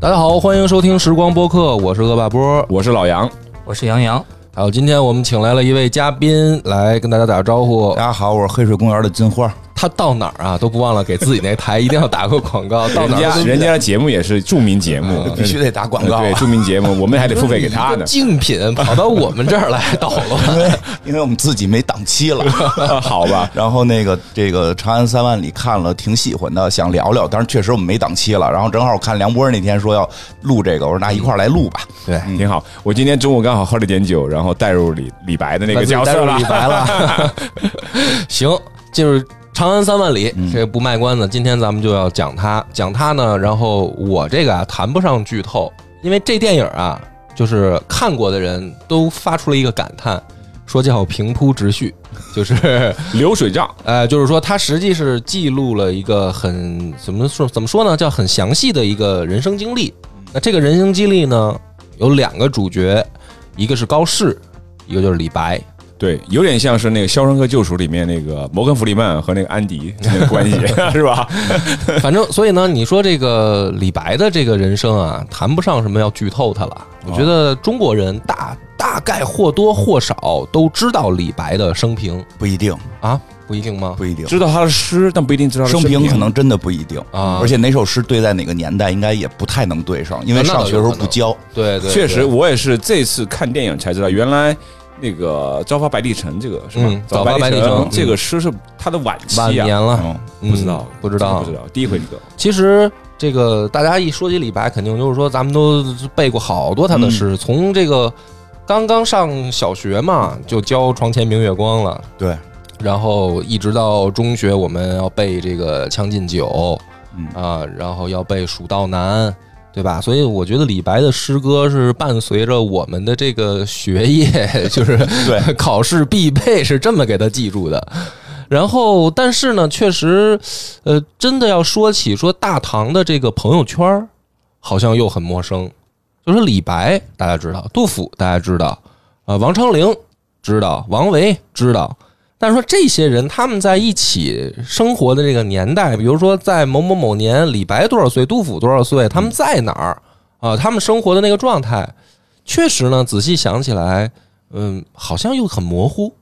大家好，欢迎收听时光播客，我是恶霸波。我是老杨，我是杨洋，还有今天我们请来了一位嘉宾来跟大家打个招呼哎大，家好，我是黑水公园的金花。 他到哪儿啊都不忘了给自己那台一定要打个广告，到 人哪儿家都。人家的节目也是著名节目，呃必须得打广告啊对著名节目，我们还得付费给他呢竞品跑到我们这儿来 捣乱。因为因为我们自己没档期了，啊好吧，然后那个这个《长安三万里》看了，挺喜欢的，想聊聊，但是确实我们没档期了。然后正好我看梁波那天说要录这个，我说那一块儿来录吧。对，挺好。我今天中午刚好喝了点酒，然后带入李李白的那个角色把了自己带入李。白 了。行，进入《长安三万里》嗯这不卖关子，今天咱们就要讲它。讲它呢，然后我这个啊谈不上剧透，因为这电影啊，就是看过的人都发出了一个感叹，说叫平铺直叙，就是。流水账，呃，就是说，它实际是记录了一个很怎么说怎么说呢，叫很详细的一个人生经历。嗯那这个人生经历呢，有两个主角，一个是高适，一个就是李白。对，有点像是那个《肖申克救赎》里面那个摩根弗里曼和那个 安迪的关系， 是吧？反正，所以呢，你说这个李白的这个人生啊，谈不上什么要剧透他了。我觉得中国人大大概或多或少都知道李白的生平不一定，啊，不一定吗？不一定，知道他的诗，但不一定知道他的生平平可能真的不一定啊而且哪首诗对在哪个年代，应该也不太能对上，因为上学的时候不教。对对，确实，对，我也是这次看电影才知道，原来那个《朝发白帝城》这个是吧？嗯早早发白帝帝城嗯这个诗是他的晚期晚年啊，了，嗯，嗯不知道，不知道真的不知道，第一回知道。其实这个大家一说起李白，肯定就是说咱们都背过好多他的嗯诗，从这个刚刚上小学嘛就教“床前明月光”了，对，然后一直到中学，我们要背这个《将进酒》，嗯啊，然后要背《蜀道难》。对吧？所以我觉得李白的诗歌是伴随着我们的这个学业， 就是对考试必备，是这么给他记住的。然后，但是呢，确实，呃，真的要说起说大唐的这个朋友圈儿，好像又很陌生。就说李白，大家知道；杜甫，大家知道；呃，王昌龄知道，王维知道。但是说这些人他们在一起生活的这个年代，比如说在某某某年，李白多少岁，杜甫多少岁，他们在哪儿啊、他们生活的那个状态，确实呢，仔细想起来，嗯，好像又很模糊。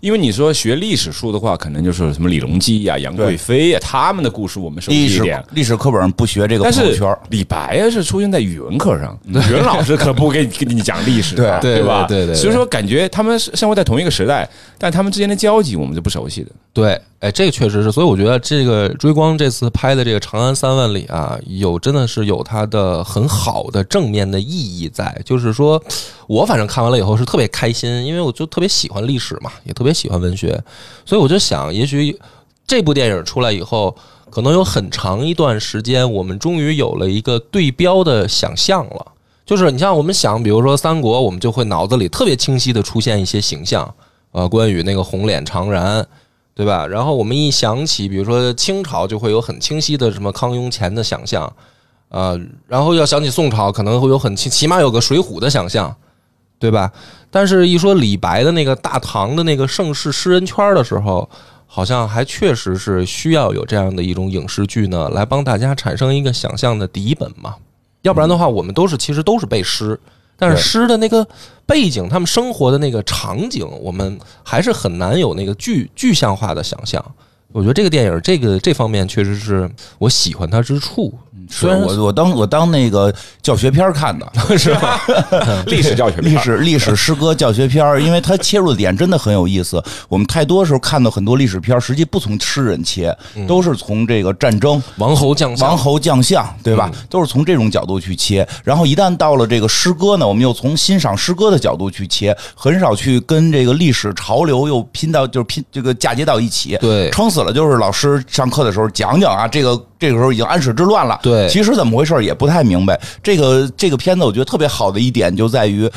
因为你说学历史书的话，可能就是什么李隆基呀、杨贵妃呀、他们的故事我们熟悉历一史点。历史课本上不学这个但朋友是圈儿，李白呀是出现在语文课上，语文老师可不给你给你讲历史的，对对吧？对对对对所以说感觉他们是生活在同一个时代，但他们之间的交集我们是不熟悉的。对，哎，这个确实是，所以我觉得这个追光这次拍的这个《长安三万里》啊，有真的是有它的很好的正面的意义在，就是说，我反正看完了以后是特别开心，因为我就特别喜欢历史嘛，也特别喜欢文学，所以我就想，也许这部电影出来以后，可能有很长一段时间，我们终于有了一个对标的想象了。就是你像我们想，比如说三国，我们就会脑子里特别清晰的出现一些形象，呃，关羽那个红脸长髯，对吧？然后我们一想起，比如说清朝，就会有很清晰的什么康雍乾的想象，呃，然后要想起宋朝，可能会有很清，起码有个水浒的想象，对吧？但是，一说李白的那个大唐的那个盛世诗人圈的时候，好像还确实是需要有这样的一种影视剧呢，来帮大家产生一个想象的底本嘛。要不然的话，我们都是其实都是背诗，但是对诗的那个背景，他们生活的那个场景，我们还是很难有那个具具象化的想象。我觉得这个电影这个这方面确实是我喜欢它之处，嗯是虽然我我当我当那个教学片儿看的，是 吧？历史教学片历史历史诗歌教学片儿，因为它切入的点真的很有意思。我们太多时候看到很多历史片儿，实际不从诗人切，都是从这个战争。王侯将相，嗯王侯将相，对吧？都是从这种角度去切。然后一旦到了这个诗歌呢，我们又从欣赏诗歌的角度去切，很少去跟这个历史潮流又拼到，就是拼这个嫁接到一起。对撑死了就是老师上课的时候讲讲啊，这个这个时候已经安史之乱了。对其实怎么回事也不太明白。这个这个片子我觉得特别好的一点就在于。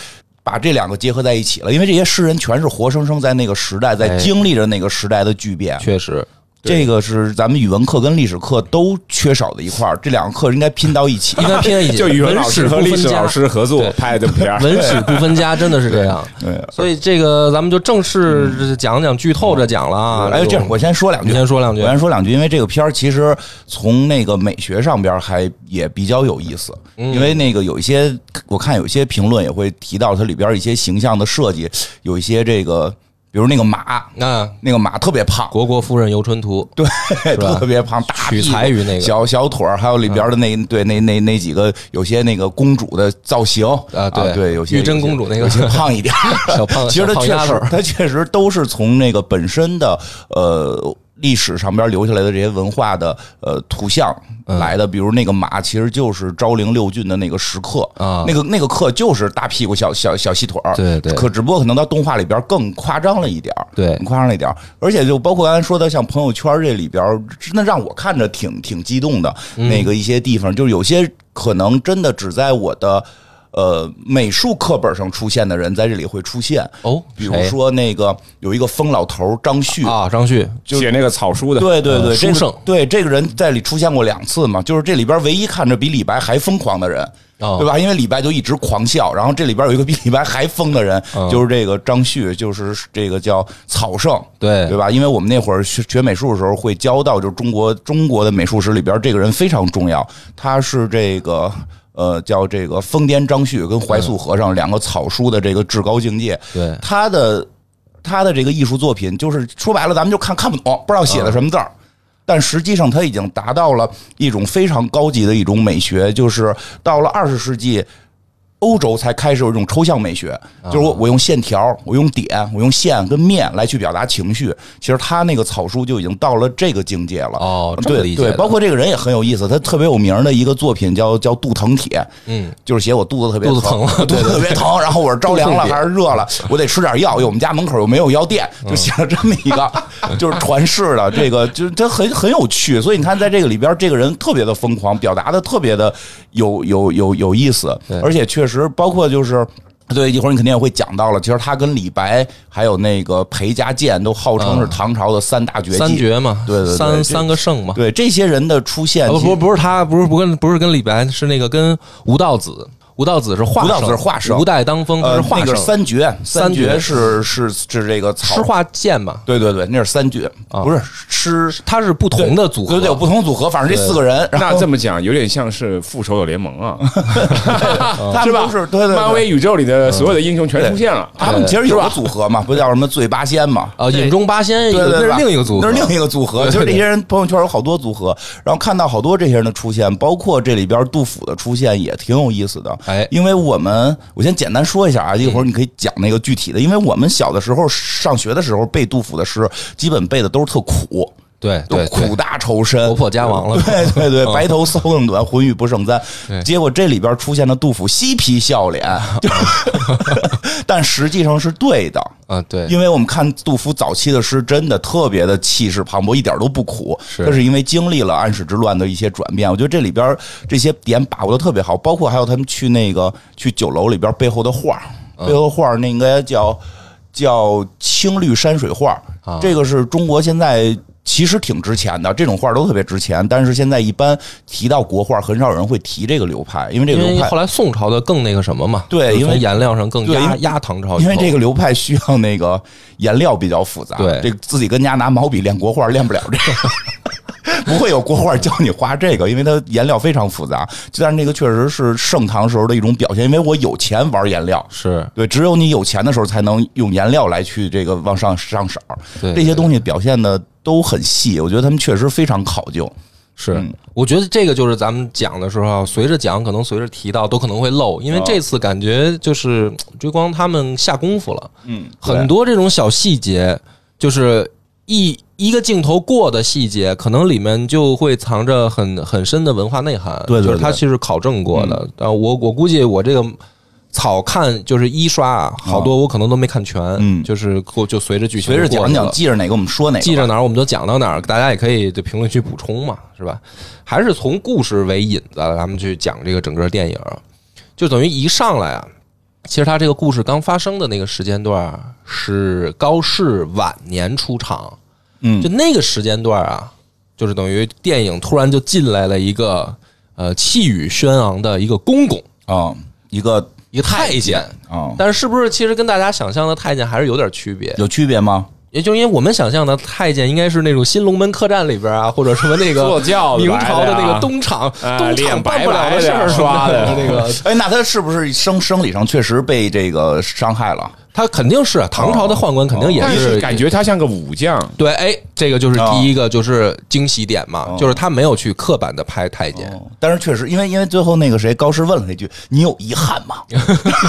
把这两个结合在一起了，因为这些诗人全是活生生在那个时代，在哎经历着那个时代的巨 变。确实，这个是咱们语文课跟历史课都缺少的一块儿，这两个课应该拼到一起。应该偏一些，就语文文老史师和不历分史家老师合作对拍的片儿， 文史不分家，真的是这样。对，所以这个咱们就正式讲讲，剧透着讲了啊。哎，这样我先说两你句，先说两句我。先说两句，因为这个片儿其实从那个美学上边儿还也比较有意思，嗯因为那个有一些我看有一些评论也会提到它里边儿一些形象的设计，有一些这个，比如那个马，那《那个马特别胖， 虢啊国夫人游春图》对，吧特别胖，大取屁股材于那个啊小小腿儿，还有里边的那对那那那几个有些那个公主的造型啊对对有些玉贞公主那个有些胖一点 儿，小胖其小实它胖确丫头实，它确实都是从那个本身的呃历史上边留下来的这些文化的呃图像嗯来的。比如那个马，其实就是昭陵六郡的那个石刻啊那个那个刻就是大屁股小小小细腿儿，对对可只不过可能到动画里边更夸张了一点儿，对更夸张了一点儿。而且就包括刚才说的，像朋友圈这里边儿，真的让我看着挺挺激动的。嗯那个一些地方，就是有些可能真的只在我的。呃，美术课本上出现的人在这里会出现哦比如谁说那个有一个疯老头儿张旭，啊，张旭写那个草书的，对对对，呃这书个圣对这个人在里出现过两次嘛，就是这里边唯一看着比李白还疯狂的人，哦对吧？因为李白就一直狂笑，然后这里边有一个比李白还疯的人，嗯就是这个张旭，就是这个叫草圣，对对吧？因为我们那会儿学学美术的时候会教到，就是中国中国的美术史里边这个人非常重要，他是这个。呃，叫这个疯癫张旭跟怀嗯素和尚两个草书的这个至高境界，对他的他的这个艺术作品，就是说白了，咱们就看看不懂，不知道写的什么字儿。但实际上，他已经达到了一种非常高级的一种美学，就是到了二十世纪，欧洲才开始有一种抽象美学，就是我我用线条，我用点，我用线跟面来去表达情绪。其实他那个草书就已经到了这个境界了。哦这么理对解的对，包括这个人也很有意思，他特别有名的一个作品叫叫《杜腾帖》，嗯，就是写我肚子特别肚子疼了 肚对子特别疼，然后我是着凉了还是热了，我得吃点药。因为我们家门口又没有药店，嗯就写了这么一个，就是传世的这个，就是它很很有趣。所以你看，在这个里边，这个人特别的疯狂，表达的特别的有有有有意思，而且确实包括就是。对，一会儿你肯定也会讲到了。其实他跟李白还有那个裴家健都号称是唐朝的三大绝技，嗯三绝嘛，对对对三这三个圣嘛。对这些人的出现，啊哦不其实不不是他，不是不跟不是跟李白，是那个跟吴道子。吴道子是画吴道圣子是画圣吴代当风他呃是画那个圣，三绝，三绝绝是是是这个诗草画剑嘛，对对对，那是三句，啊不是诗它是不同的组合。对对，有不同组合，反正这四个人，然那后这么讲有点像是复仇者联盟啊， 他是们吧？都是对对对，漫威宇宙里的所有的英雄全出现了。他们其实有个组合嘛，不叫什么醉八 仙嘛。啊，眼中八仙，对对对，那是另一个组合，那是另一个组合。对对其实这对些人朋友圈有好多组合，然后看到好多这些人的出现，包括这里边杜甫的出现也挺有意思的。哎嗯因为我们我先简单说一下啊，一会儿你可以讲那个具体的。因为我们小的时候上学的时候背杜甫的诗，基本背的都是特苦，对都对苦对，大仇深，国破家亡了 哦对对 对，白头搔更短，浑欲不胜簪。结果这里边出现了杜甫嬉皮笑脸， 就是但实际上是对的，啊对，因为我们看杜甫早期的诗，真的特别的气势磅礴，一点都不苦。是这是因为经历了安史之乱的一些转变。我觉得这里边这些点把握的特别好，包括还有他们去那个去酒楼里边背后的画，嗯背后的画那应该叫叫青绿山水画啊，这个是中国现在。其实挺值钱的，这种画都特别值钱。但是现在一般提到国画，很少有人会提这个流派，因为这因个流为派后来宋朝的更那个什么嘛，对就是因为从颜料上更对因压为压唐朝以因后，为这个流派需要那个颜料比较复杂，对这个自己跟家拿毛笔练国画练不了这个， 不会有国画教你画这个，因为它颜料非常复杂。但是那个确实是盛唐时候的一种表现，因为我有钱玩颜料。是对，只有你有钱的时候才能用颜料来去这个往上上色儿，对这些东西表现的都很细，我觉得他们确实非常考究。是，嗯我觉得这个就是咱们讲的时候啊，随着讲，可能随着提到，都可能会漏，哦因为这次感觉就是嘖追光他们下功夫了，嗯，很多这种小细节，就是一一个镜头过的细节，可能里面就会藏着很很深的文化内涵，对对就是它对嗯其实考证过的。啊，我我估计我这个。草看就是一刷啊，好多我可能都没看全，嗯就是过就随着剧情随着过讲去讲，了记着哪个我们说哪个吧。记着哪儿我们就讲到哪儿，大家也可以就评论区补充嘛，是吧？还是从故事为引子，咱们去讲这个整个电影，就等于一上来啊，其实他这个故事刚发生的那个时间段儿是高适晚年出场，就那个时间段啊，就是等于电影突然就进来了一个呃气宇轩昂的一个公公，啊，一个一个太监。啊，但是是不是其实跟大家想象的太监还是有点区别？有区别吗？也就因为我们想象的太监应该是那种新龙门客栈里边啊，或者什么那个 坐轿子明来的啊朝的那个东厂，东啊厂脸办白不了白的的事儿刷的那个哎，那他是不是生生理上确实被这个伤害了？ 他肯定是唐朝的宦官，肯定也哦但是是感觉哦他像个武将，对，哎，这个就是第一个就是惊喜点哦嘛，就是他没有去刻板的拍太监，哦但是确实，因为因为最后那个谁高适问了一句：“你有遗憾 吗？”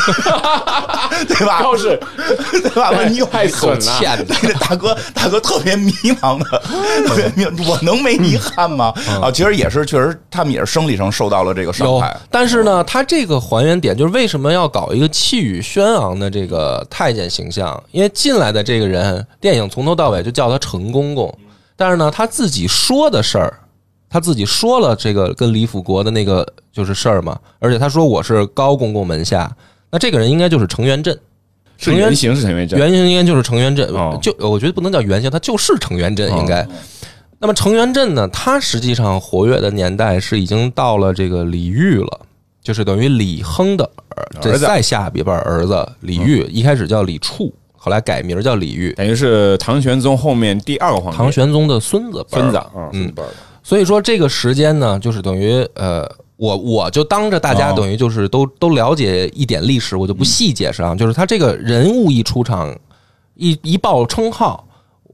对吧？高适 对吧？问哎你有太 损了欠的。这大哥，大哥特别迷 茫的，特别迷茫，我能没遗憾吗？嗯啊，其实也是，确实他们也是生理上受到了这个伤有害。，但是呢，他这个还原点就是为什么要搞一个气宇轩昂的这个太监形象？因为进来的这个人，电影从头到尾就叫他陈公公，但是呢，他自己说的事儿，他自己说了这个跟李辅国的那个就是事儿嘛，而且他说我是高公公门下，那这个人应该就是程元振。是成员原型是陈元振，原型应该就是程元振，哦就我觉得不能叫原型，他就是程元振应该。那么程元振呢，他实际上活跃的年代是已经到了这个李煜了，就是等于李亨的儿，这儿子嗯再下一辈儿儿子李煜，一开始叫李处，后来改名叫李煜，等于是唐玄宗后面第二个皇帝唐玄宗的孙子辈儿孙子了啊，孙子辈儿的所以说这个时间呢，就是等于呃，我我就当着大家哦等于就是都、都了解一点历史，我就不细解释啊。就是他这个人物一出场，一一报称号，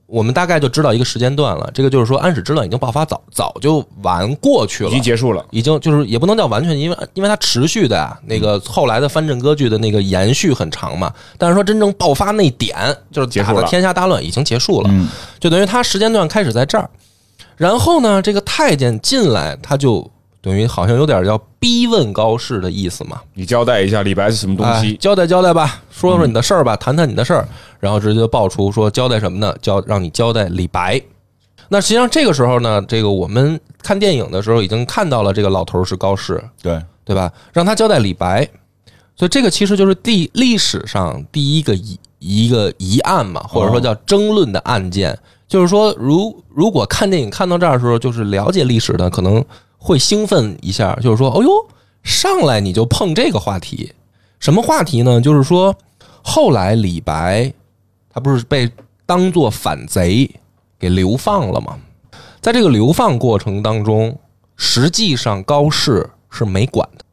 我们大概就知道一个时间段了。这个就是说安史之乱已经爆发早早就完过去了已。经结束了。已经就是也不能叫完全，因为因为它持续的啊，那个后来的藩镇割据的那个延续很长嘛。但是说真正爆发那点，就是结打束的了天下大乱已经结束了，嗯就等于它时间段开始在这儿。然后呢，这个太监进来，他就等于好像有点要逼问高适的意思嘛，你交代一下李白是什么东哎西？交代交代吧，说说你的事儿吧，谈谈你的事儿，然后直接爆出说交代什么呢？交让你交代李白。那实际上这个时候呢，这个我们看电影的时候已经看到了，这个老头儿是高适，对，对吧？让他交代李白，所以这个其实就是第历史上第一个疑一个疑案嘛，或者说叫争论的案件。就是说，如如果看电影看到这儿的时候，就是了解历史的，可能会兴奋一下，就是说，哦呦，上来你就碰这个话题，什么话题呢？就是说，后来李白他不是被当作反贼给流放了吗？在这个流放过程当中，实际上高适是没管的，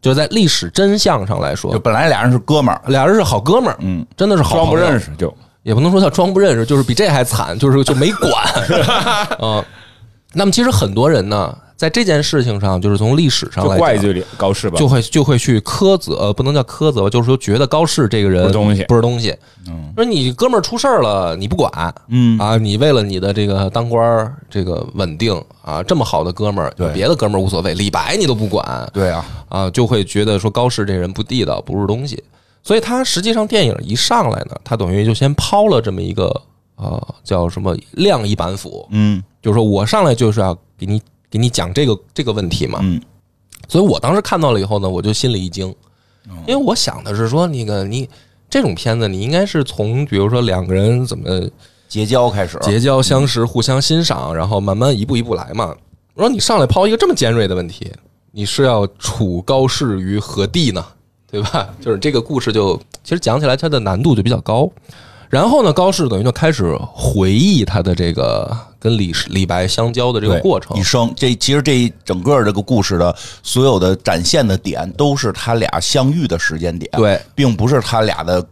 就是在历史真相上来就说，本来俩人是哥们儿，俩人是好哥们儿，嗯，真的是好装不朋友认，识就也不能说叫装不认识，就是比这还惨，就是就没 管啊、那么其实很多人呢，在这件事情上，就是从历史上就来怪讲罪李高适吧，就会就会去苛责，呃，不能叫苛责吧，就是说觉得高适这个人不是东西嗯不是东西。说你哥们儿出事儿了，你不管，嗯啊，你为了你的这个当官儿这个稳定啊，这么好的哥们儿，有对别的哥们儿无所谓，李白你都不管对啊，啊，就会觉得说高适这人不地道，不是东西。所以他实际上电影一上来呢，他等于就先抛了这么一个呃叫什么量一板斧，嗯就是说我上来就是要给你给你讲这个这个问题嘛。嗯，所以我当时看到了以后呢，我就心里一惊，因为我想的是说，那个你这种片子，你应该是从比如说两个人怎么结交开始，结交、相识、互相欣赏，然后慢慢一步一步来嘛。我说你上来抛一个这么尖锐的问题，你是要处高适于何地呢？对吧？就是这个故事就其实讲起来它的难度就比较高。然后呢，高适等于就开始回忆他的这个跟李李白相交的这个对过程一，生这其实这一整个这个故事的所有的展现的点，都是他俩相遇的时间点，对，并不是他俩的，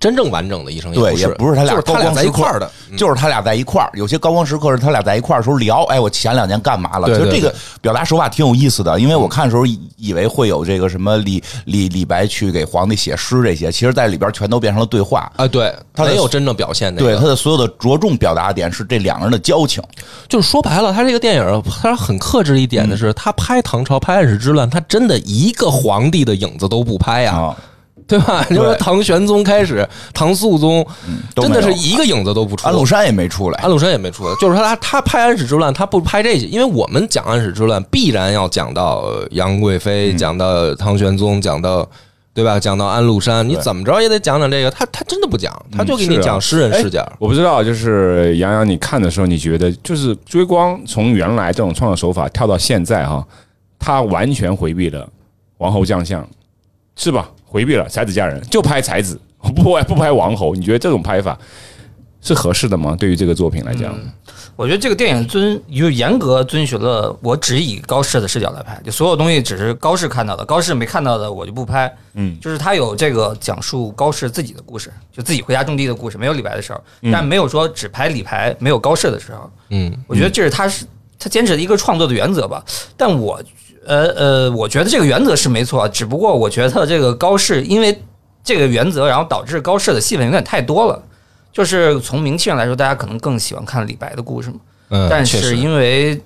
真正完整的一生对，也也不不是他俩就是高他俩光在时一刻块儿的，，嗯就是他俩在一块儿。有些高光时刻是他俩在一块儿的时候聊，哎，我前两年干嘛了？对其实对这个表达手法挺有意思的，因为我看的时候以以为会有这个什么李李李白去给皇帝写诗这些，其实在里边全都变成了对话。啊，对，他的没有真正表现那对个。他的所有的着重表达点是这两个人的交情，就是说白了，他这个电影，他很克制一嗯点的是，他拍唐朝、拍安史之乱，他真的一个皇帝的影子都不拍呀，啊，对吧？ 你说唐玄宗开始，唐肃宗，嗯都真没的有是一个影子都不出。安禄山也没出来安。禄山也没出来，就是说他他拍安史之乱，他不拍这些，因为我们嗯讲安史之乱必然要讲到呃杨贵妃，讲到唐玄宗，讲到对吧？讲到安禄山，你怎么着也得讲讲这个。他他真的不讲，嗯他就给是你啊讲诗人视角。哎我不知道，就是杨洋，你看的时候，你觉得就是追光从原来这种创作手法跳到现在哈、他完全回避了王侯将相，是吧？回避了才子佳人，就拍才子，不拍不拍王侯。你觉得这种拍法是合适的吗？对于这个作品来讲，我觉得这个电影遵就是严格遵循了我只以高适的视角来拍，就所有东西只是高适看到的，高适没看到的我就不拍。嗯，就是他有这个讲述高适自己的故事，就自己回家种地的故事，没有李白的时候，但没有说只拍李白没有高适的时候。嗯，我觉得这是他是他坚持的一个创作的原则吧。但我呃呃，我觉得这个原则是没错，只不过我觉得这个高适因为这个原则，然后导致高适的戏份有点太多了。就是从名气上来说，大家可能更喜欢看李白的故事嘛。嗯，但确是实因为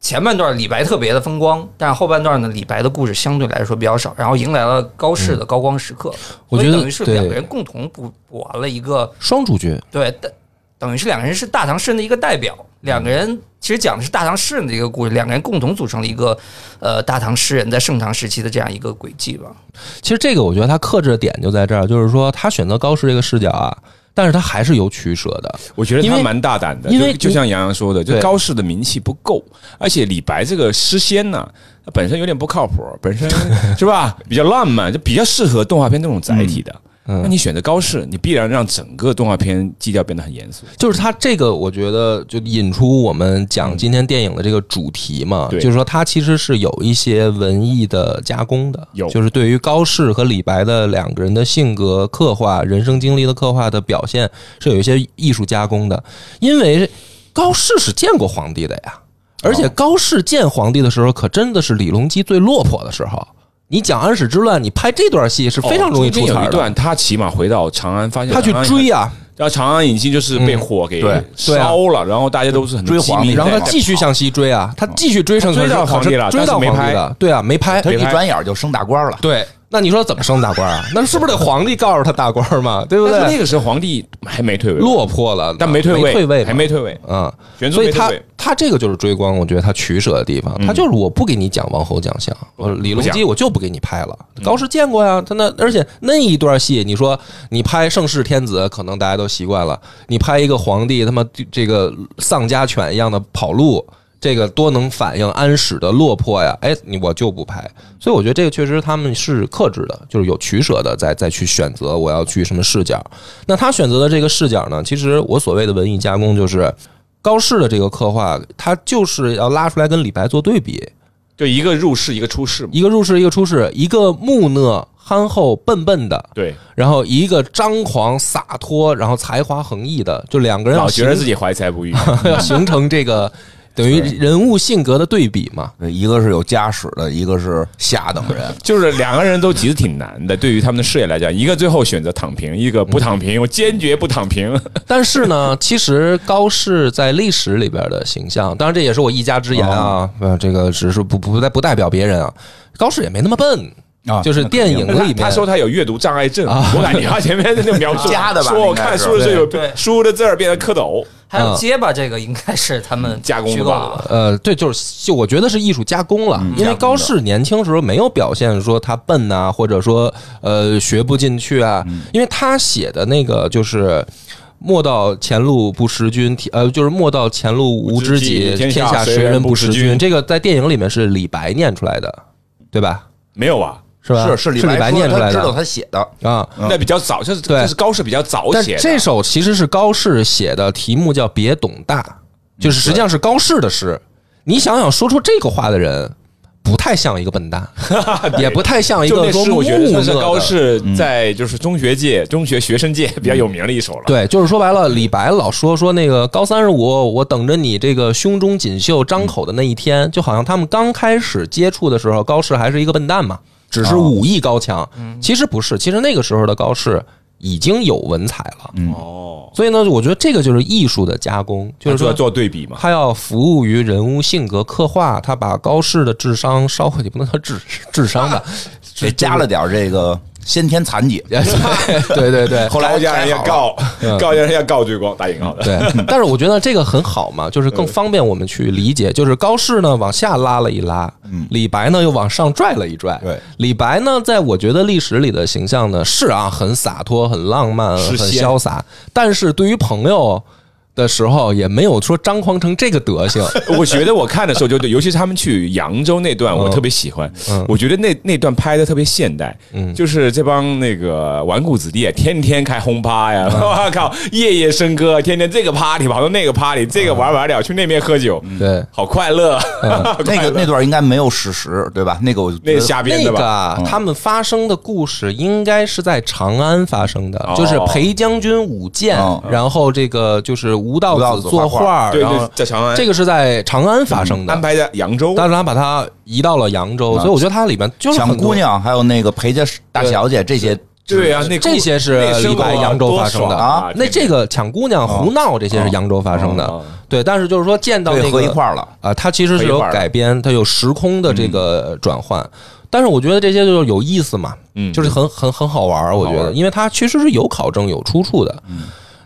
前半段李白特别的风光，但是后半段呢，李白的故事相对来说比较少，然后迎来了高适的高光时刻。我所以觉得等于是对两个人共同补补完了一个双主角，对，等等于是两个人是大唐诗人的一个代表，两个人其实讲的是大唐诗人的一个故事，两个人共同组成了一个呃大唐诗人在盛唐时期的这样一个轨迹吧。其实这个我觉得他克制的点就在这儿，就是说他选择高适这个视角啊，但是他还是有取舍的。我觉得因他为蛮大胆的，因为就就像杨洋说的，就对高适的名气不够，而且李白这个诗仙呢、他本身有点不靠谱，本身是吧，比较浪漫，就比较适合动画片这种载体的。嗯那你选择高适，你必然让整个动画片基调变得很严肃。就是他这个，我觉得就引出我们讲今天电影的这个主题嘛，对就是说他其实是有一些文艺的加工的，有就是对于高适和李白的两个人的性格刻画、人生经历的刻画的表现是有一些艺术加工的，因为高适是见过皇帝的呀，哦而且高适见皇帝的时候，可真的是李隆基最落魄的时候。你讲安史之乱，你拍这段戏哦是非常容易出哦中彩间有儿一的。段，他骑马回到长安，发现他去长安追，啊，然后长安已经就是被火给嗯对对啊烧了，然后大家都是很多追饥皇帝民然后在他跑继续向西追啊，他继续追上哦追到可是皇帝了追到但是没皇帝了，对啊，没拍他。一没拍转眼就升大官了。对，那你说怎么升大官 啊？那是不是得皇帝告诉他大官嘛？对不但是对？那个时候皇帝还没退位，落魄了，但没退没位，退位嘛，还没退位，啊。玄宗所以没退他位他这个就是追光，我觉得他取舍的地方，他就是我不给你讲王侯将相，我李隆基我就不给你拍了。高适见过啊呀，他那而且那一段戏，你说你拍盛世天子，可能大家都习惯了，你拍一个皇帝他妈这个丧家犬一样的跑路。这个多能反映安史的落魄呀！哎，你我就不拍，所以我觉得这个确实他们是克制的，就是有取舍的，再再去选择我要去什么视角。那他选择的这个视角呢，其实我所谓的文艺加工就是高适的这个刻画，他就是要拉出来跟李白做对比，就一个入世，一个出世嘛。一个入世，一个出世，一个木讷憨厚笨笨的，对，然后一个张狂洒脱，然后才华横溢的，就两个人要老觉得自己己怀才不 遇，要形成这个等于人物性格的对比嘛。对呃一个是有家室的，一个是下等人。就是两个人都其实挺难的。对于他们的事业来讲，一个最后选择躺平，一个不躺平，我坚决不躺平。但是呢，其实高适在历史里边的形象，当然这也是我一家之言啊，呃，这个只是不不代不代表别人啊。高适也没那么笨啊就是电影里面他说他有阅读障碍症，我感觉他前面那描述加的吧说我应该看是书的时候对有书的字儿变成蝌蚪，还有结巴这个应该是他们加工的虚构吧的，呃，对，就是就我觉得是艺术嗯加工了，因为高适年轻时候没有表现说他笨呐、或者说呃学不进去啊，因为他写的那个就是。莫道前路不识君，提呃，就是莫道前路无知己，无知己天天下下谁谁人人不不识识君。君这个在电影里面是李白念出来的，对吧？没有啊？是吧？是是李白说念出他来知道的他写的，啊。那比较早，这是对这是高适比较早但写的。这首其实是高适写的，题目叫《别董大》，就是实际上是高适的诗。你想想，说出这个话的人，不太像一个笨 蛋，也不太像一就个那说诗，木我觉得讷算是的高。适在就是中学界、中学学生界比较有名的一首了。对，就是说白了，李白老说说那个高三十五，我等着你这个胸中锦绣张口的那一天，就好像他们刚开始接触的时候，高适还是一个笨蛋嘛，只啊是武艺高强。嗯其实不是，其实那个时候的高适已经有文采了。哦，所以呢，我觉得这个就是艺术的加工，就就是是说说做对比嘛。他要服务于人物性格刻画， 他把高适的智商稍微也不能叫智智商吧，哎也加了点这个先天残 疾。对对对后来高家人改要好了告，高家人要告追光，打引号的。对，但是我觉得这个很好嘛，就是更方便我们去理解。就是高适呢往下拉了一拉，李白呢又往上拽了一拽。对，李白呢，在我觉得历史里的形象呢是啊，很洒脱、很浪漫、是很仙潇洒，但是对于朋友的时候也没有说张狂成这个德 行。 我觉得我看的时候就，就尤其是他们去扬州那哦段，我特别喜欢。嗯我觉得那那段拍的特别现代，就是这帮那个纨绔子弟天天开轰趴呀，嗯 我靠，夜夜笙歌，天天这个 party 跑到那个 party，这个玩完了去那边喝酒，对，好快乐。嗯那个那段应该没有史实，对吧？那个我 那觉是得瞎编的那个吧？嗯啊，他们发生的故事应该是在长安发生的，就是裴将军舞剑哦，然后这个就是吴吴道道子子作画画，对然对后，在长安这个是在长安发生的安。排在扬州，但是他把它移到了扬州，所以我觉得它里面就是嗯抢很多姑娘，还有那个陪嫁大小姐这些，对啊，那这些是那生活李白扬州发生多的爽啊那这个抢姑娘、胡闹这些是扬州发生的哦，对。但是就是说见到嗯对，那合个一块儿了。啊，它其实是有改编，它有时空的这嗯个转换。但是我觉得这些就是有意思嘛，嗯就是很很很好玩儿，我觉好玩得，儿嗯因为它其实是有考证、有出处的。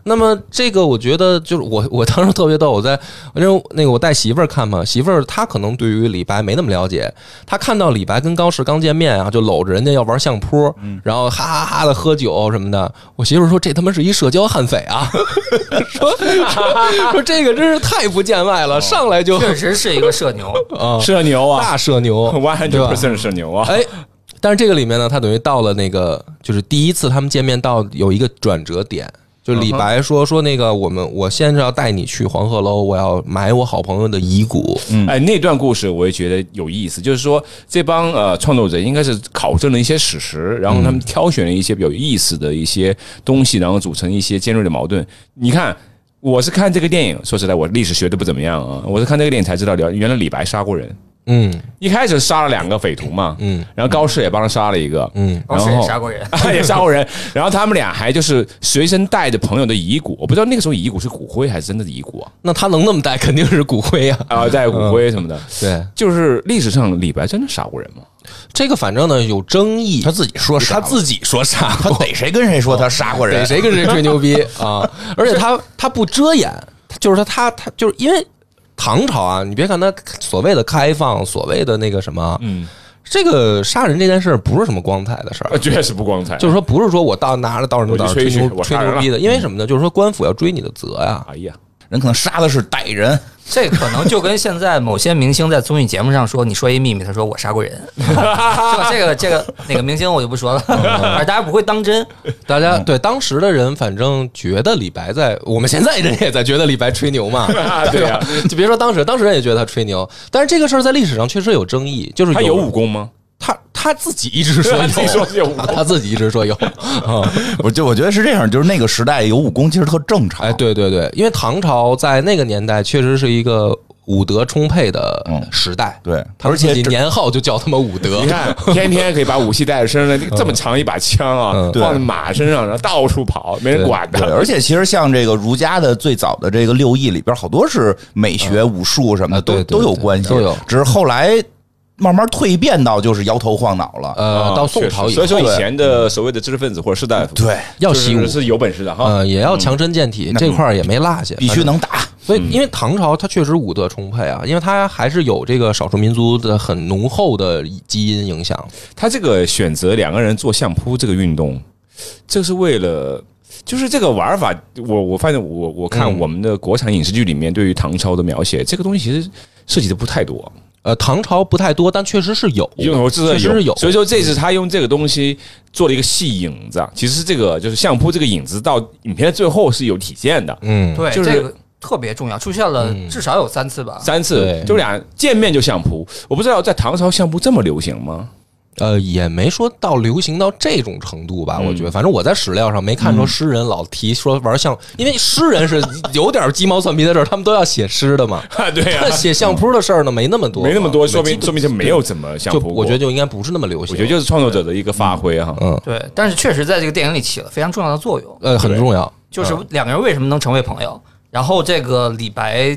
那么这个我觉得就是我我当时特别逗，我在因为那个我带媳妇儿看嘛，媳妇儿她可能对于李白没那么了解，她看到李白跟高适刚见面啊，就搂着人家要玩相扑，嗯然后哈哈哈的喝酒什么的，我媳妇儿说这他妈是一社交悍匪啊， 说 说说这个真是太不见外哦了，上来就确实是一个社牛，啊，社牛啊大社 牛，one 对 hundred 吧 percent 社牛啊，哎，但是这个里面呢，他等于到了那个，就是第一次他们见面到有一个转折点，就是李白说说那个我们我先是要带你去黄鹤楼，我要埋我好朋友的遗骨。哎，那段故事我也觉得有意思，就是说这帮呃创作者应该是考证了一些史实，然后他们挑选了一些比较有意思的一些东西，然后组成一些尖锐的矛盾。你看，我是看这个电影，说实在，我历史学的不怎么样啊，我是看这个电影才知道，了原来李白杀过人。嗯一开始杀了两个匪徒嘛，嗯，然后高适也帮他杀了一个，嗯，高适也杀过人， 也杀过人，然后他们俩还就是随身带着朋友的遗骨，我不知道那个时候遗骨是骨灰还是真的遗骨啊，那他能那么带，肯定是骨灰啊。啊、带骨灰什么嗯的，对，就是历史上李白真的杀过人吗？这个反正呢有争议，他自己说他傻，自己说杀他逮谁跟谁说他杀过哦逮人，谁跟谁吹牛 逼啊！而且他他不遮掩，他就是他他他就是因为唐朝啊，你别看他所谓的开放，所谓的那个什么，嗯，这个杀人这件事儿不是什么光彩的事儿 啊，，确实不光彩。就是说不是说我到拿着刀什么我刀去吹吹嘘牛我吹杀人嗯牛逼的，因为什么呢？就是说官府要追你的责呀，哎 呀，人可能杀的是歹人， 这可能就跟现在某些明星在综艺节目上说，你说一秘密，他说我杀过人，就这个这个哪个明星我就不说了，反正大家不会当真。大家嗯对当时的人，反正觉得李白在，我们现在人也在觉得李白吹牛 嘛，对呀吧？就别说当时，当时人也觉得他吹牛，但是这个事儿在历史上确实有争议，就是他有有武功吗？他他自己一直说他自己说是有武有， 他自己一直说 有。我就我觉得是这样，就是那个时代有武功其实特正常。哎，对对对，因为唐朝在那个年代确实是一个武德充沛的嗯时代，对他们而且自己这年号就叫他妈武德 你。看，天天可以把武器带在身上，这么长一把枪啊嗯，放在马身上，然后到处跑，没人管 对，的。而且其实像这个儒家的最早的这个六艺里边，好多是美学、武术什么啊的对都对都有对关系，都有只是后来慢慢蜕变到就是摇头晃脑了。呃，啊到宋朝确以实后所以，说以前的所谓的知识分子或者士大夫，对，要就是习武是嗯有本事的哈。呃，也要强身健体，这块儿也没落下，必须能打。所嗯以，因为唐朝它确实武德充沛啊，因为它还是有这个少数民族的很浓厚的基因影响。他这个选择两个人做相扑这个运动，这是为了。就是这个玩法，我我发现我我看嗯我们的国产影视剧里面对于唐朝的描写，这个东西其实涉及的不太多。呃，唐朝不太多，但确实是有，有，我知道确实是有。所以说这次他用这个东西做了一个戏影子，啊，其实这个就是相扑这个影子到影片的最后是有体现的。嗯，对，就是这个特别重要，出现了至少有三次吧。三次对，就俩见面就相扑，我不知道在唐朝相扑这么流行 吗？呃，也没说到流行到这种程度吧，嗯我觉得，反正我在史料上没看说诗人老提说玩相，因为诗人是有点鸡毛蒜皮的事儿，他们都要写诗的嘛。啊， 对呀那写相扑的事儿呢，没那么多啊嘛，没那么多，说基明说明就没有怎么相就扑过。我觉得就应该不是那么流行。我觉得就是创作者的一个发挥啊哈。嗯，对，但是确实在这个电影里起了非常重要的作用，呃，很重要。就是两个人为什么能成为朋友，然后这个李白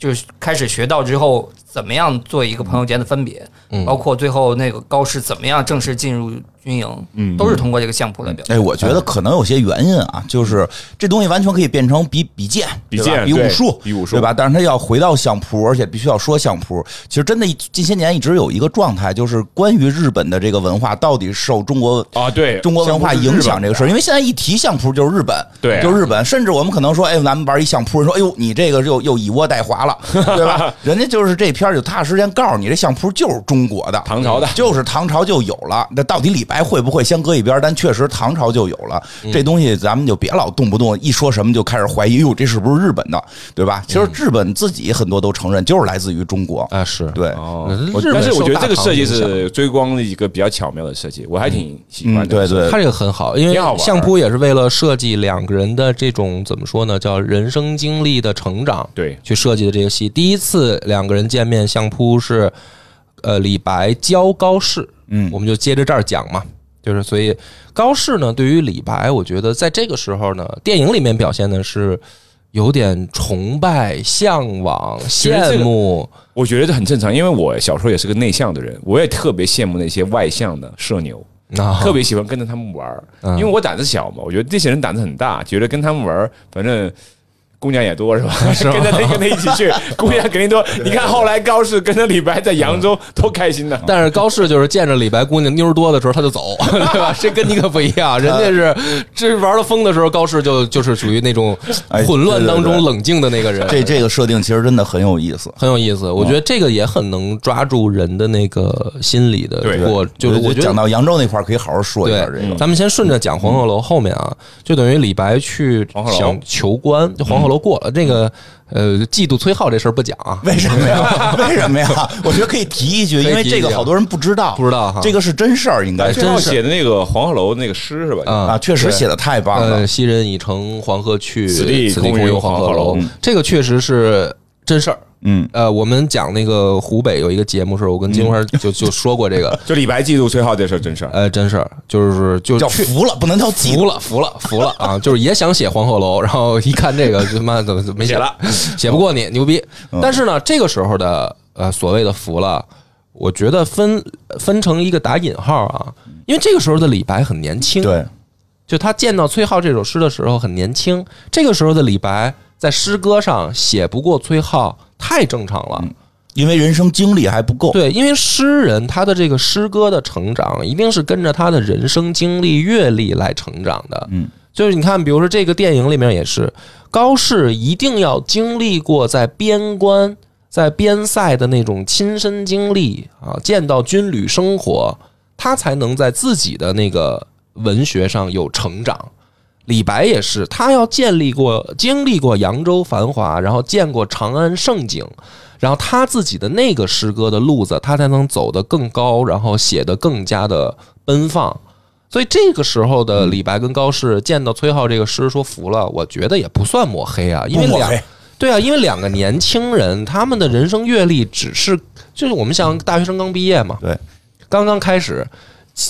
就是开始学到之后，怎么样做一个朋友间的分别，包括最后那个高适怎么样正式进入军军营，嗯，都是通过这个相扑来表现。哎，我觉嗯得可能有些原因啊，就是这东西完全可以变成比比剑、比对吧剑比武对术、比武术对吧？但是他要回到相扑，而且必须要说相扑。其实真的近些年一直有一个状态，就是关于日本的这个文化到底受中国啊，对，中国文化影响这个事儿，因为现在一提相扑就是日本，对啊就是日本，甚至我们可能说，哎，咱们玩一相扑，人说，哎呦，你这个又又以窝带 滑了，对吧？人家就是这片儿就踏实间告诉你，这相扑就是中国的，唐朝的就是唐朝就有了。那到底李白会不会，先搁一边儿，但确实唐朝就有了嗯这东西，咱们就别老动不动一说什么就开始怀疑，哟，这是不是日本的，对嗯吧？其实日本自己很多都承认就是来自于中国，啊，是对，哦嗯，我日本但是我受觉得大这个唐设计影响是追光的一个比较巧妙的设计，我还挺喜嗯欢，的。对对，它这个很好，因为挺好玩儿相扑也是为了设计两个人的这种怎么说呢，叫人生经历的成长，对去设计的这个戏。第一次两个人见面，相扑是呃李白教高适，嗯我们就接着这儿讲嘛。就是所以高适呢，对于李白，我觉得在这个时候呢，电影里面表现的是有点崇拜、向往、觉得这羡个慕，我觉得这很正常，因为我小时候也是个内向的人，我也特别羡慕那些外向的社牛，啊，特别喜欢跟着他们玩儿，啊因为我胆子小嘛，我觉得这些人胆子很大，觉得跟他们玩儿，反正。姑娘也多 是吧？跟着他跟他一起去，姑娘肯定多。你看后来高适跟着李白在扬啊州多开心呢。但是高适就是见着李白姑娘妞儿多的时候他就走， 对吧？这跟你可不一 啊样，人家是这玩了疯的时候，高适就就是属于那种哎混乱当对对中对冷静的那个人，这这个设定其实真的很有意思。很有意思。我觉得这个也很能抓住人的那个心理的对过，就是我觉得讲到扬州那块儿可以好好说一对下这个。咱们先顺着讲黄鹤楼后面啊，就等于李白去黄鹤楼想求官，就黄鹤楼过了。这个呃，嫉妒崔颢这事儿不讲啊，为什么呀？为什么呀？我觉得可以提一可句，以因为提一句这个好多人不知道，不知道哈这个是真事儿，应该最是后写的那个黄鹤楼那个诗是吧？啊啊，确实写的太棒了呃，。昔人已乘黄河去，此地此地空空有有黄黄鹤鹤楼楼。这个确实是真事儿。嗯，呃，我们讲那个湖北有一个节目时候，我跟金花就就说过这个，就李白嫉妒崔颢这事儿真事儿。呃，真事儿，就是就叫去服了，不能叫嫉妒服了，服了，服了啊！就是也想写黄鹤楼，然后一看这个，他妈怎么怎么没写嗯写了，写不过你，牛逼。但是呢，这个时候的呃所谓的服了，我觉得分分成一个打引号啊，因为这个时候的李白很年轻，对，就他见到崔颢这首诗的时候很年轻，这个时候的李白在诗歌上写不过崔颢太正常了。因为人生经历还不够。对，因为诗人他的这个诗歌的成长，一定是跟着他的人生经历、阅历来成长的。嗯，就是你看，比如说这个电影里面也是，高适一定要经历过在边关、在边塞的那种亲身经历啊，见到军旅生活，他才能在自己的那个文学上有成长。李白也是，他要建立过、经历过扬州繁华，然后见过长安盛景，然后他自己的那个诗歌的路子，他才能走得更高，然后写得更加的奔放。所以这个时候的李白跟高适见到崔颢这个诗说服了，我觉得也不算抹黑啊，因为不抹两黑对啊，因为两个年轻人他们的人生阅历只是就是我们想大学生刚毕业嘛，对，刚刚开始。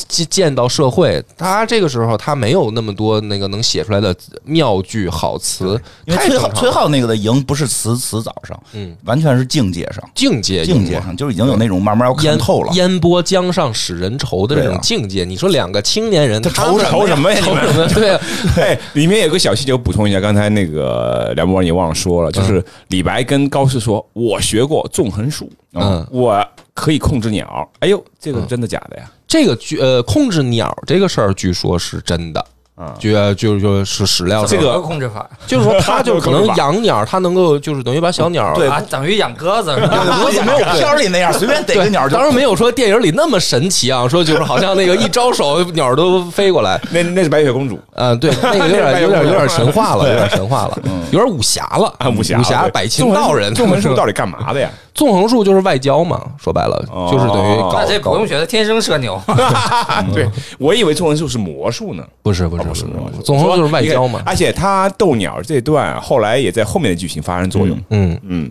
见见到社会，他这个时候他没有那么多那个能写出来的妙句好词，因为太崔正颢常崔了颢那个的赢不是词词藻上，嗯，完全是境界上，境界境赢界了上就是已经有那种慢慢要看烟透了。烟波江上使人愁的这种境界。你说两个青年 人，他他愁们愁什么呀？你 愁们什么？对，啊哎，里面有个小细节，我补充一下，刚才那个梁博你忘了说了，就是李白跟高适说：“我学过纵横术，嗯嗯，我可以控制鸟。”哎呦，这个真的假的呀？这个据呃控制鸟这个事儿，据说是真的。啊据就就是史料上这个什么控制法就是说他就是可能养鸟，他能够就是等于把小鸟对啊，等于养鸽子是对吧？对对也没有片儿里那样随便逮对，个鸟就当然没有说电影里那么神奇啊，说就是好像那个一招手鸟儿都飞过来，那那是白雪公主，嗯、对，那个有 哎点有点有点神话了，有点神话了，有点武侠了嗯啊武嗯侠武侠对百禽道人，纵横他术们到说底干嘛的呀？ 纵横术就是外交嘛，说白了哦就是等于搞那这不用学，天生社牛。对我以为纵横术是魔术呢。不是不是哦不不是是不魔术是，纵横就是外交你嘛看，而哎且他斗鸟这段后来也在后面的剧情发生作用。嗯。嗯，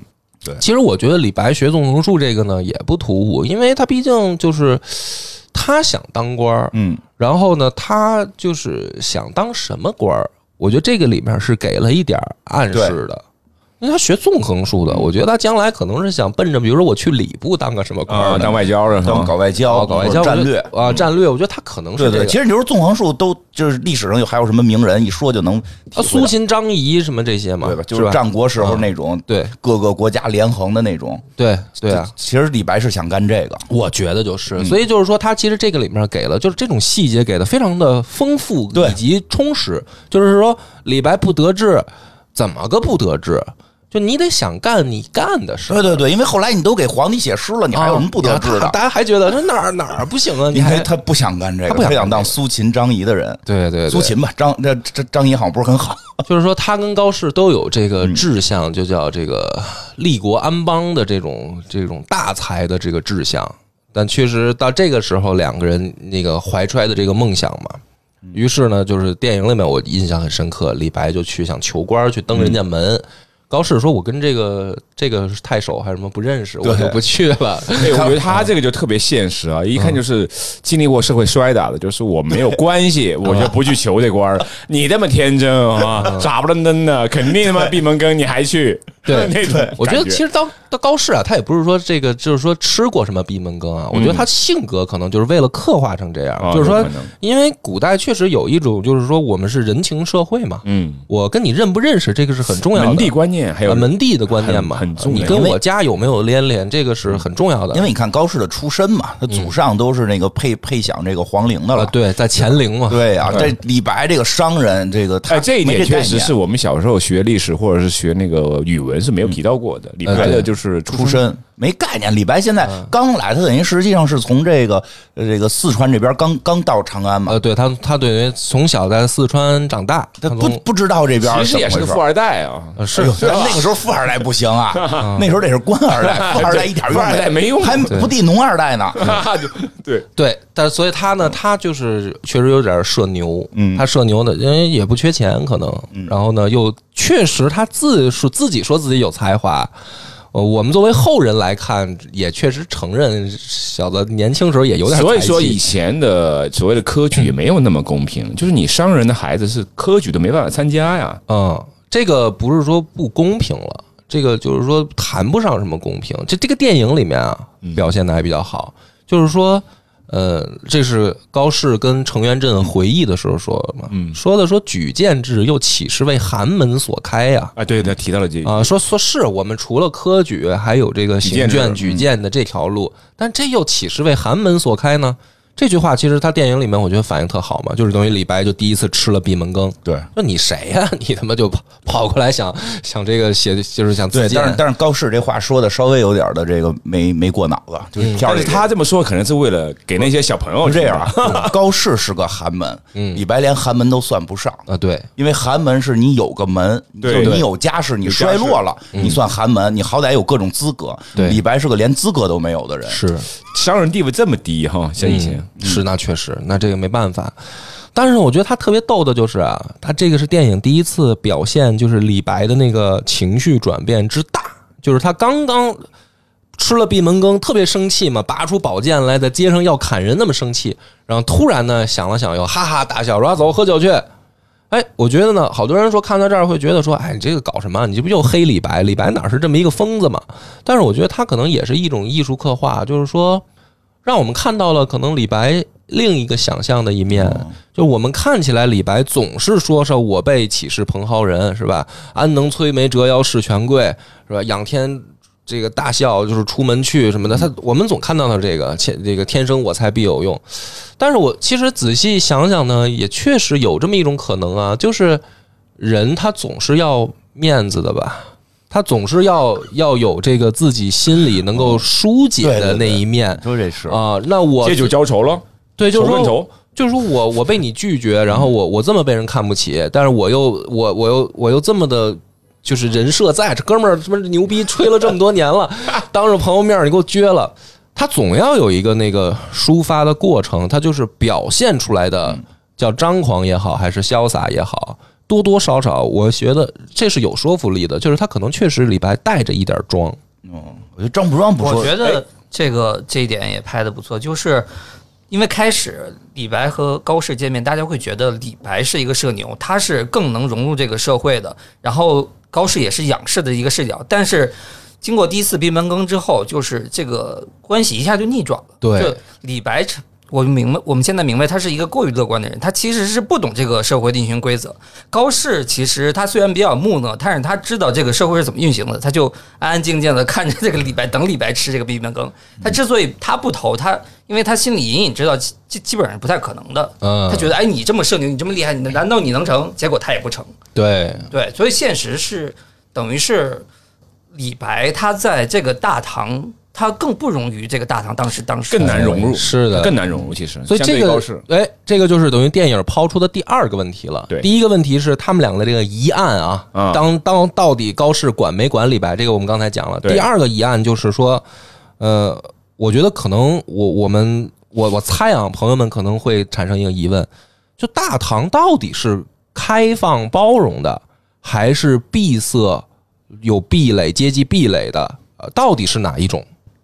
其实我觉得李白学纵横术这个呢也不突兀，因为他毕竟就是他想当官儿，嗯，然后呢，他就是想当什么官儿？我觉得这个里面是给了一点儿暗示的，因为他学纵横术嗯的，我觉得他将来可能是想奔着，比如说我去礼部当个什么官啊，儿的，当外交的，当搞外交、搞搞外或交者战略。嗯啊，战略，我觉得他可能是对这对，个。其实你说纵横术都就是历史上有还有什么名人，一说就能体啊，会苏到秦、张仪什么这些嘛，对吧？嗯就是是吧战国时候那种对各个国家连横的那种。对对啊，其实李白是想干这个，我觉得嗯就是，所以就是说，他其实这个里面给了，就是这种细节给的非常的丰富对以及充实。就是说，李白不得志，怎么个不得志？就你得想干你干的事儿对，对对，因为后来你都给皇帝写诗了，你还有什么哎不得志啊 的？大家还觉得这哪儿哪儿不行啊？你因为还他不想干这个，他不想干这个当苏秦、张仪的人。对对对，苏秦吧，张这这张仪好像不是很好， 就是说，他跟高适都有这个志向，就叫这个立国安邦的这种这种大才的这个志向。但确实到这个时候，两个人那个怀揣的这个梦想嘛，于是呢，就是电影里面我印象很深刻，李白就去想求官儿，去登人家门。高适说：“我跟这个这个太守还是什么不认识，我对就不去了。对，哎我觉得他这个就特别现实啊，一看就是经历过社会摔打的，就是我没有关系，我就不去求这官儿。你这么天真啊，傻不愣登的，肯定他妈闭门羹，你还去？对 那种” 我觉得感其实当当高适啊，他也不是说这个，就是说吃过什么闭门羹啊。我觉得他性格可能就是为了刻画成这样，嗯啊就是有说可能因为古代确实有一种，就是说我们是人情社会嘛，嗯，我跟你认不认识，这个是很重要的。门第观念还有啊门第的观念嘛，啊很很重要嗯你跟我家有没有连连，这个是很重要的。因为你看高适的出身嘛，他祖上都是那个配配享这个皇陵的啊，了。对，在乾陵嘛，对啊，这李白这个商人，这个他哎，这一没点确概实念是我们小时候学历史或者是学那个语文是没有提到过的。李嗯白的就是出出身，身嗯没概念。李白现在刚来，他等于实际上是从这个呃这个四川这边刚刚到长安嘛，呃，对他，他对于从小在四川长大，他他不从不知道这边其是实也是怎么个回事富二代啊。呃哎是呦那个时候富二代不 行啊，那时候得是官二代，富二代一点用富二代没用还不抵农二代呢。 就对，对，但所以他呢，他就是确实有点社牛，嗯他社牛的，因为也不缺钱，可能，然后呢，又确实他自说自己说自己有才华。呃，我们作为后人来看，也确实承认小子年轻时候也有点才气。所以说以前的所谓的科举也没有那么公平，就是你商人的孩子是科举都没办法参加呀。嗯，这个不是说不公平了，这个就是说谈不上什么公平。这这个电影里面啊，表现的还比较好，就是说，呃，这是高适跟程元振回忆的时候说的嘛，说的说举荐制又岂是为寒门所开呀、啊，对的，提到了这个啊，说说是我们除了科举，还有这个行卷举荐嗯的这条路，但这又岂是为寒门所开呢？这句话其实他电影里面我觉得反应特好嘛，就是等于李白就第一次吃了闭门羹。对说你谁呀、 你他妈就跑跑过来想想这个写，就是想自对，荐但是但是高适这话说的稍微有点的这个没没过脑子，嗯就是跳但着是他这么说可能是为了给那些小朋友这样听的。 啊。高适是个寒门，李白连寒门都算不上。啊，对因为寒门是你有个门，对就你有家世，嗯你衰落了，你算寒门，你好歹有各种资格。对李白是个连资格都没有的人，是商人地位这么低哈，像以前。是那确实，那这个没办法。但是我觉得他特别逗的就是啊，他这个是电影第一次表现，就是李白的那个情绪转变之大，就是他刚刚吃了闭门羹，特别生气嘛，拔出宝剑来，在街上要砍人，那么生气。然后突然呢，想了想，又哈哈大笑，说啊走喝酒去。哎，我觉得呢，好多人说看到这儿会觉得说，哎，你这个搞什么？你这不又黑李白？李白哪是这么一个疯子嘛？但是我觉得他可能也是一种艺术刻画，就是说，让我们看到了可能李白另一个想象的一面。就我们看起来，李白总是说说我辈岂是蓬蒿人，是吧？安能摧眉折腰事权贵，是吧？仰天这个大笑就是出门去什么的，他我们总看到他这个天这个天生我材必有用，但是我其实仔细想想呢，也确实有这么一种可能啊，就是人他总是要面子的吧。他总是要要有这个自己心里能够疏解的那一面说这是啊、那我借酒浇愁了，对，就是说仇更愁就是说我我被你拒绝，然后我我这么被人看不起，但是我又我我又我又这么的，就是人设在这哥们儿他妈牛逼吹了这么多年了， 当着朋友面儿你给我撅了，他总要有一个那个抒发的过程，他就是表现出来嗯的叫张狂也好，还是潇洒也好。多多少少，我觉得这是有说服力的，就是他可能确实李白带着一点装，嗯，我觉得装不装不我哎说，觉得这个这一点也拍的不错，就是因为开始李白和高适见面，大家会觉得李白是一个社牛，他是更能融入这个社会的，然后高适也是仰视的一个视角。但是经过第一次闭门羹之后，就是这个关系一下就逆转了。对就李白成。我明白，我们现在明白他是一个过于乐观的人，他其实是不懂这个社会的运行规则。高适其实他虽然比较木讷，但是他知道这个社会是怎么运行的，他就安安静静的看着这个李白，等李白吃这个闭门羹。他之所以他不投他，因为他心里隐隐知道基基基本上不太可能的。嗯他觉得哎，你这么社牛，你这么厉害，你难道你能成？结果他也不成。对，对，所以现实是等于是李白他在这个大唐，他更不容于这个大唐当时当时更难融入，是的更难融入。其实，所以这相对个高适，哎，这个就是等于电影抛出的第二个问题了。对第一个问题是他们两个的这个疑案啊，啊当当到底高适管没管李白？这个我们刚才讲了。对第二个疑案就是说，呃，我觉得可能我我们我我猜啊，朋友们可能会产生一个疑问：就大唐到底是开放包容的，还是闭塞有壁垒阶级壁垒的？呃，到底是哪一种？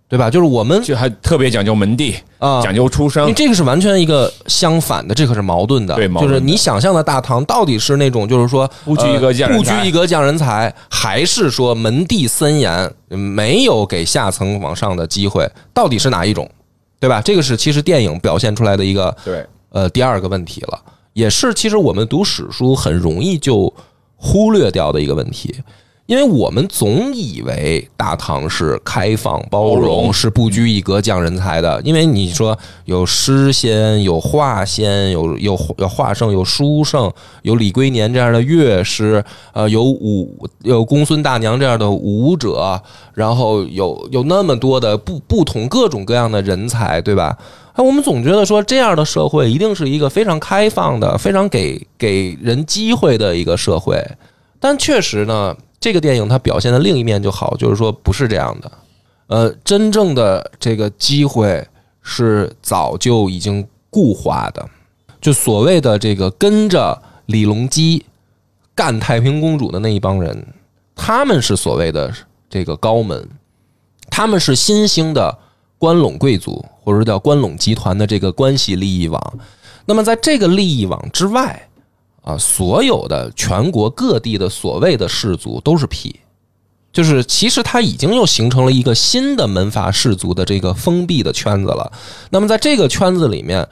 对吧？就是我们就还特别讲究门第，啊，讲究出因身为，这个是完全一个相反的，这可是矛盾的。对矛盾就的是你想象的大唐到底是那种就是说呃不拘一格降人不才拘一格降人才，还是说门第森严，没有给下层往上的机会，到底是哪一种？对吧？这个是其实电影表现出来的一个对，呃第二个问题了，也是其实我们读史书很容易就忽略掉的一个问题，因为我们总以为大唐是开放包包容，容是不拘一格降人才的，因为你说有诗仙，有画仙，有有有画圣，有书圣，有李龟年这样的乐师，呃，有舞有公孙大娘这样的舞者，然后有有那么多的不不同各种各样的人才，对吧？哎，我们总觉得说这样的社会一定是一个非常开放的、非常给给人机会的一个社会，但确实呢，这个电影它表现的另一面就好，就是说不是这样的。呃，真正的这个机会是早就已经固化的，就所谓的这个跟着李隆基干太平公主的那一帮人，他们是所谓的这个高门，他们是新兴的关陇贵族或者说叫关陇集团的这个关系利益网。那么在这个利益网之外，啊，所有的全国各地的所谓的士族都是屁，就是其实它已经又形成了一个新的门阀士族的这个封闭的圈子了。那么在这个圈子里面，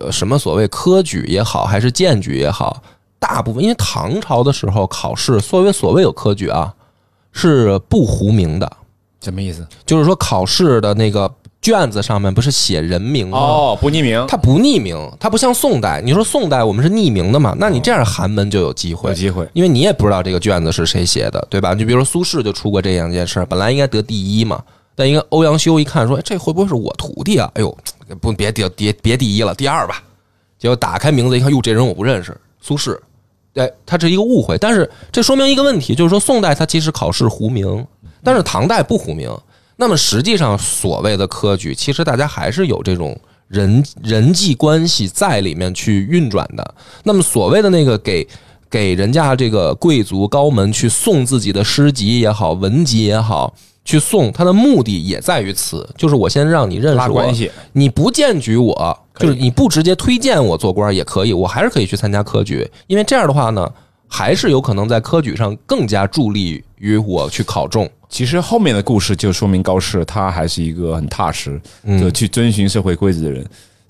呃，什么所谓科举也好，还是荐举也好，大部分因为唐朝的时候考试，所谓所谓有科举啊，是不糊名的，什么意思？就是说考试的那个卷子上面不是写人名吗？哦，不匿名，它不匿名，它不像宋代。你说宋代我们是匿名的嘛？那你这样寒门就有机会嗯有，机会，因为你也不知道这个卷子是谁写的，对吧？你比如说苏轼就出过这样一件事儿，本来应该得第一嘛，但应该欧阳修一看说，哎这会不会是我徒弟啊？哎呦，不别第别别第一了，第二吧。结果打开名字一看，哟，这人我不认识，苏轼。哎，他这一个误会，但是这说明一个问题，就是说宋代他其实考试糊名，但是唐代不糊名。那么实际上所谓的科举，其实大家还是有这种人人际关系在里面去运转的。那么所谓的那个给给人家这个贵族高门去送自己的诗集也好，文集也好，去送他的目的也在于此，就是我先让你认识我，拉关系，你不荐举我，可就以是你不直接推荐我做官也可以，我还是可以去参加科举，因为这样的话呢，还是有可能在科举上更加助力于我去考中。其实后面的故事就说明高适他还是一个很踏实，嗯就去遵循社会规则的人。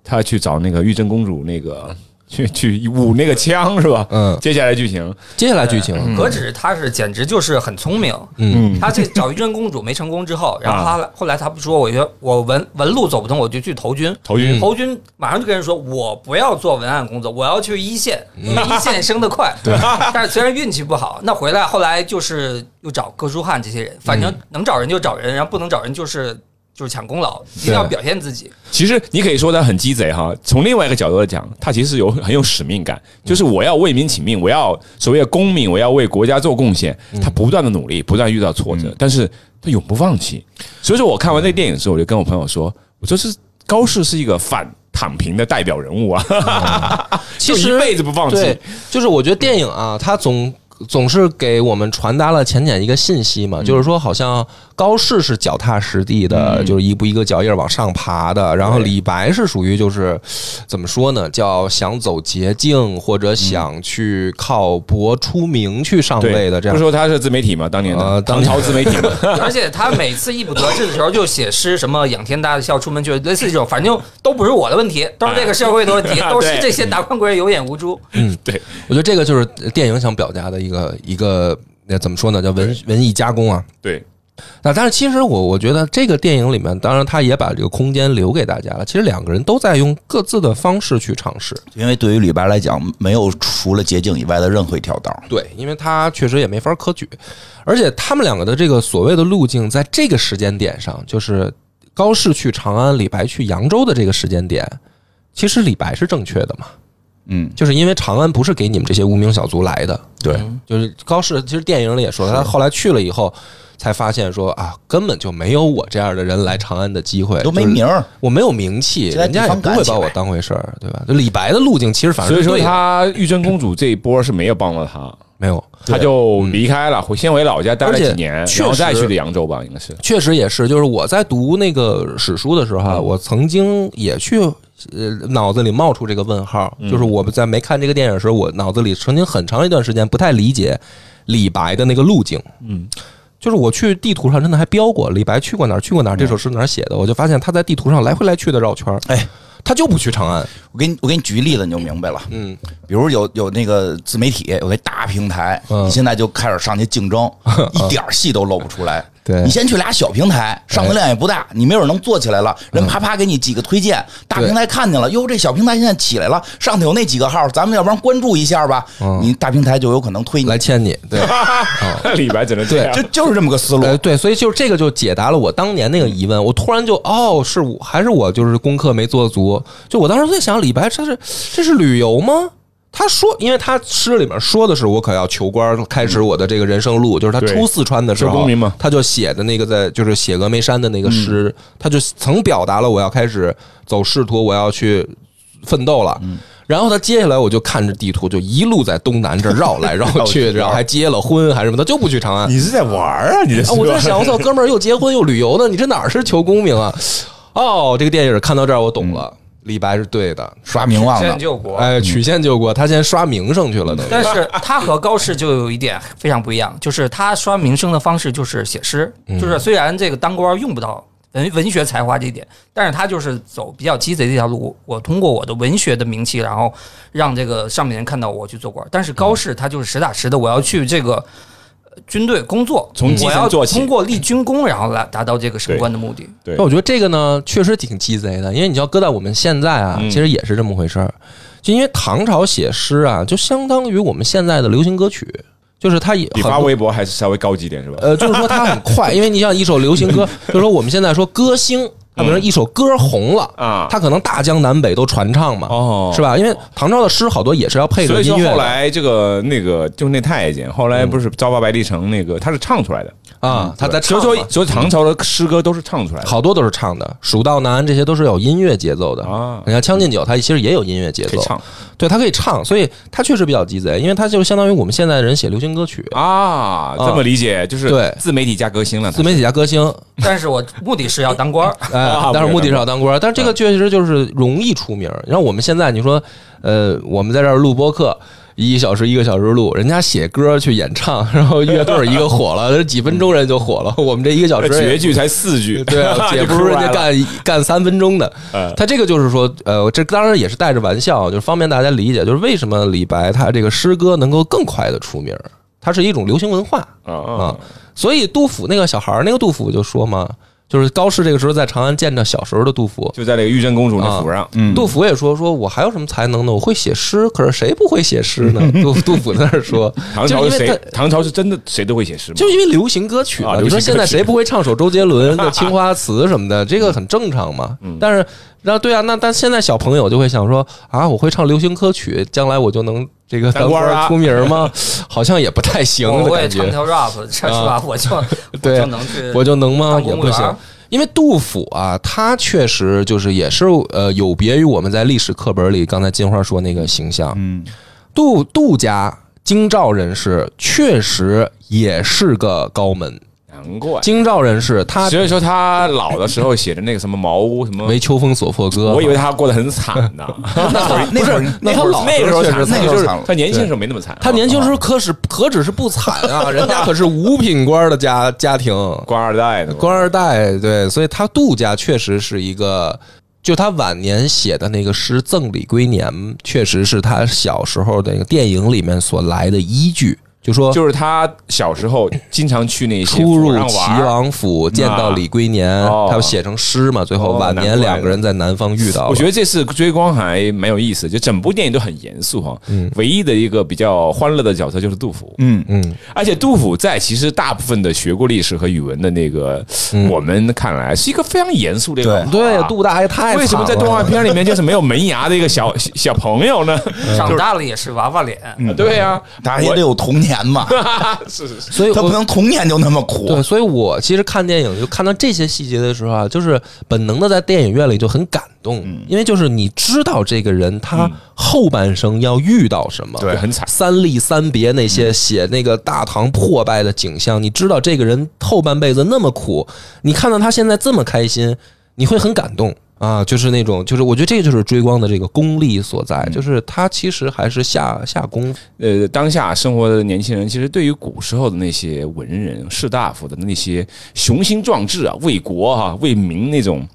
他去找那个玉真公主，那个去去舞那个枪是吧？嗯接下来剧情接下来剧哎嗯情，何止他是，简直就是很聪明。嗯他去找玉真公主没成功之后，然后啊他后来他不说，我就我文文路走不通，我就去投军。嗯投军投军马上就跟人说，我不要做文案工作，我要去一线，因为一线升得快。对， 但是虽然运气不好，那回来后来就是又找哥舒翰这些人，反正能找人就找人，然后不能找人就是就是抢功劳，一定要表现自己。其实你可以说他很鸡贼哈。从另外一个角度来讲，他其实有很有使命感，嗯就是我要为民请命，我要所谓的公民，我要为国家做贡献。嗯他不断的努力，不断遇到挫折，但是他永不放弃。所以说我看完这个电影之后，我就跟我朋友说，我说是高适是一个反躺平的代表人物啊，嗯 其就实一辈子不放弃对。，就是我觉得电影嗯啊，它总总是给我们传达了浅浅一个信息嘛，就是说好像高适是脚踏实地的，就是一步一个脚印儿往上爬的。然后李白是属于就是怎么说呢，叫想走捷径或者想去靠博出名去上位嗯对的这不样。说他是自媒体嘛，当年呃的当唐年朝自媒体嘛， 而且他每次一不得志的时候，就写诗，什么“仰天大笑，出门去”，类似这种，反正都不是我的问题，都是这个社会 的问题，哎都是对这些达官贵人有眼无珠。对，我觉得这个就是电影想表达的一个一个那怎么说呢，叫文文艺加工啊。对，那但是其实我我觉得这个电影里面，当然他也把这个空间留给大家了。其实两个人都在用各自的方式去尝试。因为对于李白来讲，没有除了捷径以外的任何一条道儿。对，因为他确实也没法科举，而且他们两个的这个所谓的路径，在这个时间点上，就是高适去长安，李白去扬州的这个时间点，其实李白是正确的嘛。嗯，就是因为长安不是给你们这些无名小卒来的，对，就是高适，其实电影里也说了，他后来去了以后，才发现说啊，根本就没有我这样的人来长安的机会，都没就是名儿。我没有名气，现在人家也地方不赶会起把我来当回事儿，对吧？就李白的路径其 实反正所以是说对的他玉真公主这一波是没有帮到他，没有，他就离开了，回先回老家待了嗯而且几年，确然后再实去的扬州吧，应该是。确实也是，就是我在读那个史书的时候啊，我曾经也去呃脑子里冒出这个问号，就是我在没看这个电影的时候，我脑子里曾经很长一段时间不太理解李白的那个路径，嗯。就是我去地图上真的还标过李白去过哪儿去过哪儿，这首诗哪儿写的，我就发现他在地图上来回来去的绕圈儿，哎，他就不去长安。我给你我给你举例子，你就明白了。嗯，比如有有那个自媒体，有那大平台，嗯你现在就开始上去竞争，一点儿戏都露不出来。对你先去俩小平台，上的量也不大，你没准能做起来了。人啪啪给你几个推荐，大平台看见了，哟，这小平台现在起来了，上头有那几个号，咱们要不然关注一下吧？你大平台就有可能推你来。欠你，对，哦 李白只能这样就。就是这么个思路。呃，对，所以就是这个就解答了我当年那个疑问。我突然就哦，是我还是我就是功课没做足。就我当时在想，李白他是这是旅游吗？他说，因为他诗里面说的是我可要求官，开始我的这个人生路，就是他对出四川的时做候公民嘛，嗯他就写的那个在就是写峨眉山的那个诗，他就曾表达了我要开始走仕途，我要去奋斗了。嗯然后他接下来我就看着地图，就一路在东南这儿绕 来绕去，然后还结了婚，还什么的，就不去长安。你是在玩啊？你这啊，我在想，我 操，哥们儿又结婚又旅游的，你这哪儿是求功名啊？哦，这个电影看到这儿我懂了，李白是对的，刷名望现的在，救国。哎，曲线救国，他先刷名声去了，等于但是他和高适就有一点非常不一样，就是他刷名声的方式就是写诗，就是虽然这个当官用不到文文学才华这一点，但是他就是走比较鸡贼这条路。我通过我的文学的名气，然后让这个上面人看到我去做官。但是高适他就是实打实的，我要去这个呃军队工作，从基我层要做起通过立军功，然后来达到这个升官的目的。对那我觉得这个呢，确实挺鸡贼的，因为你要搁在我们现在啊，其实也是这么回事儿。就因为唐朝写诗啊，就相当于我们现在的流行歌曲，就是它也比很发微博还是稍微高级一点是吧？呃，就是说它很快，因为你像一首流行歌，就是说我们现在说歌星，啊他比如说一首歌红了啊他可能大江南北都传唱嘛，哦是吧？因为唐朝的诗好多也是要配所着以音说乐的后来这个那个就那太监，后来不是朝发白帝城那个他是唱出来的，啊，他在嗯所唱以嘛，说所以唐朝的诗歌都是唱出来的。好多都是唱的，《蜀道难》这些都是有音乐节奏的啊你看《将进酒》，它其实也有音乐节可以奏，唱对，它可以唱，所以它确实比较鸡贼，因为它就相当于我们现在人写流行歌曲，啊，这么理解就是对自媒体加歌星了，自媒体加歌星，但是我目的是要当官。哎啊，但是目的是不嗯要当官儿，但是这个确实就是容易出名儿。然后我们现在你说，呃，我们在这儿录播客。一小时一个小时录，人家写歌去演唱，然后乐队儿一个火了，几分钟人就火了。我们这一个小时也呃绝句才四句，对 啊，就姐夫出人来家了干干三分钟的嗯，他这个就是说，呃，这当然也是带着玩笑，就是方便大家理解，就是为什么李白他这个诗歌能够更快的出名儿，它是一种流行文化啊啊。所以杜甫那个小孩儿，那个杜甫就说嘛，就是高适这个时候在长安见着小时候的杜甫，就在那个玉真公主啊那府上，嗯，杜甫也说说我还有什么才能呢？我会写诗，可是谁不会写诗呢？ 杜杜甫在那儿说，唐就朝因是为他谁？唐朝是真的谁都会写诗吗？就因为流行歌曲嘛，啊你流说行歌曲现在谁不会唱首周杰 伦的《青花瓷》什么的，这个很正常嘛。嗯但是，那对啊，那但现在小朋友就会想说啊，我会唱流行歌曲，将来我就能这个当当官官啊哦儿出名 吗？好像也不太行我的会感唱觉，条 rap，是吧？我就我对就能去，我就能吗？当也公务不员行儿。因为杜甫啊，他确实就是也是呃，有别于我们在历史课本里刚才金花说那个形象，嗯，杜杜家京兆人士确实也是个高门，啊难怪。京兆人士，他所以说他老的时候写的那个什么茅屋什么，为秋风所破歌。我以为他过得很惨 呢。那会儿那那他会儿老那个时候确实惨，惨那个就是惨了他年轻的时候没那么惨。啊他年轻时候可是何止是不惨啊，人家可是五品官的家家庭，官二代的嘛，官二代，对，所以他杜家确实是一个，就他晚年写的那个诗《赠礼归年》，确实是他小时候的那个电影里面所来的依据，就说就是他小时候经常去那些出入府上齐玩儿。王府，见到李龟年，哦他写成诗嘛，最后哦晚年难怪两个人在南方遇到了，我觉得这次追光还蛮有意思，就整部电影都很严肃哈。唯一的一个比较欢乐的角色就是杜甫，嗯嗯，而且杜甫在其实大部分的学过历史和语文的那个，我们看来是一个非常严肃的一个。对对啊，杜大爷太惨了为什么在动画片里面就是没有门牙的一个小小小朋友呢？长大了也是娃娃脸。对呀、大家也得有童年嘛，啊，是是是，所以他我不能童年就那么苦对，。所以我其实看电影就看到这些细节的时候啊，就是本能的在电影院里就很感动，嗯因为就是你知道这个人他后半生要遇到什么，对很惨。嗯三立三别那些写那个大唐破败的景象，你知道这个人后半辈子那么苦，你看到他现在这么开心，你会很感动啊！就是那种，就是我觉得这就是追光的这个功力所嗯在，就是他其实还是下下功夫，呃，当下生活的年轻人，其实对于古时候的那些文人士大夫的那些雄心壮志啊，为国啊，为民那种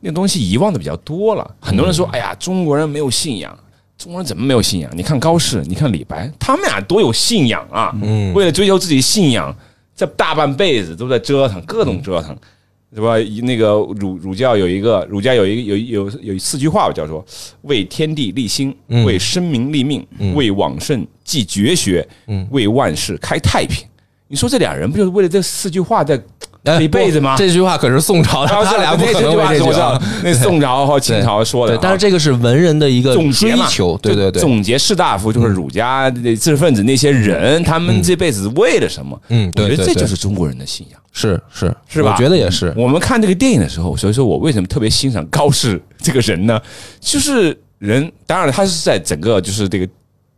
那东西遗忘的比较多了。很多人说，哎呀，中国人没有信仰。中国人怎么没有信仰？你看高适，你看李白，他们俩多有信仰啊！嗯，为了追求自己信仰，这大半辈子都在折腾，各种折腾，是吧？以那个儒儒教有一个儒家有一个有有有有四句话吧，叫做为天地立心，为生民立命，为往圣继绝学，为万世开太平。你说这俩人不就是为了这四句话在这一辈子吗？哎这句话可是宋朝的，然后他俩不这可这句能话为是这我句知道话。，那宋朝和清朝说的对啊，，但是这个是文人的一个总结追嘛求，对对对，总结士大夫就是儒家的知识分子那些人，他们这辈子为了什么？嗯对我觉得对这对就是中国人的信仰。是是是吧嗯我觉得也是，我们看这个电影的时候，所以说我为什么特别欣赏高适这个人呢？就是人，当然了他是在整个就是这个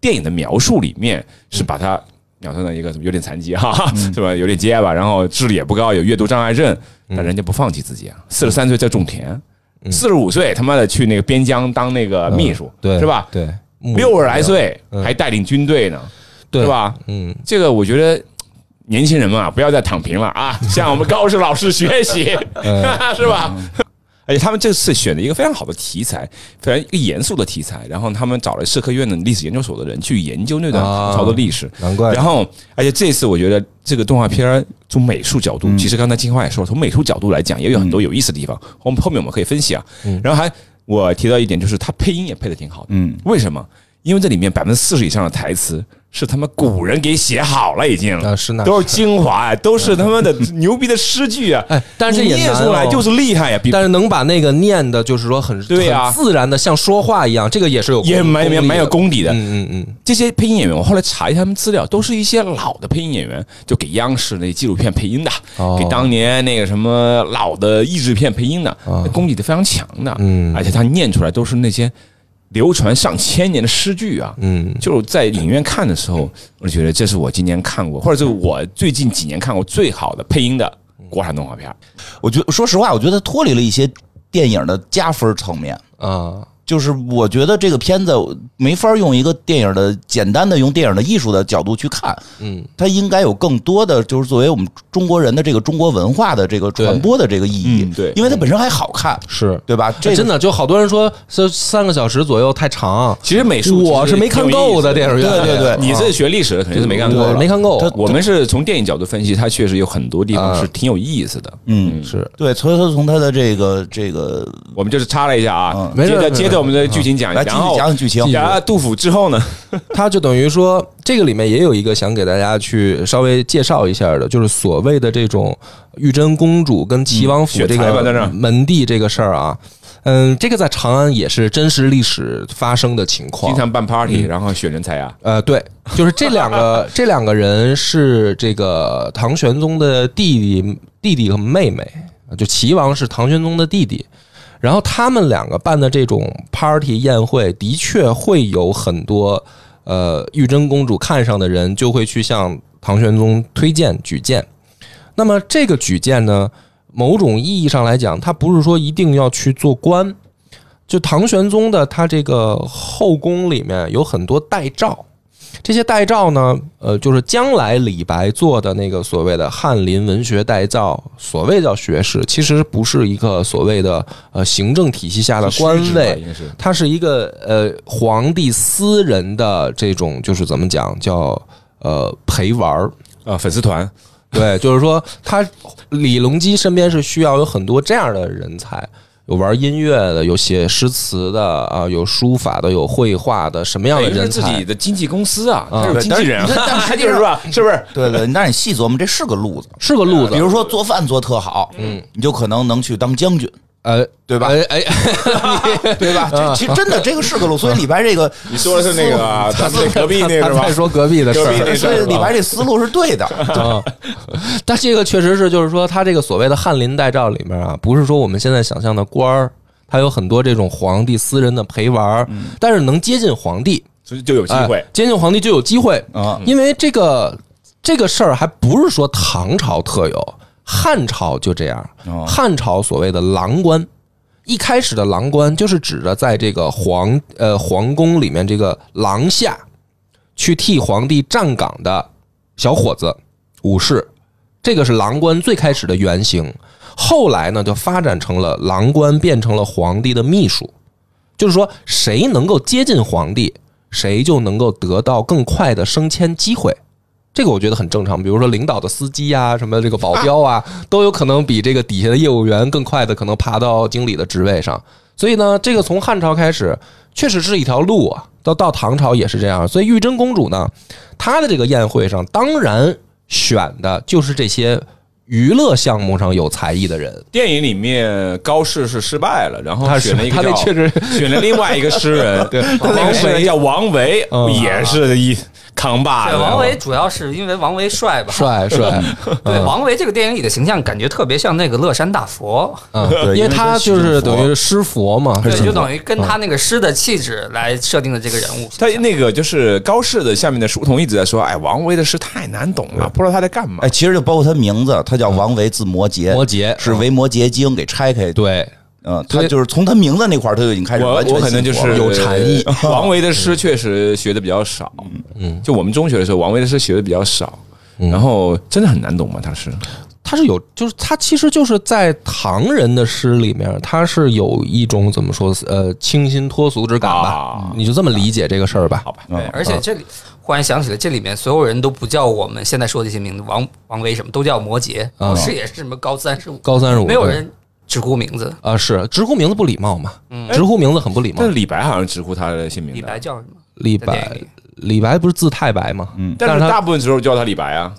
电影的描述里面是把他描述成一个什么有点残疾哈、哈，嗯 是吧？有点结巴，然后智力也不高，有阅读障碍症，嗯但人家不放弃自己啊，四十三岁在种田。四十五岁，他妈的去那个边疆当那个秘书，嗯对，是吧？对，嗯六十来岁还带领军队呢，对是？吧？嗯，这个我觉得年轻人嘛，不要再躺平了 啊，向我们高适老师学习， 是吧？嗯而且他们这次选了一个非常好的题材，非常一个严肃的题材，然后他们找了社科院的历史研究所的人去研究那段唐朝的历史。难怪然后，而且这次我觉得这个动画片儿从美术角嗯度，其实刚才金花也说了，从美术角度来讲也有很多有意思的地方，后后面我们可以分析啊。嗯然后还我提到一点，就是他配音也配的挺好的，嗯，为什么？因为这里面百分之四十以上的台词是他们古人给写好了，已经啊是那都是精华呀，都是他们的牛逼的诗句啊。 哎但是你也念难出来哦就是厉害呀，啊比但是能把那个念的，就是说很对呀很自然的像说话一样，这个也是有也蛮力蛮的蛮有功底的。嗯嗯嗯，这些配音演员，我后来查一下他们资料，都是一些老的配音演员，就给央视那纪录片配音的，哦给当年那个什么老的译制片配音的，那功底都非常强的。哦嗯而且他念出来都是那些流传上千年的诗句啊。嗯，就是在影院看的时候，我就觉得这是我今年看过，或者是我最近几年看过最好的配音的国产动画片儿。我觉得，说实话，我觉得脱离了一些电影的加分层面。啊，就是我觉得这个片子没法用一个电影的简单的用电影的艺术的角度去看，嗯，它应该有更多的就是作为我们中国人的这个中国文化的这个传播的这个意义，嗯对啊因为它本身还好看，是。哎对吧？这个真的就好多人说，这三个小时左右太长，其实美术其实我是没看够的挺有意思电影院哦对对对你是学历史的，肯定是没看够我了。没看够。它我们是从电影角度分析，它确实有很多地嗯方是挺有意思的。嗯是对，所以说从它的这个这个我们就是插了一下啊，没事接没着事接着我们的剧情嗯讲，来继然续后讲讲剧情，然后杜甫之后呢， 它就等于说，这个里面也有一个想给大家去稍微介绍一下的，就是所谓的这种玉真公主跟齐王府嗯这雪才吧在这个儿门第这个事儿啊，嗯，这个在长安也是真实历史发生的情况经。常办嗯 party，然后选人才啊，呃，对，就是这两 个这两个人是这个唐玄宗的弟弟弟弟和妹妹，就齐王是唐玄宗的弟弟。然后他们两个办的这种 party 宴会，的确会有很多呃玉真公主看上的人就会去向唐玄宗推荐举荐。那么这个举荐呢，某种意义上来讲，它不是说一定要去做官。就唐玄宗的他这个后宫里面有很多代诏，这些代诏呢，呃，就是将来李白做的那个所谓的翰林文学代诏，所谓叫学士，其实不是一个所谓的呃行政体系下的官是虚职吧位，应该是它是一个呃皇帝私人的这种，就是怎么讲叫呃陪玩儿。啊，粉丝团对，就是说他李隆基身边是需要有很多这样的人才，有玩音乐的，有写诗词的啊，有书法的，有绘画的，什么样的等于人是自己才？的经纪公司啊，啊他有经纪人啊，但就是吧？是不是？对对，但是你细琢磨，这是个路子。是个路比子，如说做饭做特好，嗯，你就可能能去当将军，呃，对吧哎哎，对吧？这其实真的这个是个路，所以李白这个，你说的是那个啊，咱们那隔壁那他是吧再？说隔壁的事隔壁儿那事所以儿李白吧，这思路是对的。啊，但这个确实是，就是说他这个所谓的翰林代诏里面啊，不是说我们现在想象的官儿，他有很多这种皇帝私人的陪玩儿，但是能接近皇帝，所以就有机会哎。接近皇帝就有机会啊因为这个这个事儿还不是说唐朝特有，汉朝就这样。哦汉朝所谓的郎官，一开始的郎官就是指着在这个皇呃皇宫里面这个廊下去替皇帝站岗的小伙子武士，这个是郎官最开始的原型。后来呢，就发展成了郎官变成了皇帝的秘书，就是说谁能够接近皇帝，谁就能够得到更快的升迁机会。这个我觉得很正常，比如说领导的司机呀、什么这个保镖啊，都有可能比这个底下的业务员更快的可能爬到经理的职位上。所以呢，这个从汉朝开始，确实是一条路啊。到到唐朝也是这样。所以玉真公主呢，她的这个宴会上，当然选的就是这些娱乐项目上有才艺的人。电影里面高适是失败了，然后他是选了一个他那叫确实选了另外一个诗人，对，王维叫王维，嗯也是一扛把对，子。王维主要是因为王维帅吧？帅 帅，对，王维这个电影里的形象感觉特别像那个乐山大佛，嗯对，因为因为他他就是是佛等于是师佛嘛，对，就等于于跟他那个诗的气质来设定的这个人物。他那个就是高适的下面的书童一直在说，哎，王维的诗太难懂了，不知道他在干嘛哎，。其实就包括他名字，他叫王维，字摩诘，摩诘是维摩诘经给拆开。，对，嗯，他就是从他名字那块儿，他就已经开始我哎完全我可能就信佛是了 意。王维的诗确实学的比较少，嗯，就我们中学的时候，王维的诗学的比较少，嗯然后真的很难懂嘛，他是他是有，就是他其实就是在唐人的诗里面，他是有一种怎么说，呃，清新脱俗之感吧，啊你就这么理解这个事儿吧。好吧？嗯对，而且这里忽然想起来，这里面所有人都不叫我们现在说的这些名字，王王维什么都叫摩诘，老师也是什么高三十五，高三十五，没有对人直呼名字。啊，是直呼名字不礼貌嘛？嗯直呼名字很不礼貌哎但。是李白好像直呼他的姓名李白的，叫什么？李在白电影里，李白不是字太白吗？嗯，但但是是他大部分时候叫他李白 啊。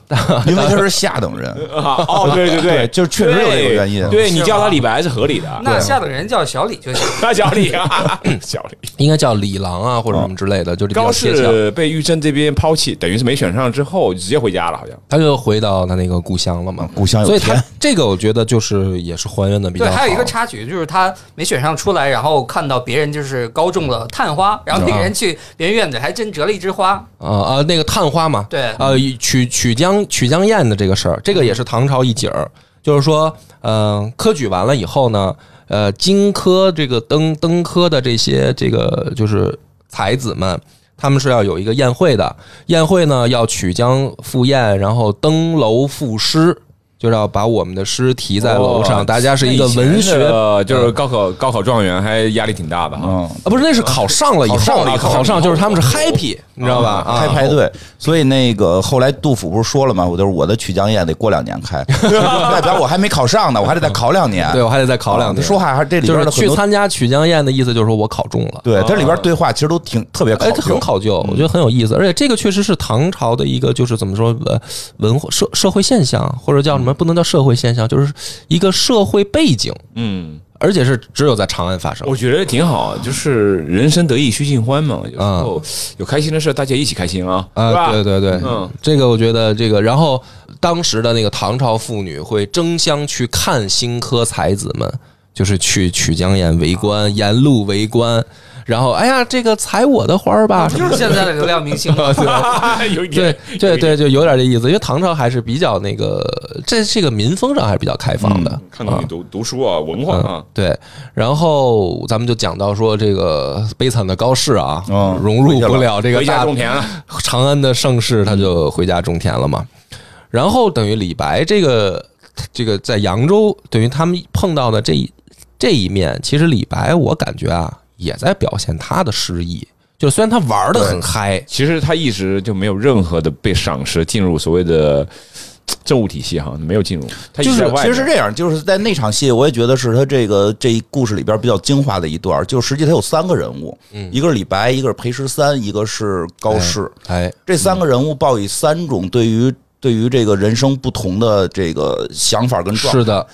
因为他是下等人，啊，哦，对对对，就是确实有这个原因对是你吧叫他李白是合理的，那下等人叫小李就行。他小李 啊，嗯小李。应该叫李郎啊，或者什么之类嗯的，就比较高贴切适被玉珍这边抛弃，等于是没选上之后，直接回家了，好像。他就回到他那个故乡了嘛。故乡所有以他天。这个我觉得就是也是还原的比较对，好。还有一个插曲就是他没选上出来，然后看到别人就是高中了探花，然后那个人去别人院子还真折了一枝花。啊啊、那个探花嘛，对啊呃，嗯曲曲江曲江宴的这个事儿，这个也是唐朝一景儿，就是说，嗯、科举完了以后呢，呃，经科这个登登科的这些这个就是才子们，他们是要有一个宴会的，宴会呢要曲江赴宴，然后登楼赋诗。就是要把我们的诗题在楼上，哦大家是一个文学，那以前的就是嗯高考高考状元，还压力挺大的哈。嗯，啊，不是那是考上了以后，啊考上了以后哦考上就是他们是 happy，你知道吧？啊开派对，所以那个后来杜甫不是说了吗？我就是我的曲江宴得过两年开，代表我还没考上呢，我还得再考两年。对，我还得再考两啊年。说话还是这里就边是的很去多，参加曲江宴的意思就是说我考中了。对，它里边对话其实都挺特别考哎，这究很。考究，我觉得很有意思，而且这个确实是唐朝的一个，就是怎么说，呃，文化社社会现象，或者叫什么，嗯不能叫社会现象，就是一个社会背景，嗯，而且是只有在长安发生我。觉得挺好，就是人生得意须尽欢嘛。有时候有开心的事，大家一起开心啊，是嗯啊，吧？对对对，嗯，这个我觉得这个，然后当时的那个唐朝妇女会争相去看新科才子们，就是去曲江宴围观，沿路围观，然后哎呀，这个采我的花儿啊吧，什就么是现在的流量明星嘛，啊 有一点对，对对，就有点这意思，因为唐朝还是比较那个，这这个民风上还是比较开放的。看嗯到你读读书啊，文化啊，对，然后咱们就讲到说这个悲惨的高适啊，嗯融入不了这个哦回家大种田啊，长安的盛世，他就回家种田了嘛。然后等于李白这个这个在扬州，等于他们碰到的这一这一面，其实李白我感觉啊，也在表现他的诗意。就虽然他玩的很嗨，其实他一直就没有任何的被赏识，进入所谓的嘖政务体系哈，没有进入，他一就直在是外其面实是这样，就是在那场戏，我也觉得是他这个这一故事里边比较精华的一段儿。就实际他有三个人物，一个是李白，一个是裴十三，一个是高适。嗯哎，这三个人物抱以三种对于对于这个人生不同的这个想法跟状态是，的，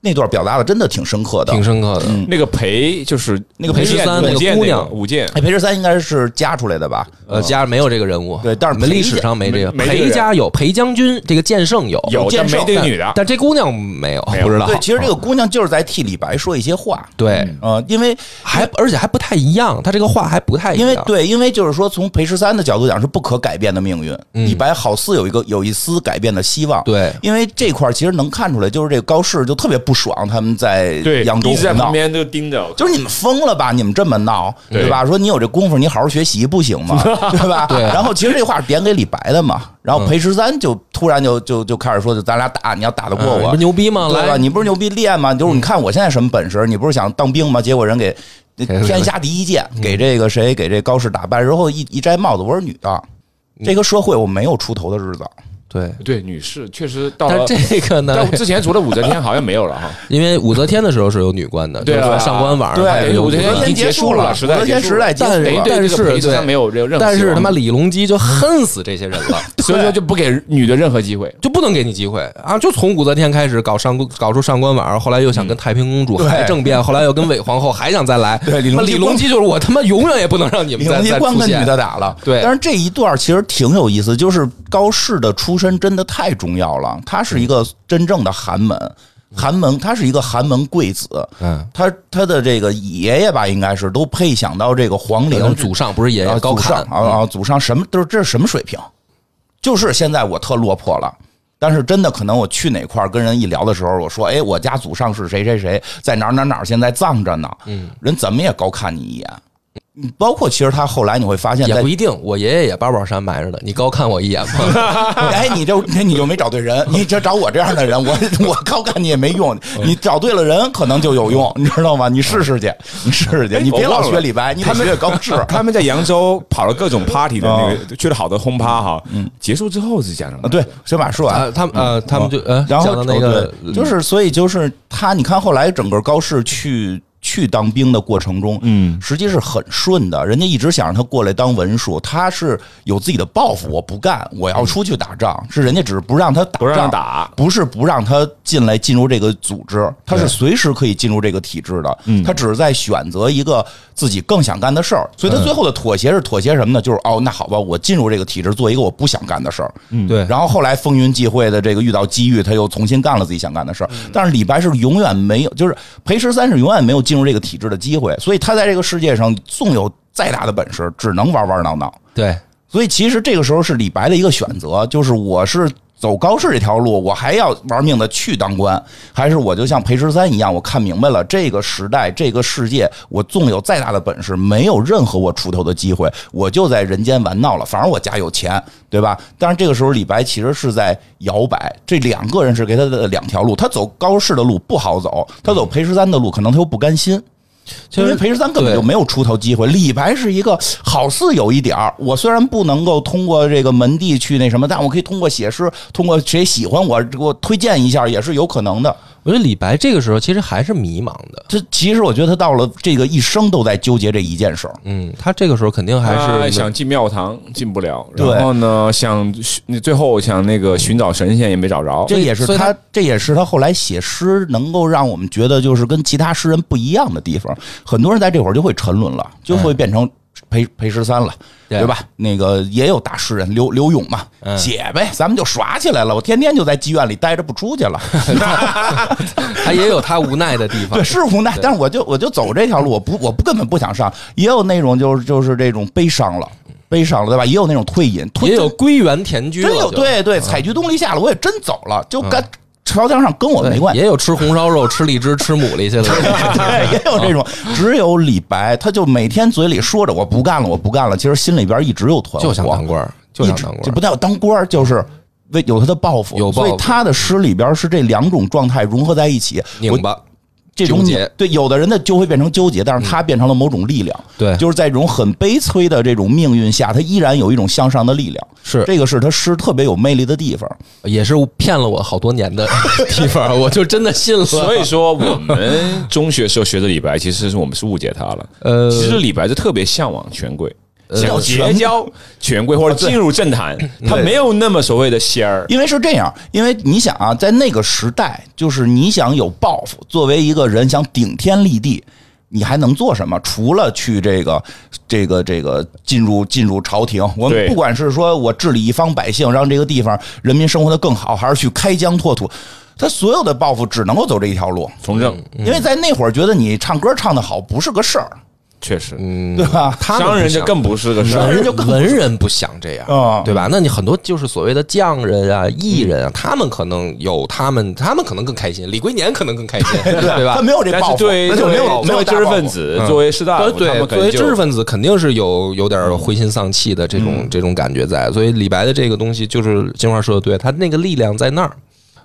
那段表达的真的挺深刻的。挺深刻的。那个裴就是那个裴十三那个舞剑姑那个娘舞剑，哎，裴十三应该是加出来的吧？啊呃，家没有这个人物，对但是我们裴历家史上没这个。没没这个人裴家有裴将军，这个剑圣有，有剑但没圣这个但女的，但这姑娘没有，没有不知道。对，其实这个姑娘就是在替李白说一些话。嗯对，呃，因为还而且还不太一样，他这个话还不太一因样，为对，因为就是说，从裴十三的角度讲，是不可改变的命运。嗯李白好似有一个有一丝改变的希望。，对因为这块儿其实能看出来，就是这个高适就特别不爽，他们在对，扬州一直在胡闹旁。边就盯着，就是你们疯了吧？你们这么闹，对对吧？说你有这功夫，你好好学习不行 吗？对吧？对然后其实这话是点给李白的嘛。然嗯后裴十三就突然就就就开始说，就咱俩打，你要打得过啊嗯你我，不牛逼吗？对吧？来，你不是牛逼练吗？就是你看我现在什么本事？你不是想当兵吗？结果人给天下第一剑给这个谁给这高适打败，然后一一摘帽子，我是女的。这个社会我没有出头的日子，对，对，女士确实到但了，这个呢，哦但之前除了武则天好像没有 了哈。因为武则天的时候是有女官的，对啊就是说上官婉儿对她也有武女则官天已经结束了，时代武则天结束时了代结束但了是。但但是这个是裴十三对没有任任何但希是望他妈李隆基就恨死这些人了，所以说就不给女的任何机会。就不能给你机会啊！就从武则天开始搞上搞出上官婉儿，后来又想跟太平公主对还政变，后来又跟韦皇后 还想再来。对李隆那基李隆基就是我他妈永远也不能让你们李再隆基再光出跟女现。的打了，对但是这一段其实挺有意思，就是高适的出身真的太重要了，他是一个真正的寒门，寒门，他是一个寒门贵子，嗯，他他的这个爷爷吧，应该是都配享到这个皇可能陵，祖上不是爷啊呃爷高祖上看，啊啊，祖上什么都是这是什么水平？就是现在我特落魄了。但是真的，可能我去哪块儿跟人一聊的时候，我说：“哎，我家祖上是谁谁谁，在哪儿哪儿哪儿，现在葬着呢。”嗯，人怎么也高看你一眼。嗯包括其实他后来你会发现嗯也在不，一定。我爷爷也八宝山埋着的，你高看我一眼吗？ 哎，你这你就没找对人，你这找我这样的人，我我高看你也没用，你找对了人可能就有用，你知道吗？你试试去，你试试去，你别我忘老了学李白，你得他们学高啊适。他们在扬州跑了各种 party 的那个，去了好多轰趴哈。结束之后是讲什么哦嗯啊，？对，先把它说完。啊，他们呃，他哦们就呃，嗯然讲后哦到那个嗯嗯对就是，所以就是他，你看后来整个高适去去当兵的过程中，嗯，实际是很顺的。人家一直想让他过来当文书，他是有自己的抱负，我不干，我要出去打仗。是人家只是不让他打仗，嗯不让打，不是不让他进来进入这个组织，他是随时可以进入这个体制的。嗯他只是在选择一个自己更想干的事儿，所以嗯他最后的妥协是妥协什么呢？就是哦，那好吧，我进入这个体制做一个我不想干的事儿。嗯对，然后后来风云际会的这个遇到机遇，他又重新干了自己想干的事儿。但是李白是永远没有，就是裴十三是永远没有进入这个体制的机会，所以他在这个世界上纵有再大的本事，只能玩玩闹闹。对，所以其实这个时候是李白的一个选择，就是我是走高适这条路，我还要玩命的去当官，还是我就像裴十三一样，我看明白了这个时代、这个世界，我纵有再大的本事，没有任何我出头的机会，我就在人间玩闹了。反正我家有钱，对吧？但是这个时候李白其实是在摇摆，这两个人是给他的两条路，他走高适的路不好走，他走裴十三的路，可能他又不甘心。嗯其因为实裴十三根本就没有出头机会。李白是一个好似有一点儿，我虽然不能够通过这个门第去那什么，但我可以通过写诗，通过谁喜欢我，给我推荐一下也是有可能的。我觉得李白这个时候其实还是迷茫的。这其实我觉得他到了这个一生都在纠结这一件事儿。嗯，他这个时候肯定还他哎是啊想进庙堂进不了，对然后呢，想你最后想那个寻找神仙也没找着。这也是所以他他，这也是他后来写诗能够让我们觉得就是跟其他诗人不一样的地方。很多人在这会儿就会沉沦了，就会变成裴裴十三了，嗯对嗯对吧？那个也有大诗人刘刘勇嘛，姐呗，咱们就耍起来了。我天天就在妓院里待着不出去 了，他也有他无奈的地 方对，。是无奈，但是我就我就走这条路，我不我不根本不想上。也有那种就是就是这种悲伤了，悲伤了，对吧？也有那种退隐，退也有归园田居了，真有就嗯对对，采菊东篱下了，我也真走了，就跟朝堂上跟我没关系。也有吃红烧肉、吃荔枝、吃牡蛎去了。 对，也有这种，嗯只有李白，他就每天嘴里说着我不干了，我不干了，其实心里边一直有团就 火，想当官儿，就想当一直这官不儿。叫当官儿，就是为有他的抱负，有抱负所以他的诗里边是这两种状态融合在一起，我拧巴，这种纠结嗯扭对有的人的就会变成纠结，但是他变成了某种力量，对就是在这种很悲催的这种命运下，他依然有一种向上的力量，是这个是他诗特别有魅力的地方。也是骗了我好多年的 地方，我就真的信 了。所以说，我们中学时候学的李白，其实是我们是误解他了。呃其实李白是特别向往权贵，想要结交权贵或者进入政坛，他没有那么所谓的仙嗯儿。因为是这样，因为你想啊，在那个时代，就是你想有抱负，作为一个人想顶天立地，你还能做什么？除了去这个、这个、这个进入进入朝廷，我对们不管是说我治理一方百姓，让这个地方人民生活的更好，还是去开疆拓土，他所有的抱负只能够走这一条路。从嗯政因为在那会儿，觉得你唱歌唱得好不是个事儿，确实，对吧？嗯他们商人不想就更不是个事文儿。人就文人不想哦这样，啊对吧？那你很多就是所谓的匠人啊、艺人啊，他们可能有他们，他们可能更开心。李龟年可能更开心，对吧他？没有这但抱是负，对那就作没为有没作有为大知识抱分负子，作为士大夫，他嗯呃对，们可嗯作为能知识就分子，肯定是有有点灰心丧气的这嗯种这种感觉在。所以李白的这个东西，就是金花说的对，他那个力量在那儿。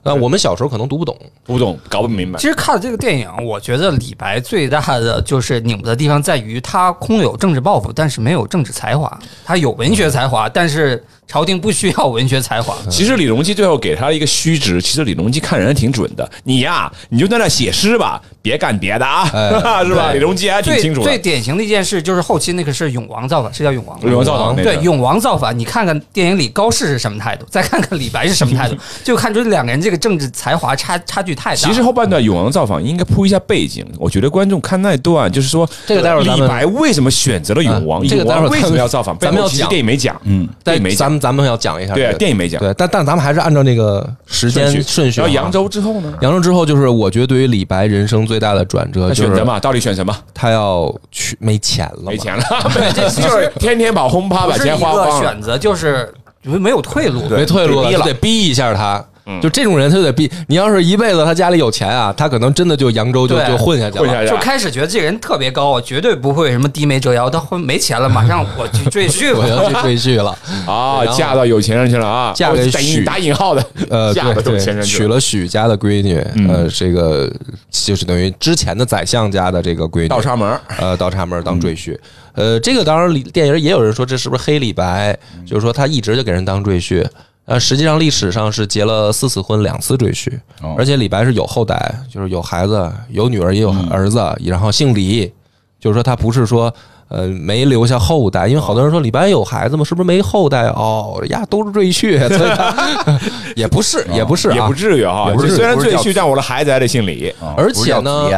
那我们小时候可能读不懂，不懂，搞不明白 其。实看了这个电影，我觉得李白最大的就是拧巴的地方在于，他空有政治抱负，但是没有政治才华。他有文学才华，但是朝廷不需要文学 才华。其实李隆基最后给他一个虚职，其实李隆基看人还挺准的。你呀，你就在那写诗吧，别干别的啊， 是吧？哎对李隆基还挺最清楚最的。典型的一件事就是后期那个是永王造反，是叫永王吗？永王造反那个对永王造反，你看看电影里高适是什么态度，再看看李白是什么态度，就看出两个人这个政治才华差差距太大。其实后半段永王造访应该铺一下背景，我觉得观众看那一段，就是说这个待会儿咱李们白为什么选择了永王，嗯这个永待会王儿咱为们什么要造访？ 咱们要背后其实讲电影没讲，嗯，电但影没咱讲，们咱们要讲一下这对个，啊，电影没讲，对，但但咱们还是按照那个时间顺序啊。然后扬州之后呢？扬州之后，就是我觉得对于李白人生最大的转折，那就选是什么？到底选什么？他要去没钱了嘛，没钱了， 就是天天跑轰趴，不把是钱一花个光了。选择，就是没有退路。没退路了，被逼就了得逼一下他。嗯就这种人，他就得逼。你要是一辈子他家里有钱啊，他可能真的就扬州就对就混下去混下了。去就了开始觉得这个人特别高，我绝对不会什么低眉折腰，他会没钱了，马上 我去赘婿我吧。 要去赘婿了，啊，然后嫁到有钱人去了啊，嫁给哦打引许打引号的，呃，嫁对到有钱对，人去娶了许家的闺女，嗯呃，这个就是等于之前的宰相家的这个闺女，倒插门儿。嗯呃，倒插门儿当赘婿。呃，这个当然李，电影也有人说这是不是黑李白？嗯就是说他一直就给人当赘婿。呃，实际上历史上是结了四次婚，两次赘婿，哦而且李白是有后代，就是有孩子，有女儿也有嗯儿子，然后姓李，就是说他不是说呃没留下后代，因为好多人说李白有孩子吗？是不是没后代？哦呀，都是赘婿，所以他也不是，也不是、啊，也不至于哈也不。至于虽然不是赘叫婿，但我的孩子还得姓李。啊而不是且叫呢嗯子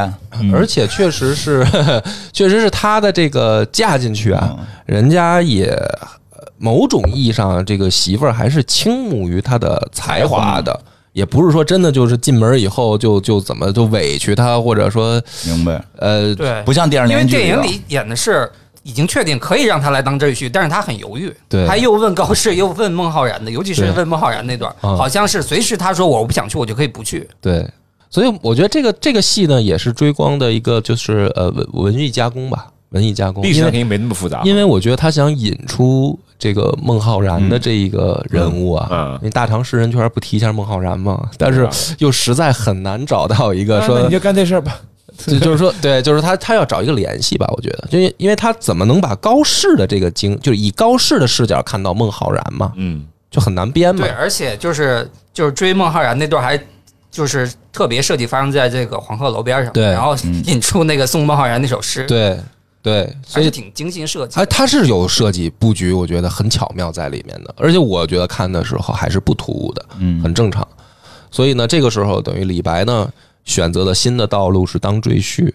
言，而且确实是， 确实是她的这个嫁进去啊，人家也呃某种意义上，这个媳妇儿还是倾慕于她的才华的。也不是说真的就是进门以后就就怎么就委屈她，或者说明白，呃，对，不像电视因为连续剧电一样影里演的是已经确定可以让他来当赘婿，但是他很犹豫，对他又问高适，又问孟浩然的，尤其是对问孟浩然那段，嗯好像是随时他说我不想去，我就可以不去。对，所以我觉得这个这个戏呢，也是追光的一个就是呃文文艺加工吧，文艺加工，历史因上为肯定没那么复杂，因为我觉得他想引出这个孟浩然的这一个人物啊，嗯嗯因为大唐诗人圈不提一下孟浩然吗？但是又实在很难找到一个啊说那你，就干这事儿吧。就 就是说，对，就是他他要找一个联系吧，我觉得，就因因为他怎么能把高适的这个经，就是以高适的视角看到孟浩然嘛，嗯，就很难编嘛对，。而且就是就是追孟浩然那段还。就是特别设计发生在这个黄鹤楼边上，对然后引出那个送孟浩然那首诗，，对对，所还是以挺精心设计的。哎，它是有设计布局，我觉得很巧妙在里面的，而且我觉得看的时候还是不突兀的，嗯，很正常。所以呢，这个时候等于李白呢选择了新的道路是当赘婿，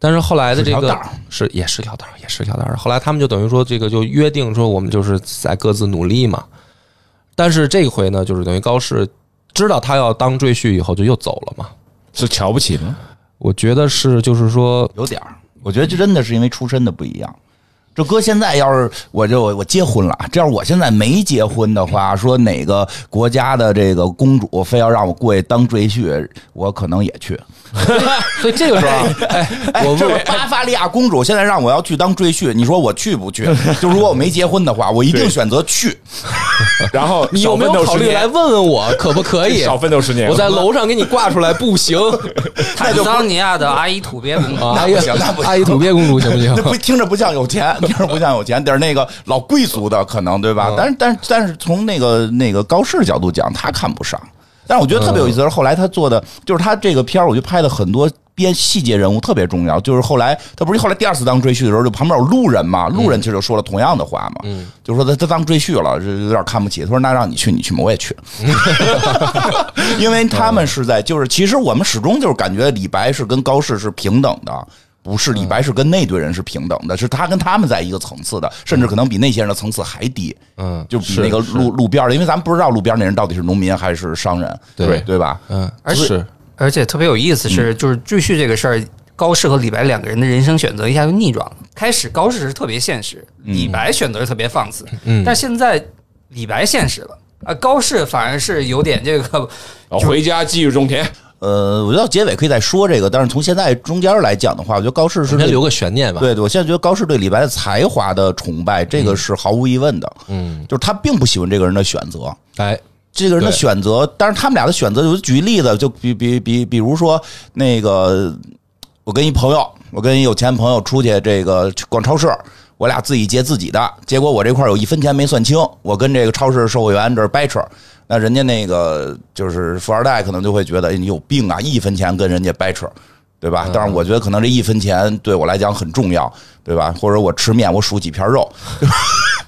但是后来的这是条个道儿是也是条道儿，也是条道儿。后来他们就等于说这个就约定说我们就是在各自努力嘛。但是这回呢，就是等于高适知道他要当赘婿以后，就又走了嘛。是瞧不起吗？我觉得是，就是说，有点儿。我觉得这真的是因为出身的不一样。这哥现在要是我这我我结婚了，这要是我现在没结婚的话，说哪个国家的这个公主非要让我过去当赘婿，我可能也去。所以这个时候，哎，哎，我这问个巴伐利亚公主现在让我要去当赘婿，你说我去不 去？就如果我没结婚的话，我一定对选择去。然后你有没少有奋斗考十虑年来问问我可不可以？ 少奋斗十年？我在楼上给你挂出来，不行。坦桑尼亚的阿依土鳖公 主，啊，那阿不姨行那不行阿姨土鳖公主行不行那？不听着不像有钱， 听着不像有钱，点那个老贵族的可能对吧？但是但是但是从那个那个高适角度讲，他看不上。但是我觉得特别有意思的是，后来他做的就是他这个片儿，我觉得拍的很多编细节人物特别重要。就是后来他不是后来第二次当赘婿的时候，就旁边有路人嘛，路人其实就说了同样的话嘛，就说他他当赘婿了，这有点看不起。他说那让你去你去吗？我也去。因为他们是在就是，其实我们始终就是感觉李白是跟高适是平等的。不是李白是跟那堆人是平等的，是他跟他们在一个层次的，甚至可能比那些人的层次还低，嗯，就比那个路路边儿的，因为咱们不知道路边儿那人到底是农民还是商人，对对吧？嗯，而且是而且特别有意嗯思是，就是赘婿这个事儿，高适和李白两个人的人生选择一下就逆转了。开始高适是特别现实，嗯李白选择是特别放肆，但现在李白现实了。啊，高适反而是有点这个，哦回家继续种田，呃，我觉得到结尾可以再说这个，但是从现在中间儿来讲的话，我觉得高适是先对留个悬念吧。对对，我现在觉得高适对李白的才华的崇拜，这个是毫无疑问的，嗯，就是他并不喜欢这个人的选择，哎，这个人的对选择，但是他们俩的选择，我举例子，就比比比，比如说那个，我跟一朋友，我跟一有钱朋友出去，这个去逛超市，我俩自己结自己的，结果我这块儿有一分钱没算清，我跟这个超市售货员这儿掰扯，那人家那个就是富二代，可能就会觉得哎你有病啊，一分钱跟人家掰扯。对吧？但是我觉得可能这一分钱对我来讲很重要，对吧？或者我吃面，我数几片肉，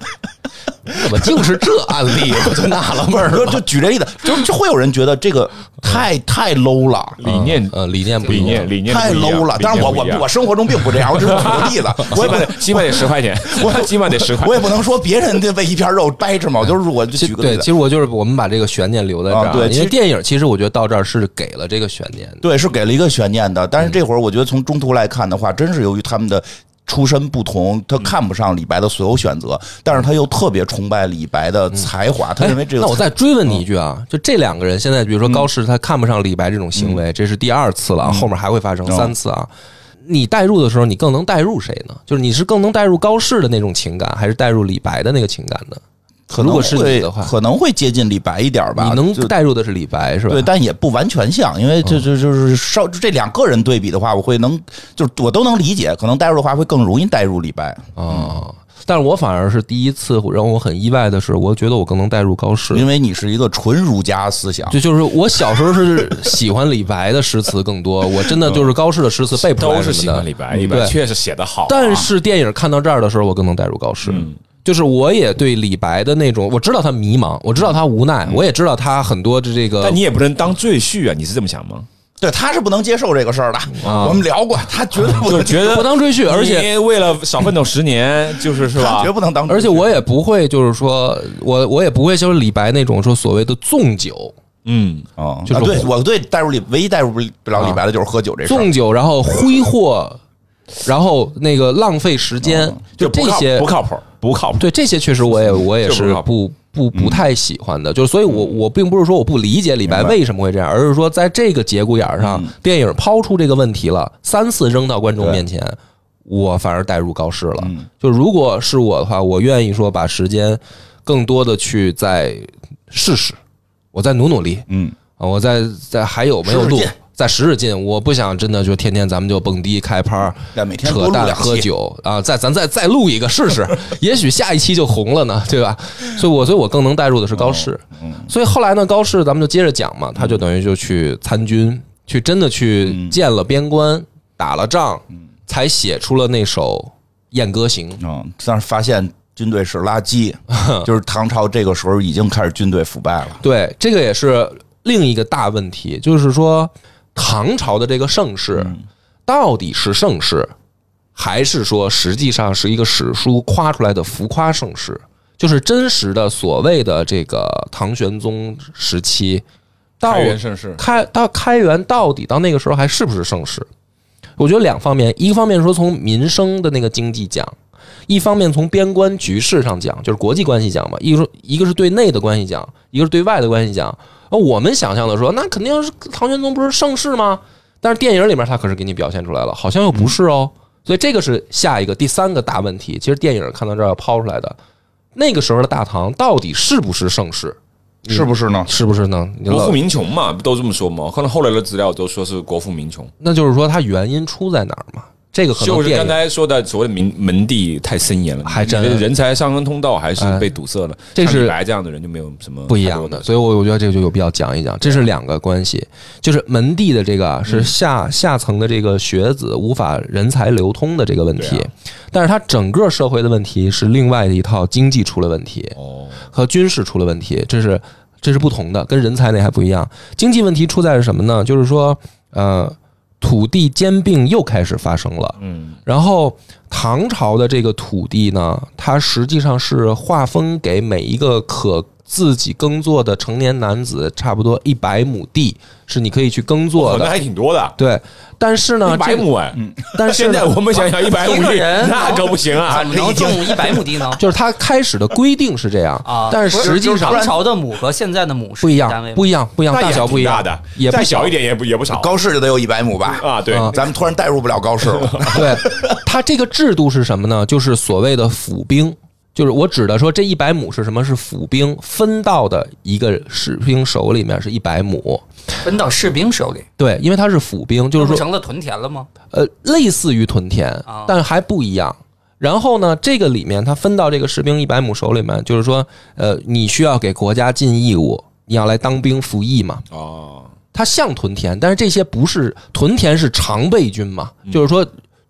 怎么净是这案例？我就纳了 闷儿就了。就举这例子，就就会有人觉得这个太太 low 了，理念呃，理念不一理样念理念太不一样 low 了。理念但是我不我一样我生活中并不这样，我只是举个 例子，我也起码得 起不码得十块钱，我 起码得十块我。也不能说别人这为一片肉掰扯嘛，我就是我就其举个对，例其实子。我就是我们把这个悬念留在这儿啊，啊对其因为实电影其实我觉得到这儿是给了这个悬念的。对，是给了一个悬念的，嗯但是这会儿我觉得从中途来看的话，真是由于他们的出身不同，嗯他看不上李白的所有选择，但是他又特别崇拜李白的才华，他认为这嗯个哎嗯那我才再追问你一句啊，就这两个人现在，比如说高适他看不上李白这种行为，这是第二次了啊，后面还会发生嗯三次啊。你代入的时候，你更能代入谁呢？就是你是更能代入高适的那种情感，还是代入李白的那个情感呢？可如能果是你会的话可能会接近李白一点儿吧。你能就代入的是李嗯白是吧？对，但也不完全像，因为这这就是稍这两个人对比的话，我会能就是我都能理解，可能代入的话会更容易代入李白，啊，但是我反而是第一次让我很意外的是，我觉得我更能代入高适，因为你是一个纯儒家思想。就就是我小时候是喜欢李白的诗词更多，我真的就是高适的诗词背不出来都什是么喜的。嗯欢李白，李对白确实写得好啊。嗯但是电影看到这儿的时候，我更能代入高适。就是我也对李白的那种，我知道他迷茫，我知道他无奈，我也知道他很多的这个嗯但你也不能当赘婿啊！你是这么想吗？对，他是不能接受这个事儿的，啊我们聊过，他绝对 不就能，觉得不当赘婿，而且你为了少奋斗十年，就是是他吧绝？不能当。啊而且我也不会就是说我我也不会就是李白那种说所谓的纵酒，嗯，哦，就是啊对我对代入李唯一代入不了李白的就是喝酒这事儿纵。酒，然后挥霍，然后那个浪费时间，就哦就不这靠些不靠谱，不靠谱。对这些确实我也我也就是是不靠不不不太喜欢的，就是所以我我并不是说我不理解李白为什么会这样，而是说在这个节骨眼儿上，电影抛出这个问题了，三次扔到观众面前。我反而带入高适了，就如果是我的话，我愿意说把时间更多的去再试试，我再努努力，嗯，啊，我再再还有没有使使路劲？再使使劲，我不想真的就天天咱们就蹦迪开趴，对每天多扯录淡两期喝酒啊！再咱再再录一个试 试，也许下一期就红了呢，对吧？所以我，所以我更能带入的是高哦适。嗯所以后来呢，高适咱们就接着讲嘛，他就等于就去参军，去真的嗯去见了边关，打了仗，才写出了那首《燕歌行》。嗯，但是发现军队是垃 圾，就是唐朝这个时候已经开始军队腐败了。对，这个也嗯是另一个大问题，就是说唐朝的这个盛世，到底是盛世，还是说实际上是一个史书夸出来的浮夸盛世？就是真实的所谓的这个唐玄宗时期，到开元盛世，开到开元到底到那个时候还是不是盛世？我觉得两方面，一方面说从民生的那个经济讲，一方面从边关局势上讲，就是国际关系讲嘛。一个说一个是对内的关系讲，一个是对外的关系讲。呃，我们想象的说，那肯定是唐玄宗不是盛世吗？但是电影里面他可是给你表现出来了，好像又不是哦。所以这个是下一个第三个大问题。其实电影看到这儿要抛出来的，那个时候的大唐到底是不是盛世？是不是呢？是不是呢？你国老富民穷嘛，不都这么说吗？可能后来的资料都说是国富民穷，那就是说它原因出在哪儿嘛？这个可能就是电刚影才说的所谓的门门第太森严了，还真哎你的人才上升通道还是被堵塞了。这是像李白这样的人就没有什么不一太样多的，所以我我觉得这个就有必要讲一讲，这是两个关系，就是门第的这个嗯啊是下下层的这个学子无法人才流通的这个问题对啊，但是它整个社会的问题是另外的一套经济出了问题，哦，和军事出了问题，这是这是不同的，跟人才那还不一样。经济问题出在是什么呢？就是说，呃，土地兼并又开始发生了。嗯，然后唐朝的这个土地呢，它实际上是划分给每一个可自己耕作的成年男子，差不多一百亩地是你可以去耕作哦那的。还挺多的，对，但是呢，一百这个，嗯亩哎。但是现在呢，我们想想一哎百一亩个地，人那可不行啊怎！么能种一百亩地呢？就是它开始的规定是这样啊，但不是是实际就是上唐朝的亩和现在的亩是不一单位样，吗不一样，不一样，那也大小不一挺大样的，也不再小一点也不也不少高适就得有一百亩吧？啊。对，啊咱们突然代入不了高适 了。对，它这个制度是什么呢？就是所谓的府兵，就是我指的说这一百亩是什么？是府兵分到的一个士兵手里面是一百亩。分到士兵手里，对，因为他是府兵，就是不说成了屯田了吗？呃，类似于屯田啊，但还不一样。然后呢，这个里面它分到这个士兵一百亩手里面，就是说，呃，你需要给国家尽义务，你要来当兵服役嘛。哦，它像屯田，但是这些不是屯田是常备军嘛，就是说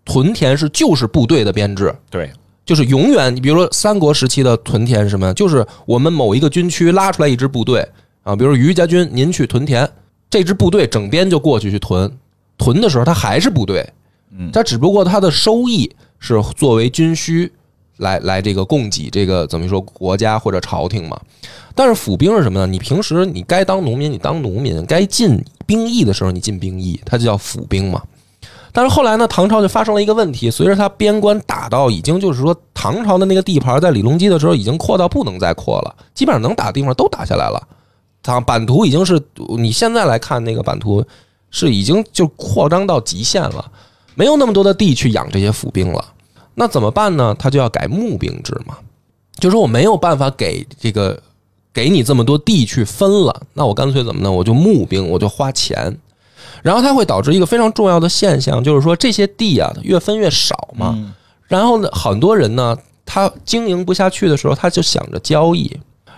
屯田是就是部队的编制，对，就是永远，你比如说三国时期的屯田是什么呀？就是我们某一个军区拉出来一支部队啊，比如说于家军，您去屯田，这支部队整编就过去去屯，屯的时候它还是部队，嗯，它只不过它的收益是作为军需来来这个供给这个怎么说国家或者朝廷嘛。但是府兵是什么呢？你平时你该当农民你当农民，该尽兵役的时候你尽兵役，它就叫府兵嘛。但是后来呢，唐朝就发生了一个问题，随着他边关打到已经就是说唐朝的那个地盘，在李隆基的时候已经扩到不能再扩了，基本上能打的地方都打下来了。唐版图已经是你现在来看那个版图是已经就扩张到极限了，没有那么多的地去养这些府兵了。那怎么办呢？他就要改募兵制嘛，就说我没有办法给这个给你这么多地去分了，那我干脆怎么呢？我就募兵，我就花钱。然后它会导致一个非常重要的现象，就是说这些地啊越分越少嘛。然后呢，很多人呢，他经营不下去的时候，他就想着交易。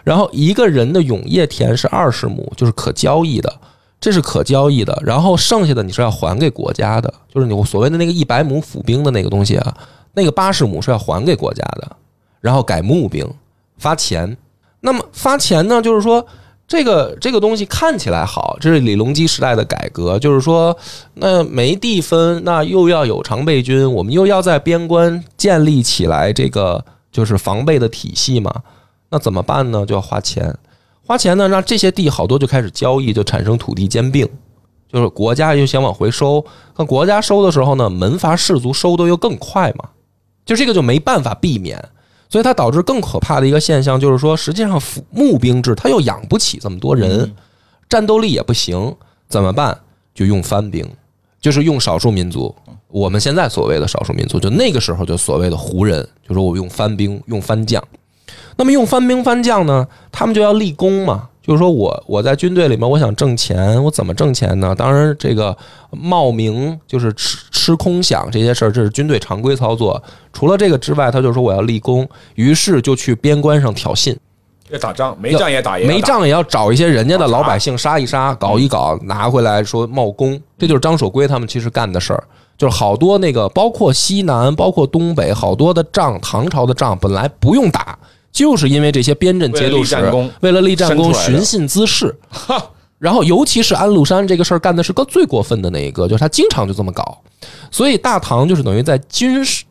然后一个人的永业田是二十亩，就是可交易的，这是可交易的。然后剩下的你是要还给国家的，就是你所谓的那个一百亩府兵的那个东西啊，那个八十亩是要还给国家的，然后改募兵发钱。那么发钱呢，就是说这个这个东西看起来好，这是李隆基时代的改革，就是说，那没地分，那又要有常备军，我们又要在边关建立起来这个就是防备的体系嘛，那怎么办呢？就要花钱，花钱呢，那这些地好多就开始交易，就产生土地兼并。就是国家又想往回收，那国家收的时候呢，门阀士族收的又更快嘛，就这个就没办法避免。所以它导致更可怕的一个现象就是说，实际上府募兵制它又养不起这么多人，战斗力也不行，怎么办？就用番兵，就是用少数民族。我们现在所谓的少数民族，就那个时候就所谓的胡人，就说我用番兵，用番将。那么用番兵番将呢，他们就要立功嘛，就是说我我在军队里面我想挣钱，我怎么挣钱呢？当然，这个冒名就是吃吃空饷这些事儿，这是军队常规操作。除了这个之外，他就说我要立功，于是就去边关上挑衅，要打仗，没仗也打，也要打没仗也要找一些人家的老百姓杀一杀，搞一搞，拿回来说冒嗯功，这就是张守珪他们其实干的事儿。就是好多那个，包括西南，包括东北，好多的仗，唐朝的仗本来不用打，就是因为这些边镇节度使为了立战功为了立战功生出来寻的衅滋事， 然后，尤其是安禄山这个事儿干的是个最过分的那一个，就是他经常就这么搞，所以大唐就是等于在军事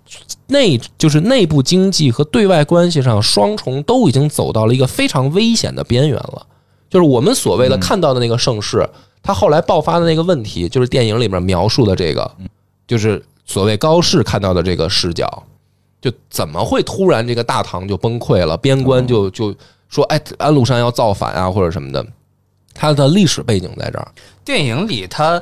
内就是内部经济和对外关系上双重都已经走到了一个非常危险的边缘了。就是我们所谓的看到的那个盛世，嗯它后来爆发的那个问题，就是电影里面描述的这个，嗯就是所谓高适看到的这个视角，就怎么会突然这个大唐就崩溃了，边关就就说哎安禄山要造反啊或者什么的，它的历史背景在这儿。电影里他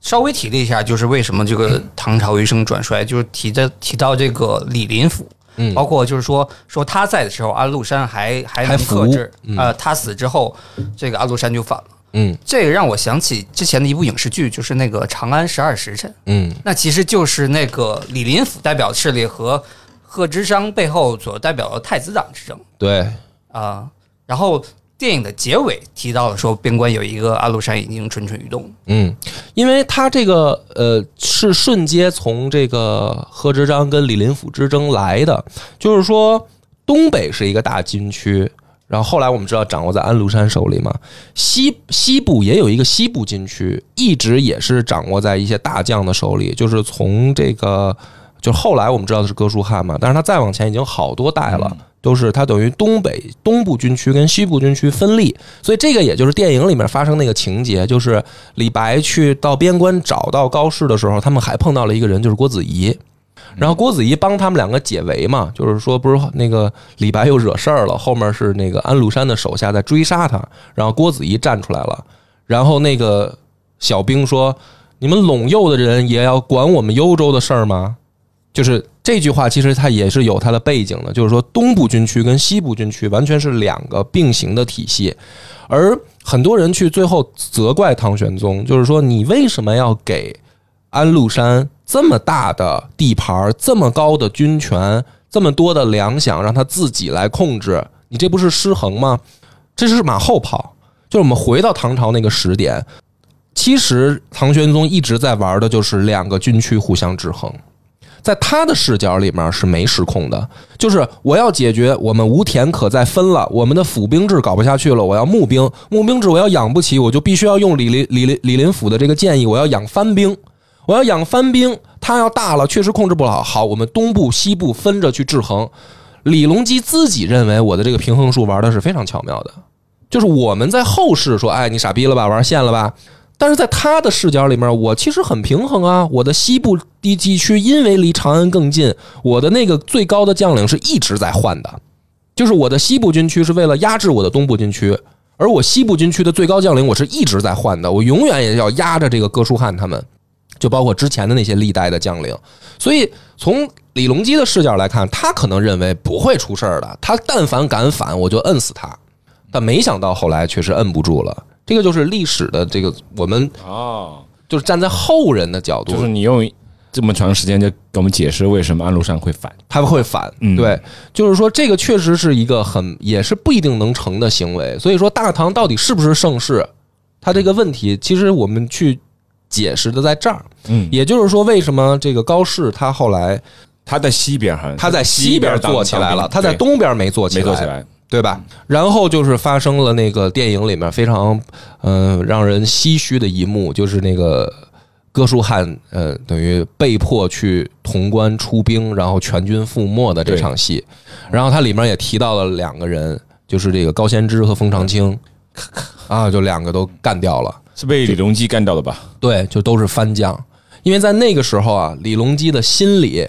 稍微提了一下，就是为什么这个嗯唐朝由盛转衰，就是提的提到这个李林甫，嗯包括就是说说他在的时候，安禄山还还还能服克制，嗯呃，他死之后，这个安禄山就反了。嗯这个让我想起之前的一部影视剧，就是那个《长安十二时辰》，嗯那其实就是那个李林甫代表势力和 贺知章背后所代表的太子党之争。对，啊、然后电影的结尾提到了说，边关有一个安禄山已经蠢蠢欲动。嗯，因为他这个呃是瞬接从这个贺知章跟李林甫之争来的，就是说东北是一个大军区，然后后来我们知道掌握在安禄山手里嘛，西西部也有一个西部军区，一直也是掌握在一些大将的手里，就是从这个就后来我们知道的是哥舒翰嘛，但是他再往前已经好多代了。都是他等于东北东部军区跟西部军区分立，所以这个也就是电影里面发生那个情节，就是李白去到边关找到高适的时候，他们还碰到了一个人，就是郭子仪。然后郭子仪帮他们两个解围嘛，就是说不是那个李白又惹事儿了，后面是那个安禄山的手下在追杀他，然后郭子仪站出来了，然后那个小兵说：“你们陇右的人也要管我们幽州的事儿吗？”就是这句话，其实它也是有它的背景的，就是说东部军区跟西部军区完全是两个并行的体系，而很多人去最后责怪唐玄宗，就是说你为什么要给安禄山这么大的地盘儿、这么高的军权、这么多的粮饷，让他自己来控制，你这不是失衡吗？这是马后炮。就是我们回到唐朝那个时点，其实唐玄宗一直在玩的就是两个军区互相制衡。在他的视角里面是没失控的，就是我要解决我们无田可再分了，我们的府兵制搞不下去了，我要募兵，募兵制我要养不起，我就必须要用李林李林李林甫的这个建议，我要养番兵，我要养番兵，他要大了确实控制不了，好，我们东部西部分着去制衡。李隆基自己认为我的这个平衡术玩的是非常巧妙的，就是我们在后世说，哎，你傻逼了吧，玩线了吧。但是在他的视角里面，我其实很平衡啊。我的西部地地区因为离长安更近，我的那个最高的将领是一直在换的，就是我的西部军区是为了压制我的东部军区，而我西部军区的最高将领我是一直在换的，我永远也要压着这个哥舒翰他们，就包括之前的那些历代的将领。所以从李隆基的视角来看，他可能认为不会出事儿的，他但凡敢反，我就摁死他。但没想到后来确实摁不住了，这个就是历史的这个我们哦，就是站在后人的角度，就是你用这么长时间就给我们解释为什么安禄山会反，他会反，嗯对，就是说这个确实是一个很也是不一定能成的行为，所以说大唐到底是不是盛世，它这个问题其实我们去解释的在这儿，嗯，也就是说为什么这个高适他后来他在西边好像是他在西边当做起来当了，兵他在对东边没做起没做来起，来，对吧？然后就是发生了那个电影里面非常嗯、呃让人唏嘘的一幕，就是那个哥舒翰呃等于被迫去潼关出兵，然后全军覆没的这场戏。然后它里面也提到了两个人，就是这个高仙芝和冯长清，啊，就两个都干掉了。是被李隆基干掉的吧？对，就都是番将，因为在那个时候啊，李隆基的心里，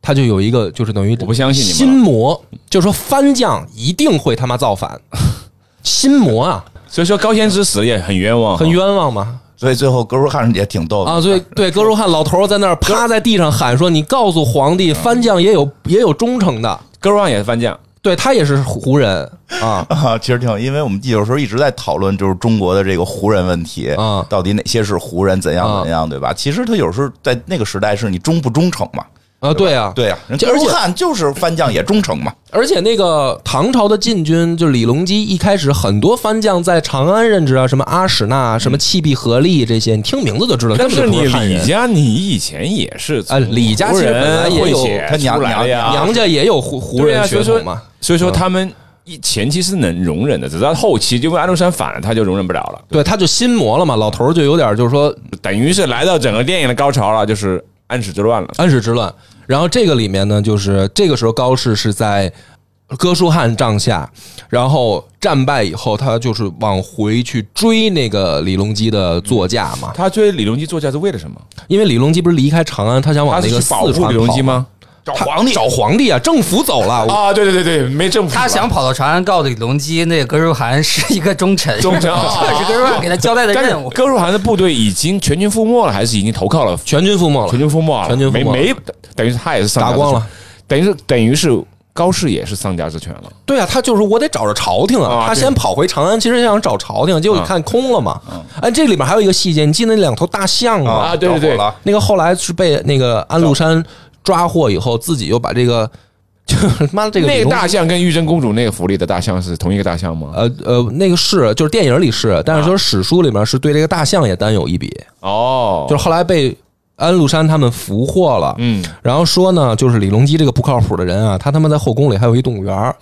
他就有一个就是等于我不相信你们心魔，就是说番将一定会他妈造反， 心魔啊，所以说高仙芝死了也很冤枉，啊很。冤枉嘛所以最后格鲁汉也挺哦逗的啊！所以对哥舒翰老头儿在那儿趴在地上喊说：“你告诉皇帝，番将也有也有忠诚的，戈尔旺也是番将，对他也是胡人啊。” 啊，其实挺有，因为我们有时候一直在讨论，就是中国的这个胡人问题啊到底哪些是胡人，怎啊样怎样，对吧？其实他有时候在那个时代是你忠不忠诚嘛，啊，对啊，对呀、人这格而且鲁汉就是番将也忠诚嘛，而且那个唐朝的禁军，就李隆基一开始很多番将在长安任职啊，什么阿史那啊、什么弃必合力这些，你听名字就知道，根但本就是不是你汉李人。家，你以前也是啊李家胡其实本来人也有混血他娘出来的呀，娘家也有胡胡对人啊血所以说统嘛，所以说他们一前期是能容忍的，只是他后期就跟安徒生反了，他就容忍不了了，对，他就心魔了嘛，老头儿就有点就是说等于是来到整个电影的高潮了，就是安史之乱了。安史哎之乱。然后这个里面呢，就是这个时候高适是在哥舒翰帐下，然后战败以后，他就是往回去追那个李隆基的座驾嘛，他追李隆基座驾是为了什么？因为李隆基不是离开长安，他想往他那是个去四保护川李隆基跑？吗？找皇帝找皇帝啊，政府走了，啊，对对对对，没政府，他想跑到长安告李隆基，那个葛如涵是一个忠臣，忠 臣啊这是葛如涵给他交代的但是任务。哥舒翰的部队已经全军覆没了，还是已经投靠了？全军覆没全了，军覆没了，哦全军覆没没啊没，等于是他也是丧家打之光犬了，。等于是等于是高适也是丧家之犬了。对啊，他就是我得找着朝廷啊，啊他对先跑回长安，其实想找朝廷，结果啊看空了嘛。哎，这里面还有一个细节，你记得那两头大象吗？啊对对对着火了那个后来是被那个安禄山抓获以后，自己又把这个， 就是妈这个那李个隆大象跟玉贞公主那个府里的大象是同一个大象吗？呃呃那个是就是电影里是，但啊是就是史书里面是对这个大象也单有一笔，哦，啊就是后来被安禄山他们俘获了。嗯，然后说呢，就是李隆基这个不靠谱的人啊，他他妈在后宫里还有一动物园 儿，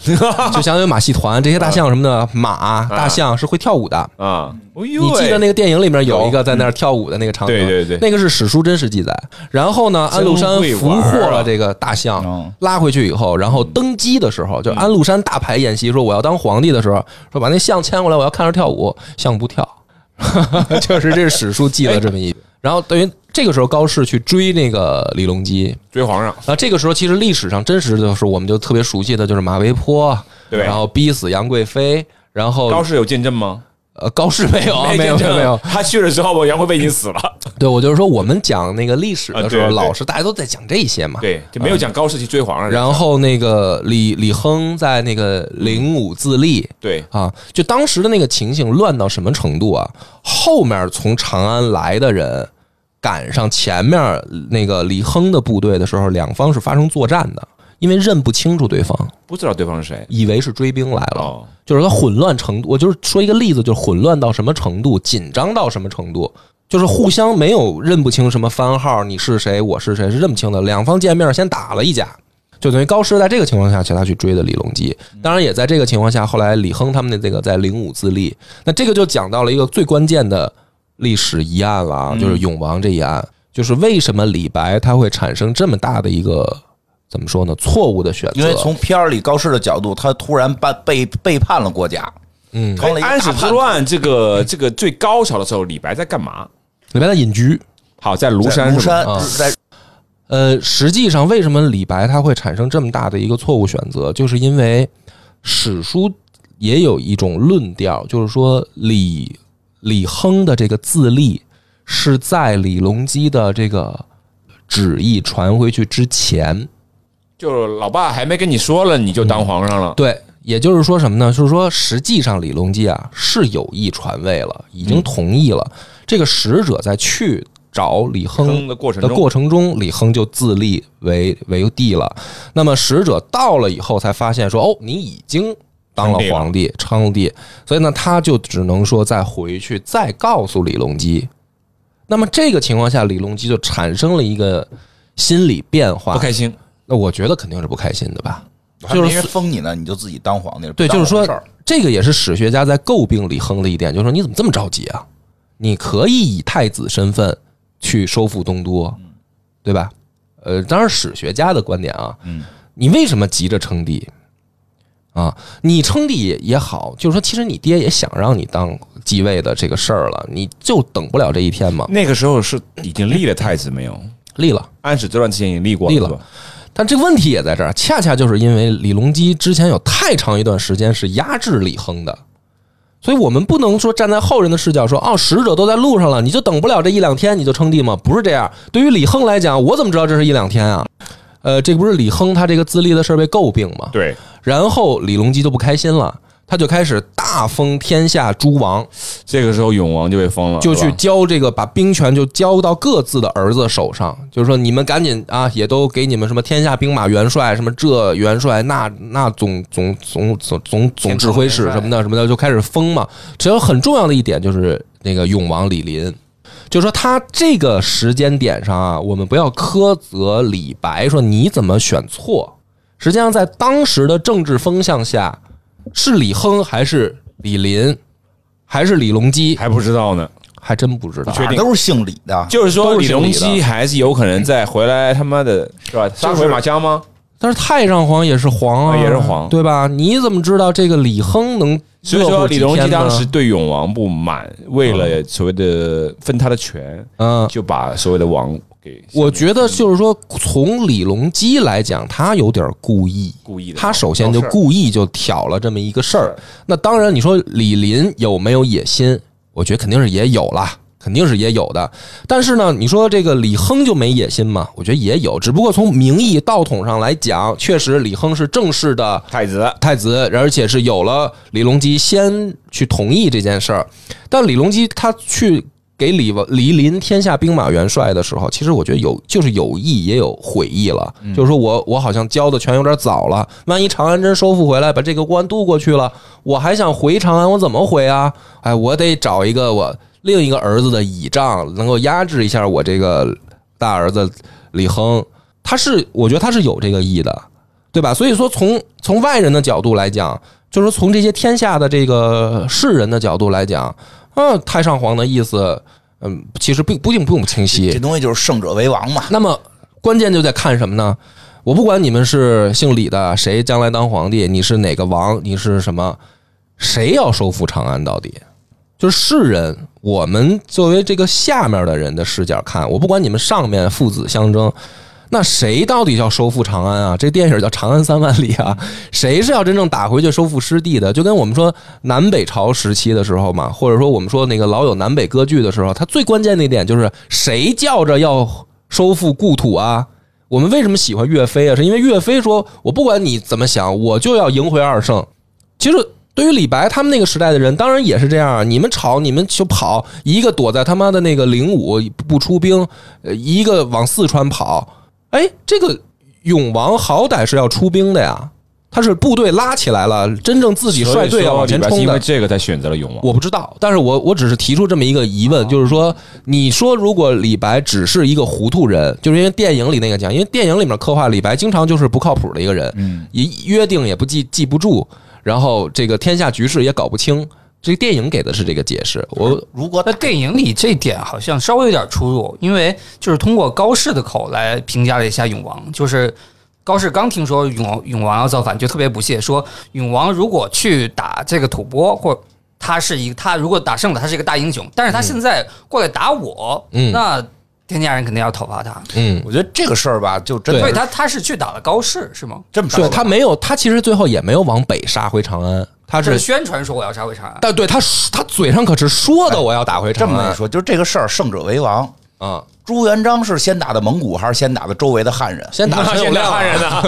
就相当于马戏团，这些大象什么的，马、大象是会跳舞的。啊，你你记得那个电影里面有一个在那儿跳舞的那个场景，对对对那个是史书真实记载。然后呢，安禄山俘获了这个大象嗯，拉回去以后，然后登基的时候，嗯就安禄山大牌演习说我要当皇帝的时候，说把那象牵过来，我要看着跳舞，象不 跳，就是这是史书记了这么一。哎然后等于这个时候高适去追那个李隆基，追皇上，那这个时候，其实历史上真实的就是我们就特别熟悉的就是马嵬坡，啊对然后逼死杨贵妃，然后高适有见证吗？呃高适没有哦没有见没有证没有，他去了之后，杨贵妃已经死 了，对我就是说我们讲那个历史的时候，啊对对老是大家都在讲这些嘛。对，就没有讲高适去追皇上，然后那个李李亨在那个灵武自立对，啊，就当时的那个情形乱到什么程度啊？后面从长安来的人赶上前面那个李亨的部队的时候，两方是发生作战的，因为认不清楚对方。不知道对方是谁。以为是追兵来了，哦，就是它混乱程度。我就是说一个例子，就是混乱到什么程度，紧张到什么程度，就是互相没有认不清什么番号，你是谁，我是谁，是认不清的。两方见面先打了一架，就等于高适在这个情况下其实他去追的李隆基。嗯当然也在这个情况下，后来李亨他们的这个在灵武自立，那这个就讲到了一个最关键的历史疑案了啊，嗯就是永王这一案，就是为什么李白他会产生这么大的一个。怎么说呢？错误的选择，因为从片儿里高适的角度，他突然叛背背叛了国家，嗯成了一个哎安大史之叛乱这个这个最高潮的时候，李白在干嘛？李白在隐居，好，在庐徒。山庐是吧？山啊在呃，实际上，为什么李白他会产生这么大的一个错误选择，就是因为史书也有一种论调，就是说李李亨的这个自立是在李隆基的这个旨意传回去之前。就是老爸还没跟你说了，你就当皇上了。对，也就是说什么呢？就是说，实际上李隆基啊是有意传位了，已经同意了。这个使者在去找李亨坑的过程的嗯中，过程中，李亨就自立为为帝了。那么使者到了以后，才发现说，哦，你已经当了皇帝、称帝，所以呢，他就只能说再回去再告诉李隆基。那么这个情况下，李隆基就产生了一个心理变化不。开心，那我觉得肯定是不开心的吧？就是人封你呢，你就自己当皇帝了。对，不就当是我回说事儿这个也是史学家在诟病李亨的一点，就是说你怎么这么着急啊？你可以以太子身份去收复东都，嗯对吧？呃，当然史学家的观点啊，嗯，你为什么急着称帝啊？你称帝也也好，就是说其实你爹也想让你当继位的这个事儿了，你就等不了这一天嘛，那个时候是已经立了太 子没有？立了。安史之乱之前已经立过立是了吧但这个问题也在这儿，恰恰就是因为李隆基之前有太长一段时间是压制李亨的，所以我们不能说站在后人的视角说，哦，使者都在路上了，你就等不了这一两天你就称帝吗？不是这样。对于李亨来讲，我怎么知道这是一两天啊？呃，这不是李亨他这个自立的事儿被诟病吗？对，然后李隆基就不开心了，他就开始大封天下诸王，这个时候永王就被封了，就是去吧交这个，把兵权就交到各自的儿子手上，就是说你们赶紧啊，也都给你们什么天下兵马元帅，什么这元帅那那总总总总总总指挥使什么的什么的，就开始封嘛。只有很重要的一点就是那个永王李璘。就是说，他这个时间点上啊，我们不要苛责李白说你怎么选错。实际上，在当时的政治风向下，是李亨还是李林，还是李隆基，还不知道呢。还真不知道。确定啊都是姓李的，就是说，都是李姓李隆的基还是有可能再回来，他妈的是吧？杀回马枪吗？但是太上皇也是皇啊，啊也是皇对吧？你怎么知道这个李亨能所以热说，乎李几隆基天呢当时对永王不满，为了所谓的分他的权，嗯，就把所有的王给我觉得就是说，从李隆基来讲，他有点故意。故意的。他首先就故意就挑了这么一个事儿。那当然，你说李林有没有野心？我觉得肯定是也有啦，肯定是也有的。但是呢，你说这个李亨就没野心吗？我觉得也有，只不过从名义道统上来讲，确实李亨是正式的太子太子，而且是有了李隆基先去同意这件事儿。但李隆基他去给李王李林天下兵马元帅的时候，其实我觉得有就是有意也有悔意了，就是说我我好像交的权有点早了，万一长安真收复回来，把这个关渡过去了，我还想回长安，我怎么回啊？哎，我得找一个我另一个儿子的倚仗，能够压制一下我这个大儿子李亨。他是，我觉得他是有这个意的，对吧？所以说从，从外人的角度来讲，就是说从这些天下的这个世人的角度来讲，啊，太上皇的意思，嗯，其实并不并不用清这晰。东西就是胜者为王嘛。那么关键就在看什么呢？我不管你们是姓李的，谁将来当皇帝，你是哪个王，你是什么，谁要收复长安到底？就是世人，我们作为这个下面的人的视角看，我不管你们上面父子相争，那谁到底要收复长安啊？这电影叫《长安三万里》啊，谁是要真正打回去收复失地的？就跟我们说南北朝时期的时候嘛，或者说我们说那个老有南北割据的时候，它最关键的一点就是谁叫着要收复故土啊？我们为什么喜欢岳飞啊？是因为岳飞说：“我不管你怎么想，我就要赢回二圣。”其实对于李白他们那个时代的人，当然也是这样啊。你们吵，你们就跑，一个躲在他妈的那个灵武不出兵，呃，一个往四川跑。哎，这个永王好歹是要出兵的呀，他是部队拉起来了，真正自己率队要往前所以说李白是冲因的为。这个才选择了永王。我不知道，但是我我只是提出这么一个疑问，就是说，你说如果李白只是一个糊涂人，就是因为电影里那个讲，因为电影里面刻画李白经常就是不靠谱的一个人，嗯，一约定也不记记不住，然后这个天下局势也搞不清，这个电影给的是这个解释，我如果那电影里这点好像稍微有点出入，因为就是通过高适的口来评价了一下永王，就是高适刚听说永王永王要造反，就特别不屑，说永王如果去打这个吐蕃或。他是一个，他如果打胜了，他是一个大英嗯雄。但是他现在过来打我，嗯那天下人肯定要讨伐他。嗯，我觉得这个事儿吧，就真对所的以是他他是去打了高适，是吗？这么对说吧，他没有，他其实最后也没有往北杀回长安，他他是是，宣传说我要杀回长安。但对他他嘴上可是说的我要打回这长么安一说，就是这个事儿胜者为王。啊，朱元璋是先打的蒙古，还是先打的周围的汉人？先打陈友谅啊，呢？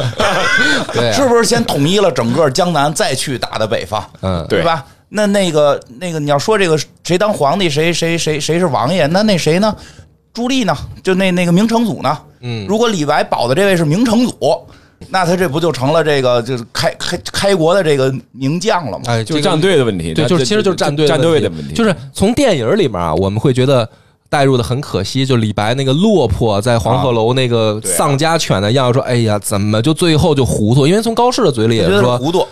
对啊，是不是先统一了整个江南，再去打的北方，嗯对吧？那那个那个，你要说这个谁当皇帝，谁谁谁谁是王爷，那那谁呢？朱棣呢？就那那个明成祖呢？嗯如果李白保的这位是明成祖，那他这不就成了这个就是开开开国的这个名将了吗？ 哎，啊就这是个战队的问题，对，那就是这其实就是战队战队的问问题，就是从电影里面啊，我们会觉得。带入的很可惜，就李白那个落魄，在黄鹤楼那个对啊丧家犬的样，说：“哎呀，怎么就最后就糊涂？”因为从高适的嘴里我也觉得是说糊涂，：“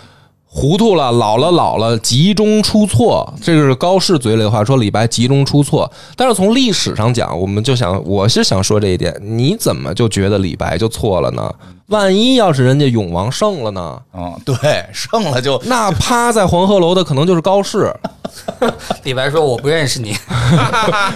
糊涂了，老了，老了，急中出错。”这个是高适嘴里的话，说李白急中出错。但是从历史上讲，我们就想，我是想说这一点，你怎么就觉得李白就错了呢？万一要是人家永王胜了呢？嗯，对， 胜了就那趴在黄鹤楼的可能就是高适，李白说我不认 识你，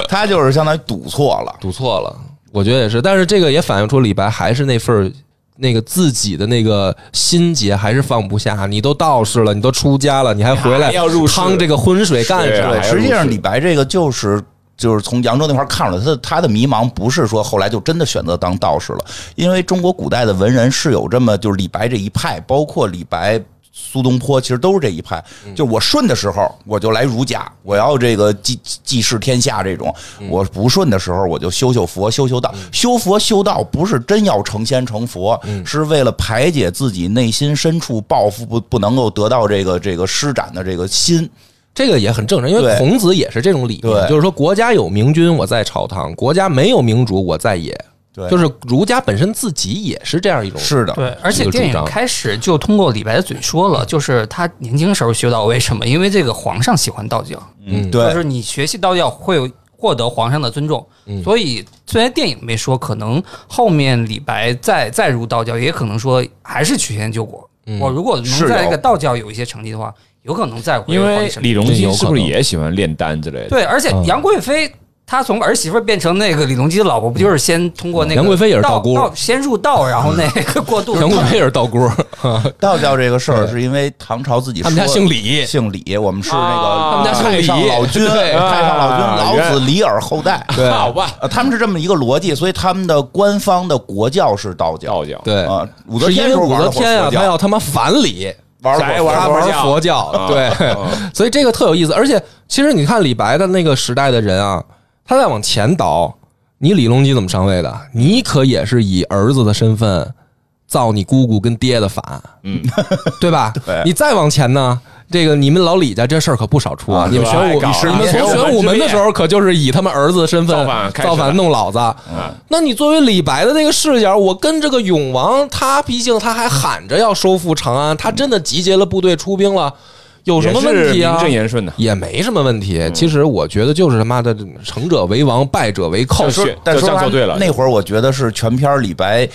他就是相当于赌错了。赌错了，我觉得也是。但是这个也反映出李白还是那份儿那个自己的那个心结还是放不下。你都道士了，你都出家了，你还回来还要入世趟这个浑水干是什么？啊对，还有实际入上世李白这个就是就是从扬州那块儿看出来，他的他的迷茫不是说后来就真的选择当道士了，因为中国古代的文人是有这么就是李白这一派，包括李白。苏东坡其实都是这一派，嗯就是我顺的时候我就来儒家，我要这个济济世天下这种；嗯我不顺的时候我就修修佛、修修道。修佛修道不是真要成仙成佛，嗯是为了排解自己内心深处抱负不不能够得到这个这个施展的这个心。这个也很正常，因为对孔子也是这种理念，对就是说国家有明君我在朝堂，国家没有明主我在野。对就是儒家本身自己也是这样一种是的，对，而一且个主电影张开始就通过李白的嘴说了，就是他年轻时候学道，为什么？因为这个皇上喜欢道教，嗯对就是你学习道教会有获得皇上的尊重。嗯所以虽然电影没说，可能后面李白再再入道教，也可能说还是曲线救国。嗯我如果是能有在这个道教有一些成绩的话，有可能再回因皇为帝身李边荣有基可是不是能也喜欢炼丹之类的？对，而且嗯杨贵妃她从儿媳妇变成那个李隆基的老婆，不就是先通过那个杨贵妃也是道道姑先入道，然后那个过渡。杨贵妃也是道姑，道教这个事儿是因为唐朝自己 他们家说姓李，姓李，我们是那个啊他们家姓太上李老君，对哎太上老啊君，原老子李耳后代，对好吧，呃，他们是这么一个逻辑，所以他们的官方的国教是道教。道教对啊，武则是因天为时候武玩则了会天啊，儿佛他教，要他妈反李，玩了宅会儿玩他佛玩教啊佛教，对， 所以这个特有意思。而且，其实你看李白的那个时代的人啊，他再往前倒，你李隆基怎么上位的？你可也是以儿子的身份造你姑姑跟爹的反，嗯， 对 吧？对你再往前呢？这个你们老李家这事儿可不少出啊你们学对武，搞你们学从武学门武之门的变时候，可就是以他们儿子的身份造反开始造了嗯反弄老子。那你作为李白的那个视角，我跟这个永王，他毕竟他还喊着要收复长安，他真的集结了部队出兵了，有什么问题也是啊名？正言顺的。嗯也没什么问题。其实我觉得就是他妈的成者为王，败者为寇就。是但这说这样做对了那会儿我觉得是全片儿李白。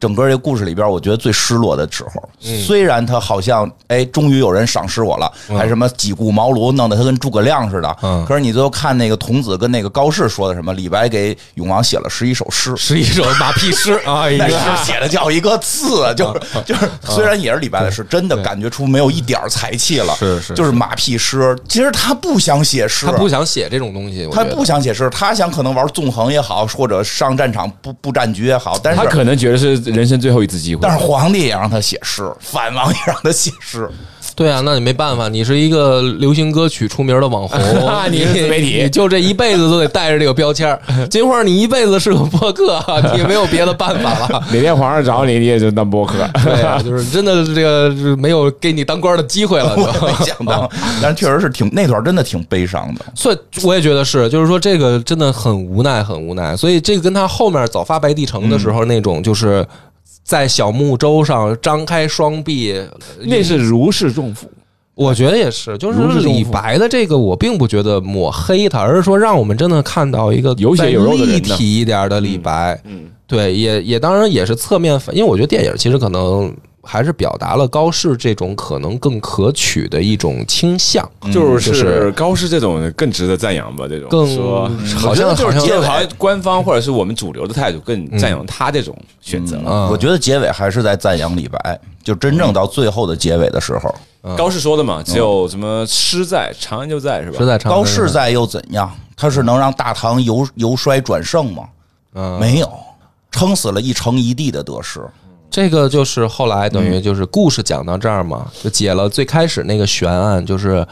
整个这故事里边，我觉得最失落的时候，虽然他好像哎，终于有人赏识我了，还什么几顾茅庐，弄得他跟诸葛亮似的。嗯可是你最后看那个童子跟那个高适说的什么，李白给永王写了十一首诗，是一首马屁诗，哎那呀，诗写的叫一个次，就是就是，虽然也是李白的诗，真的感觉出没有一点儿才气了，是是就是马屁诗。其实他不想写诗，他不想写这种东西，我他觉得不想写诗，他想可能玩纵横也好，或者上战场布布战局也好，但他是可能觉得是人生最后一次机会，，但是皇帝也让他写诗，藩王也让他写诗，对啊，那你没办法，你是一个流行歌曲出名的网红 你是自媒体你就这一辈子都得带着这个标签 儿。金花，你一辈子是个播客，啊你没有别的办法 了。哪天皇上找你，你也就当播客。对啊，就是真的这个是没有给你当官的机会了，我也就。没 想到，但是确实是挺那段真的挺悲伤的。所以我也觉得是，就是说这个真的很无奈，很无奈。所以这个跟他后面早发白帝城的时嗯候那种，就是在小木舟上张开双臂， 那是如释重负，我觉得也是，就是如释重负李白的这个，我并不觉得抹黑他，而是说让我们真的看到一个有血有肉的人再呢立体一点的李白。嗯，对，也也当然也是侧面反，因为我觉得电影其实可能还是表达了高适这种可能更可取的一种倾向，嗯就是高适这种更值得赞扬吧，这种更嗯说好像我觉得好像就是好像官方或者是我们主流的态度更赞扬他这种选择了。嗯我觉得结尾还是在赞扬李白，就真正到最后的结尾的时候，嗯高适说的嘛，只有什么诗在，长安就啊在，是吧？实在唱高适在又怎样？他是能让大唐由由衰转盛吗？嗯没有，撑死了一城一地的得失。这个就是后来等于就是故事讲到这儿嘛，就解了最开始那个悬案，就是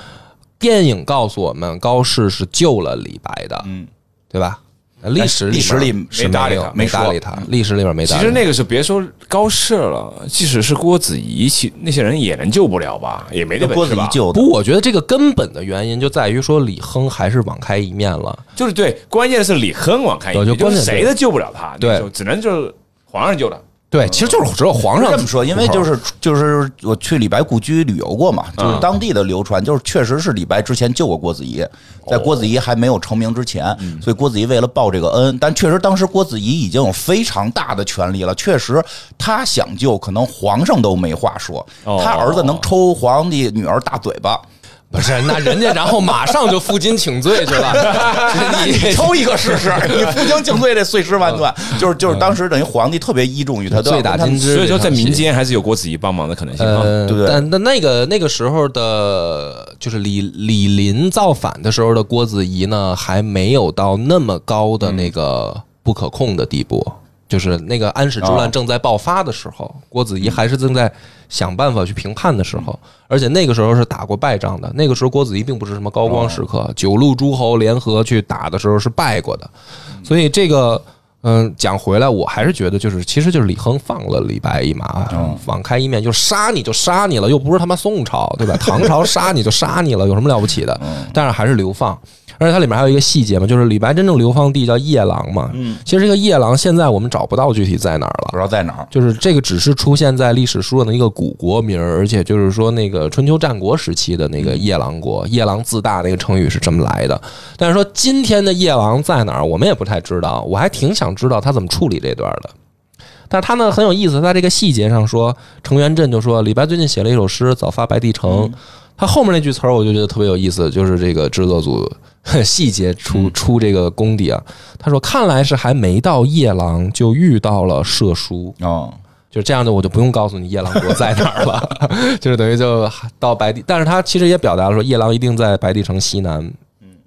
电影告诉我们高适是救了李白的，嗯，对吧？历史历史里面没是搭理有他没嗯没说搭理他，历史里面没搭其理他。实那个是别说高适了，即使是郭子仪，其那些人也能救不了吧，也没那郭本事子仪吧？救的，不，我觉得这个根本的原因就在于说李亨还是网开一面了，就是对，关键是李亨往看一我觉眼，得就关是键谁对都救不了他，对那就只能就是皇上救了。对，其实嗯就是只有皇上这么说，因为就是就是我去李白故居旅游过嘛，就是当地的流传，就是确实是李白之前救过郭子仪，在郭子仪还没有成名之前，所以郭子仪为了报这个恩，但确实当时郭子仪已经有非常大的权力了，确实他想救，可能皇上都没话说，哦他儿子能抽皇帝女儿大嘴 巴， 不是那人家，然后马上就负荆请罪去 了。你抽一个试试，你负荆请罪，这碎尸万段，就是就是当时等于皇帝特别倚重于他，都要醉打跟他金枝，所以说，在民间还是有郭子仪帮忙的可能性啊。呃，对不对但但那个那个时候的，就是李李林造反的时候的郭子仪呢，还没有到那么高的嗯那个不可控的地步。就是那个安史之乱哦嗯正在爆发的时候，郭子仪还是正在想办法去平叛的时候，而且那个时候是打过败仗的。那个时候郭子仪并不是什么高哦光时刻，九路诸侯联合去打的时候是败过的。所以这个，嗯，讲回来，我还是觉得就是，其实就是李亨放了李白一马，网开一面，就杀你就杀你了，又不是他妈宋朝，对吧？唐朝杀你就杀你了，有什么了不起的？但是还是流放。而且它里面还有一个细节嘛，就是李白真正流放地叫夜郎嘛。嗯，其实这个夜郎现在我们找不到具体在哪儿了不。知道在哪儿。就是这个只是出现在历史书上的一个古国名儿，而且就是说那个春秋战国时期的那个夜郎国，夜郎自大那个成语是这么来的。但是说今天的夜郎在哪儿，我们也不太知道。我还挺想知道他怎么处理这段的。但是他呢很有意思，他这个细节上说，程元振就说李白最近写了一首诗《早发白帝城》，他后面那句词儿我就觉得特别有意思，就是这个制作组 细节出出这个功底啊。他说看来是还没到夜郎就遇到了射书。哦，就这样的，我就不用告诉你夜郎国在哪儿了， 就是等于就到白帝，但是他其实也表达了说夜郎一定在白帝城西南，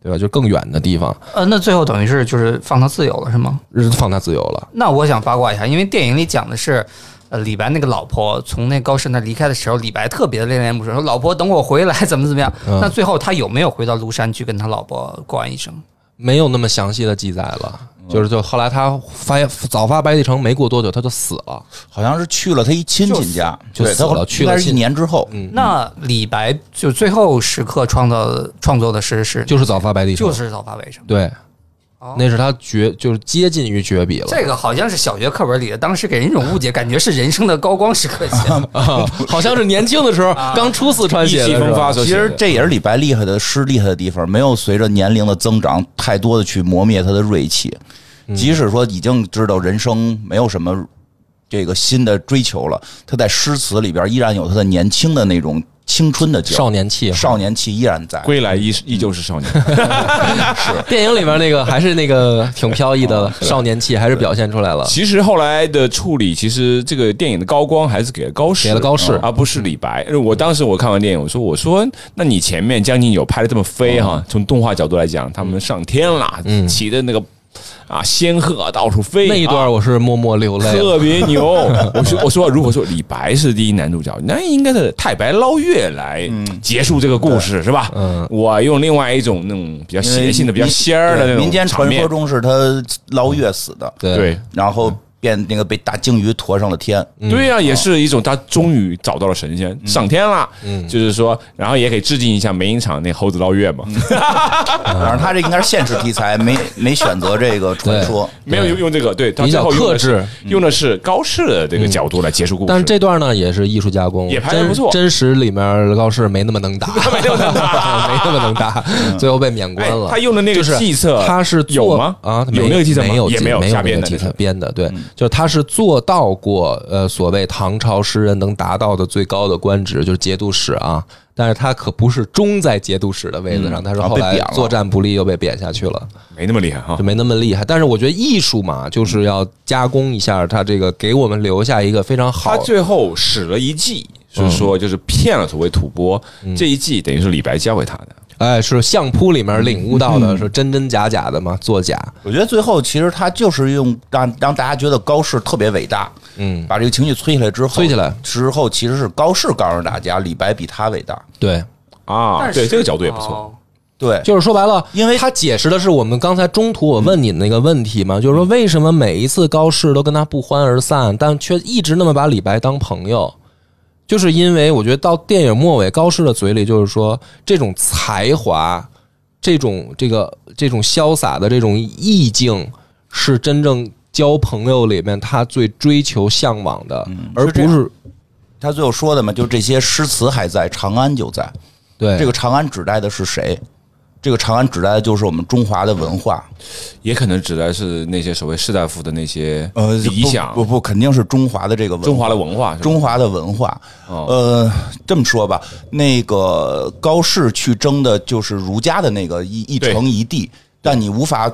对吧？就更远的地方，呃，那最后等于是就是放他自由了，是吗？日放他自由了。那我想八卦一下，因为电影里讲的是，呃，李白那个老婆从那高适那离开的时候，李白特别的恋恋不舍，说老婆等我回来怎么怎么样。嗯那最后他有没有回到庐山去跟他老婆过完一生？没有那么详细的记载了，就是就后来他发早发白帝城没过多久他就死了，好像是去了他一亲戚家，就对死他了去了应该是一亲年之后。那李白就最后时刻创造的创作的诗是就是早发白帝城，就是早发为什么？对哦，那是他绝就是接近于绝笔了。 这个好像是小学课本里的，当时给人一种误解，感觉是人生的高光时刻写的。 啊，好像是年轻的时候刚出四川意写的气是吧，风发时候其写实的。这也是李白厉害的诗厉害的地方，没有随着年龄的增长太多的去磨灭他的锐气。即使说已经知道人生没有什么这个新的追求了，他在诗词里边依然有他的年轻的那种青春的劲儿少年气。少年气依然在。归来依依旧是少年， 电影里面那个还是那个挺飘逸的少年气，还是表现出来了。其实后来的处理，其实这个电影的高光还是给了高适，给了高适嗯而不是李白。我当时我看完电影，我说我说，那你前面将进酒拍的这么飞哦哈，从动画角度来讲，他们上天了，骑的那个啊仙鹤到处飞嗯那一啊段我是默默流泪了。特别牛。 我说我说如果说李白是第一男主角，那应该是太白捞月来结束这个故事是吧？嗯我用另外一种那种比较因为邪性的、比较民仙儿的那对种民间场传面说中是他捞月死的，对对。然后变那个被大鲸鱼驮上了天。嗯对呀、也是一种他终于找到了神仙，上天了。嗯，就是说，然后也可以致敬一下梅影厂那猴子捞月嘛，嗯然后他这应该是现实题材，没没选择这个传说。 没有用用这个，对，他最后比较用的克制嗯是用的是高适的这个角度来结束故事。但是这段呢也是艺术加工，也拍得不错真真实里面高适没那么能 打，没那么能打， 没那么能打，最后被免官哎了。他用的那个就是计策他是做有吗啊，有那个计策吗没有也计没有没有瞎编的那个计那是嗯策编的，对，就是他是做到过呃所谓唐朝诗人能达到的最高的官职，就是节度使啊。但是他可不是终在节度使的位嗯子上，他是然啊后后被来贬了作战不利又被贬下去了。没那么厉害哈就。没那么厉害。但是我觉得艺术嘛，就是要加工一下它这个，给我们留下一个非常好他。最后使了一计，嗯是说就是骗了所谓吐蕃，这一计等于是李白教给他的。哎，是相扑里面领悟到的，是真真假假的嘛，作假。我觉得最后其实他就是用让让大家觉得高适特别伟大，嗯，把这个情绪催起来之后，催起来之后其实是高适告诉大家，李白比他伟大。对，啊，但对是这个角度也不错。哦对，就是说白了，因为他解释的是我们刚才中途我问你的那个问题嗯嘛，就是说为什么每一次高适都跟他不欢而散，但却一直那么把李白当朋友，就是因为我觉得到电影末尾，高适的嘴里就是说这种才华，这种这个这种潇洒的这种意境，是真正交朋友里面他最追求向往的，而嗯是这不样是他最后说的嘛，就这些诗词还在，长安就在。对这个长安指代的是谁？这个长安指代的就是我们中华的文化，也可能指的是那些所谓士大夫的那些呃理想呃不，不不，肯定是中华的这个文化中华的文化，是吧哦中华的文化。呃，这么说吧，那个高适去争的就是儒家的那个一一对城一地，但你无法。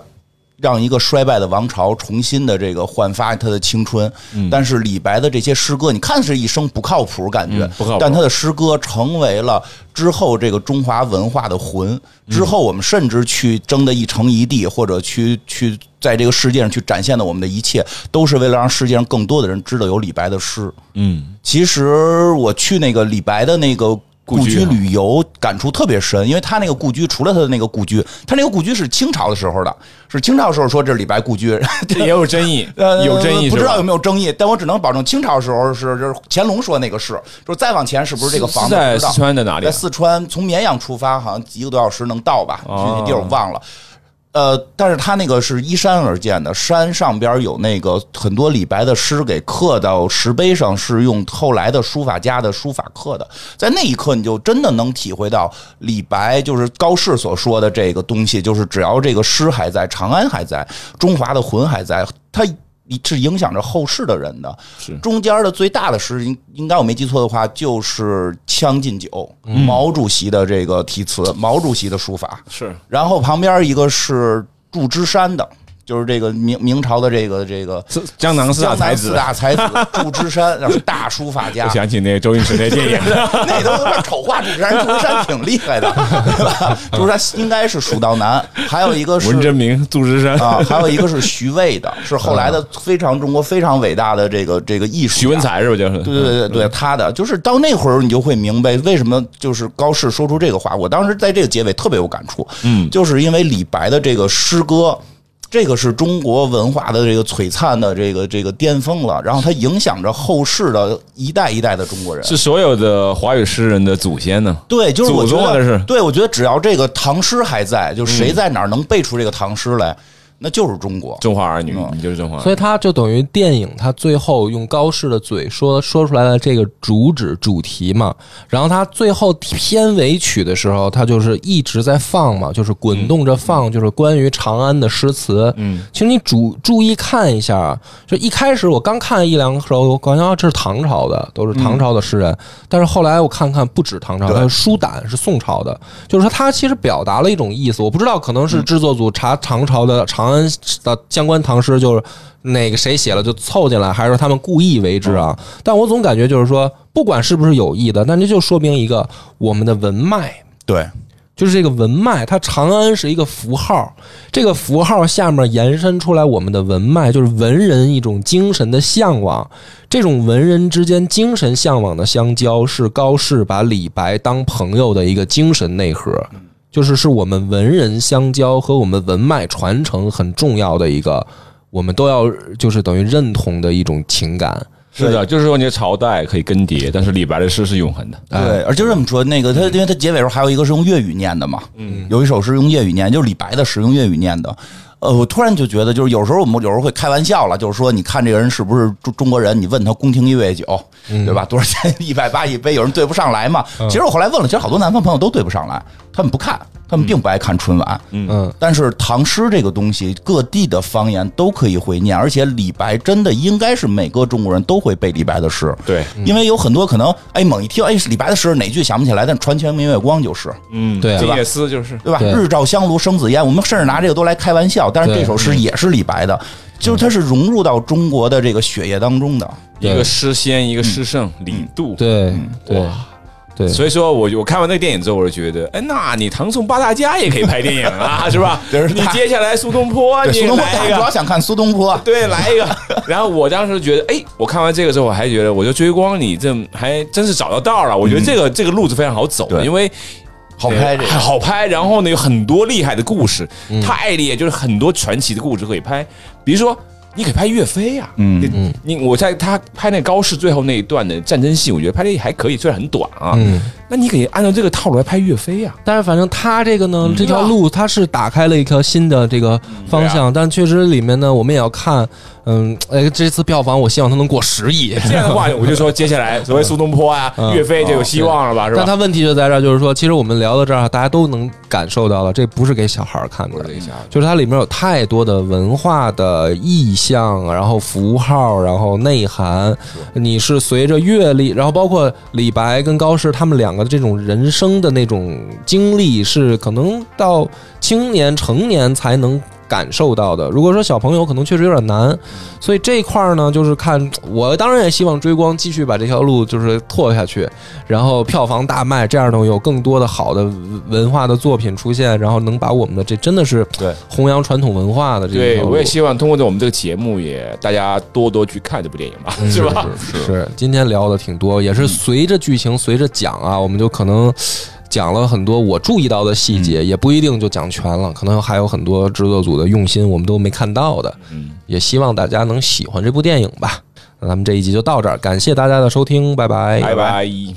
让一个衰败的王朝重新的这个焕发他的青春，嗯但是李白的这些诗歌，你看是一生不靠谱感觉，嗯不靠谱但他的诗歌成为了之后这个中华文化的魂。嗯之后我们甚至去争的一城一地，或者去去在这个世界上去展现的我们的一切，都是为了让世界上更多的人知道有李白的诗。嗯，其实我去那个李白的那个故故居啊居旅游感触特别深，因为他那个故居，除了他的那个故居，他那个故居是清朝的时候的，是清朝的时候说这是李白故居， 这也有争议，呃，有争议不是知道有吧？没有争议，但我只能保证清朝时候是就是乾隆说那个是，就是再往前是不是这个是房是子？在不知道四川的哪里啊在四川，从绵阳出发，好像一个多小时能到吧？具哦体地儿我忘了。呃，但是它那个是依山而建的，山上边有那个很多李白的诗给刻到石碑上，是用后来的书法家的书法刻的。在那一刻，你就真的能体会到李白就是高适所说的这个东西，就是只要这个诗还在，长安还在，中华的魂还在，它是影响着后世的人的。是中间的最大的诗，应应该我没记错的话，就是《将进酒》，嗯毛主席的这个题词，毛主席的书法。是然后旁边一个是祝枝山的，就是这个明明朝的这个这个是江南四大江南才四子，大才子祝枝山，然后大书法家我。想起那周星驰那电 影，那都有点丑化祝枝山，祝枝山挺厉害的，对吧？祝枝山应该是蜀道难，还有一个是文征明、祝枝山、啊，还有一个是徐渭的，是后来的非常中国非常伟大的这个这个艺术家。徐文才嗯是不是就是？对对对对，他的就是到那会儿，你就会明白为什么就是高适说出这个话。我当时在这个结尾特别有感触，嗯，就是因为李白的这个诗歌，这个是中国文化的这个璀璨的这个这个巅峰了，然后它影响着后世的一代一代的中国人。是所有的华语诗人的祖先呢？对，就是我觉祖宗啊得这是嗯对，我觉得只要这个唐诗还在，就谁在哪儿能背出这个唐诗来，那就是中国。中华儿女，嗯你就是中华儿所以它就等于电影，它最后用高适的嘴说说出来的这个主旨主题嘛，然后它最后片尾曲的时候，它就是一直在放嘛，就是滚动着放，就是关于长安的诗词。嗯，其实你注注意看一下啊，就一开始我刚看一两首，我感觉啊这是唐朝的，都是唐朝的诗人，但是后来我看看不止唐朝，嗯对还有舒胆是宋朝的，就是说它其实表达了一种意思，我不知道可嗯能是制作组查唐朝的长安的相关唐诗就是。哪个谁写了就凑进来，还是说他们故意为之啊？嗯但我总感觉就是说，不管是不是有意的，但这就说明一个我们的文脉，对，就是这个文脉，它长安是一个符号，这个符号下面延伸出来我们的文脉，就是文人一种精神的向往。这种文人之间精神向往的相交，是高适把李白当朋友的一个精神内核，嗯就是是我们文人相交和我们文脉传承很重要的一个，我们都要就是等于认同的一种情感。是的，就是说你的朝代可以更迭，但是李白的诗是永恒的。哎对，而就这么说，那个他，嗯因为他结尾时候还有一个是用粤语念的嘛，嗯，有一首是用粤语念，就是李白的是用粤语念的。呃，我突然就觉得，就是有时候我们有时候会开玩笑了，就是说，你看这个人是不是中中国人？你问他宫廷一杯酒，嗯对吧？多少钱？ 一百八一杯，有人对不上来嘛？其实我后来问了，其实好多南方朋友都对不上来，他们不看，他们并不爱看春晚，嗯，但是唐诗这个东西，各地的方言都可以会念，而且李白真的应该是每个中国人都会背李白的诗。对因为有很多可能，哎，猛一听，哎，是李白的诗哪句想不起来，但《床前明月光》就是，嗯，对啊静夜思就是对吧？对日照香炉生紫烟，我们甚至拿这个都来开玩笑，但是对这首诗也是李白的，就是它是融入到中国的这个血液当中的。一个诗仙，一个诗圣，李杜。对对嗯哇，对，所以说我我看完那个电影之后，我就觉得，哎，那你唐宋八大家也可以拍电影 啊，是吧？对你接下来苏东坡，对，啊你苏东坡来一主个要，想看苏东坡，对，来一个。 然后我当时觉得，哎，我看完这个之后，我还觉得，我觉得追光你这还真是找到道儿了。我觉得这个、这个路子非常好走，嗯对因为好拍这个嗯呃好拍。然后呢，有很多厉害的故事，太厉害，就是很多传奇的故事可以拍。比如说，你可以拍岳飞呀、嗯你你我在他拍那高适最后那一段的战争戏，我觉得拍的还可以，虽然很短啊。嗯。那你可以按照这个套路来拍岳飞啊呀、但是反正他这个嗯呢，这条路它是打开了一条新的这个方嗯对啊向，但确实里面呢，我们也要看，嗯，哎，这次票房我希望它能过十 亿。这样的话，我就说接下来所谓苏东坡啊、嗯岳飞就有希望了嗯吧，是吧但？它问题就在这儿，就是说，其实我们聊到这儿，大家都能感受到了，这不是给小孩儿看的，就是它里面有太多的文化的意象，然后符号，然后内涵。你是随着阅历，然后包括李白跟高适他们两个的这种人生的那种经历，是可能到青年成年才能感受到的。如果说小朋友可能确实有点嗯难，所以这一块儿呢，就是看我当然也希望追光继续把这条路就是拓下去，然后票房大卖，这样呢有更多的好的文文化的作品出现，然后能把我们的这真的是对弘扬传统文化的这一对，条路我也希望通过我们这个节目也，大家多多去看这部电影吧，是吧？嗯是嗯是，今天聊的挺多，也是随着剧情随着讲啊，我们就可能讲了很多我注意到的细节，也不一定就讲全了，可能还有很多制作组的用心我们都没看到的。嗯，也希望大家能喜欢这部电影吧。那咱们这一集就到这儿，感谢大家的收听，拜拜，拜拜。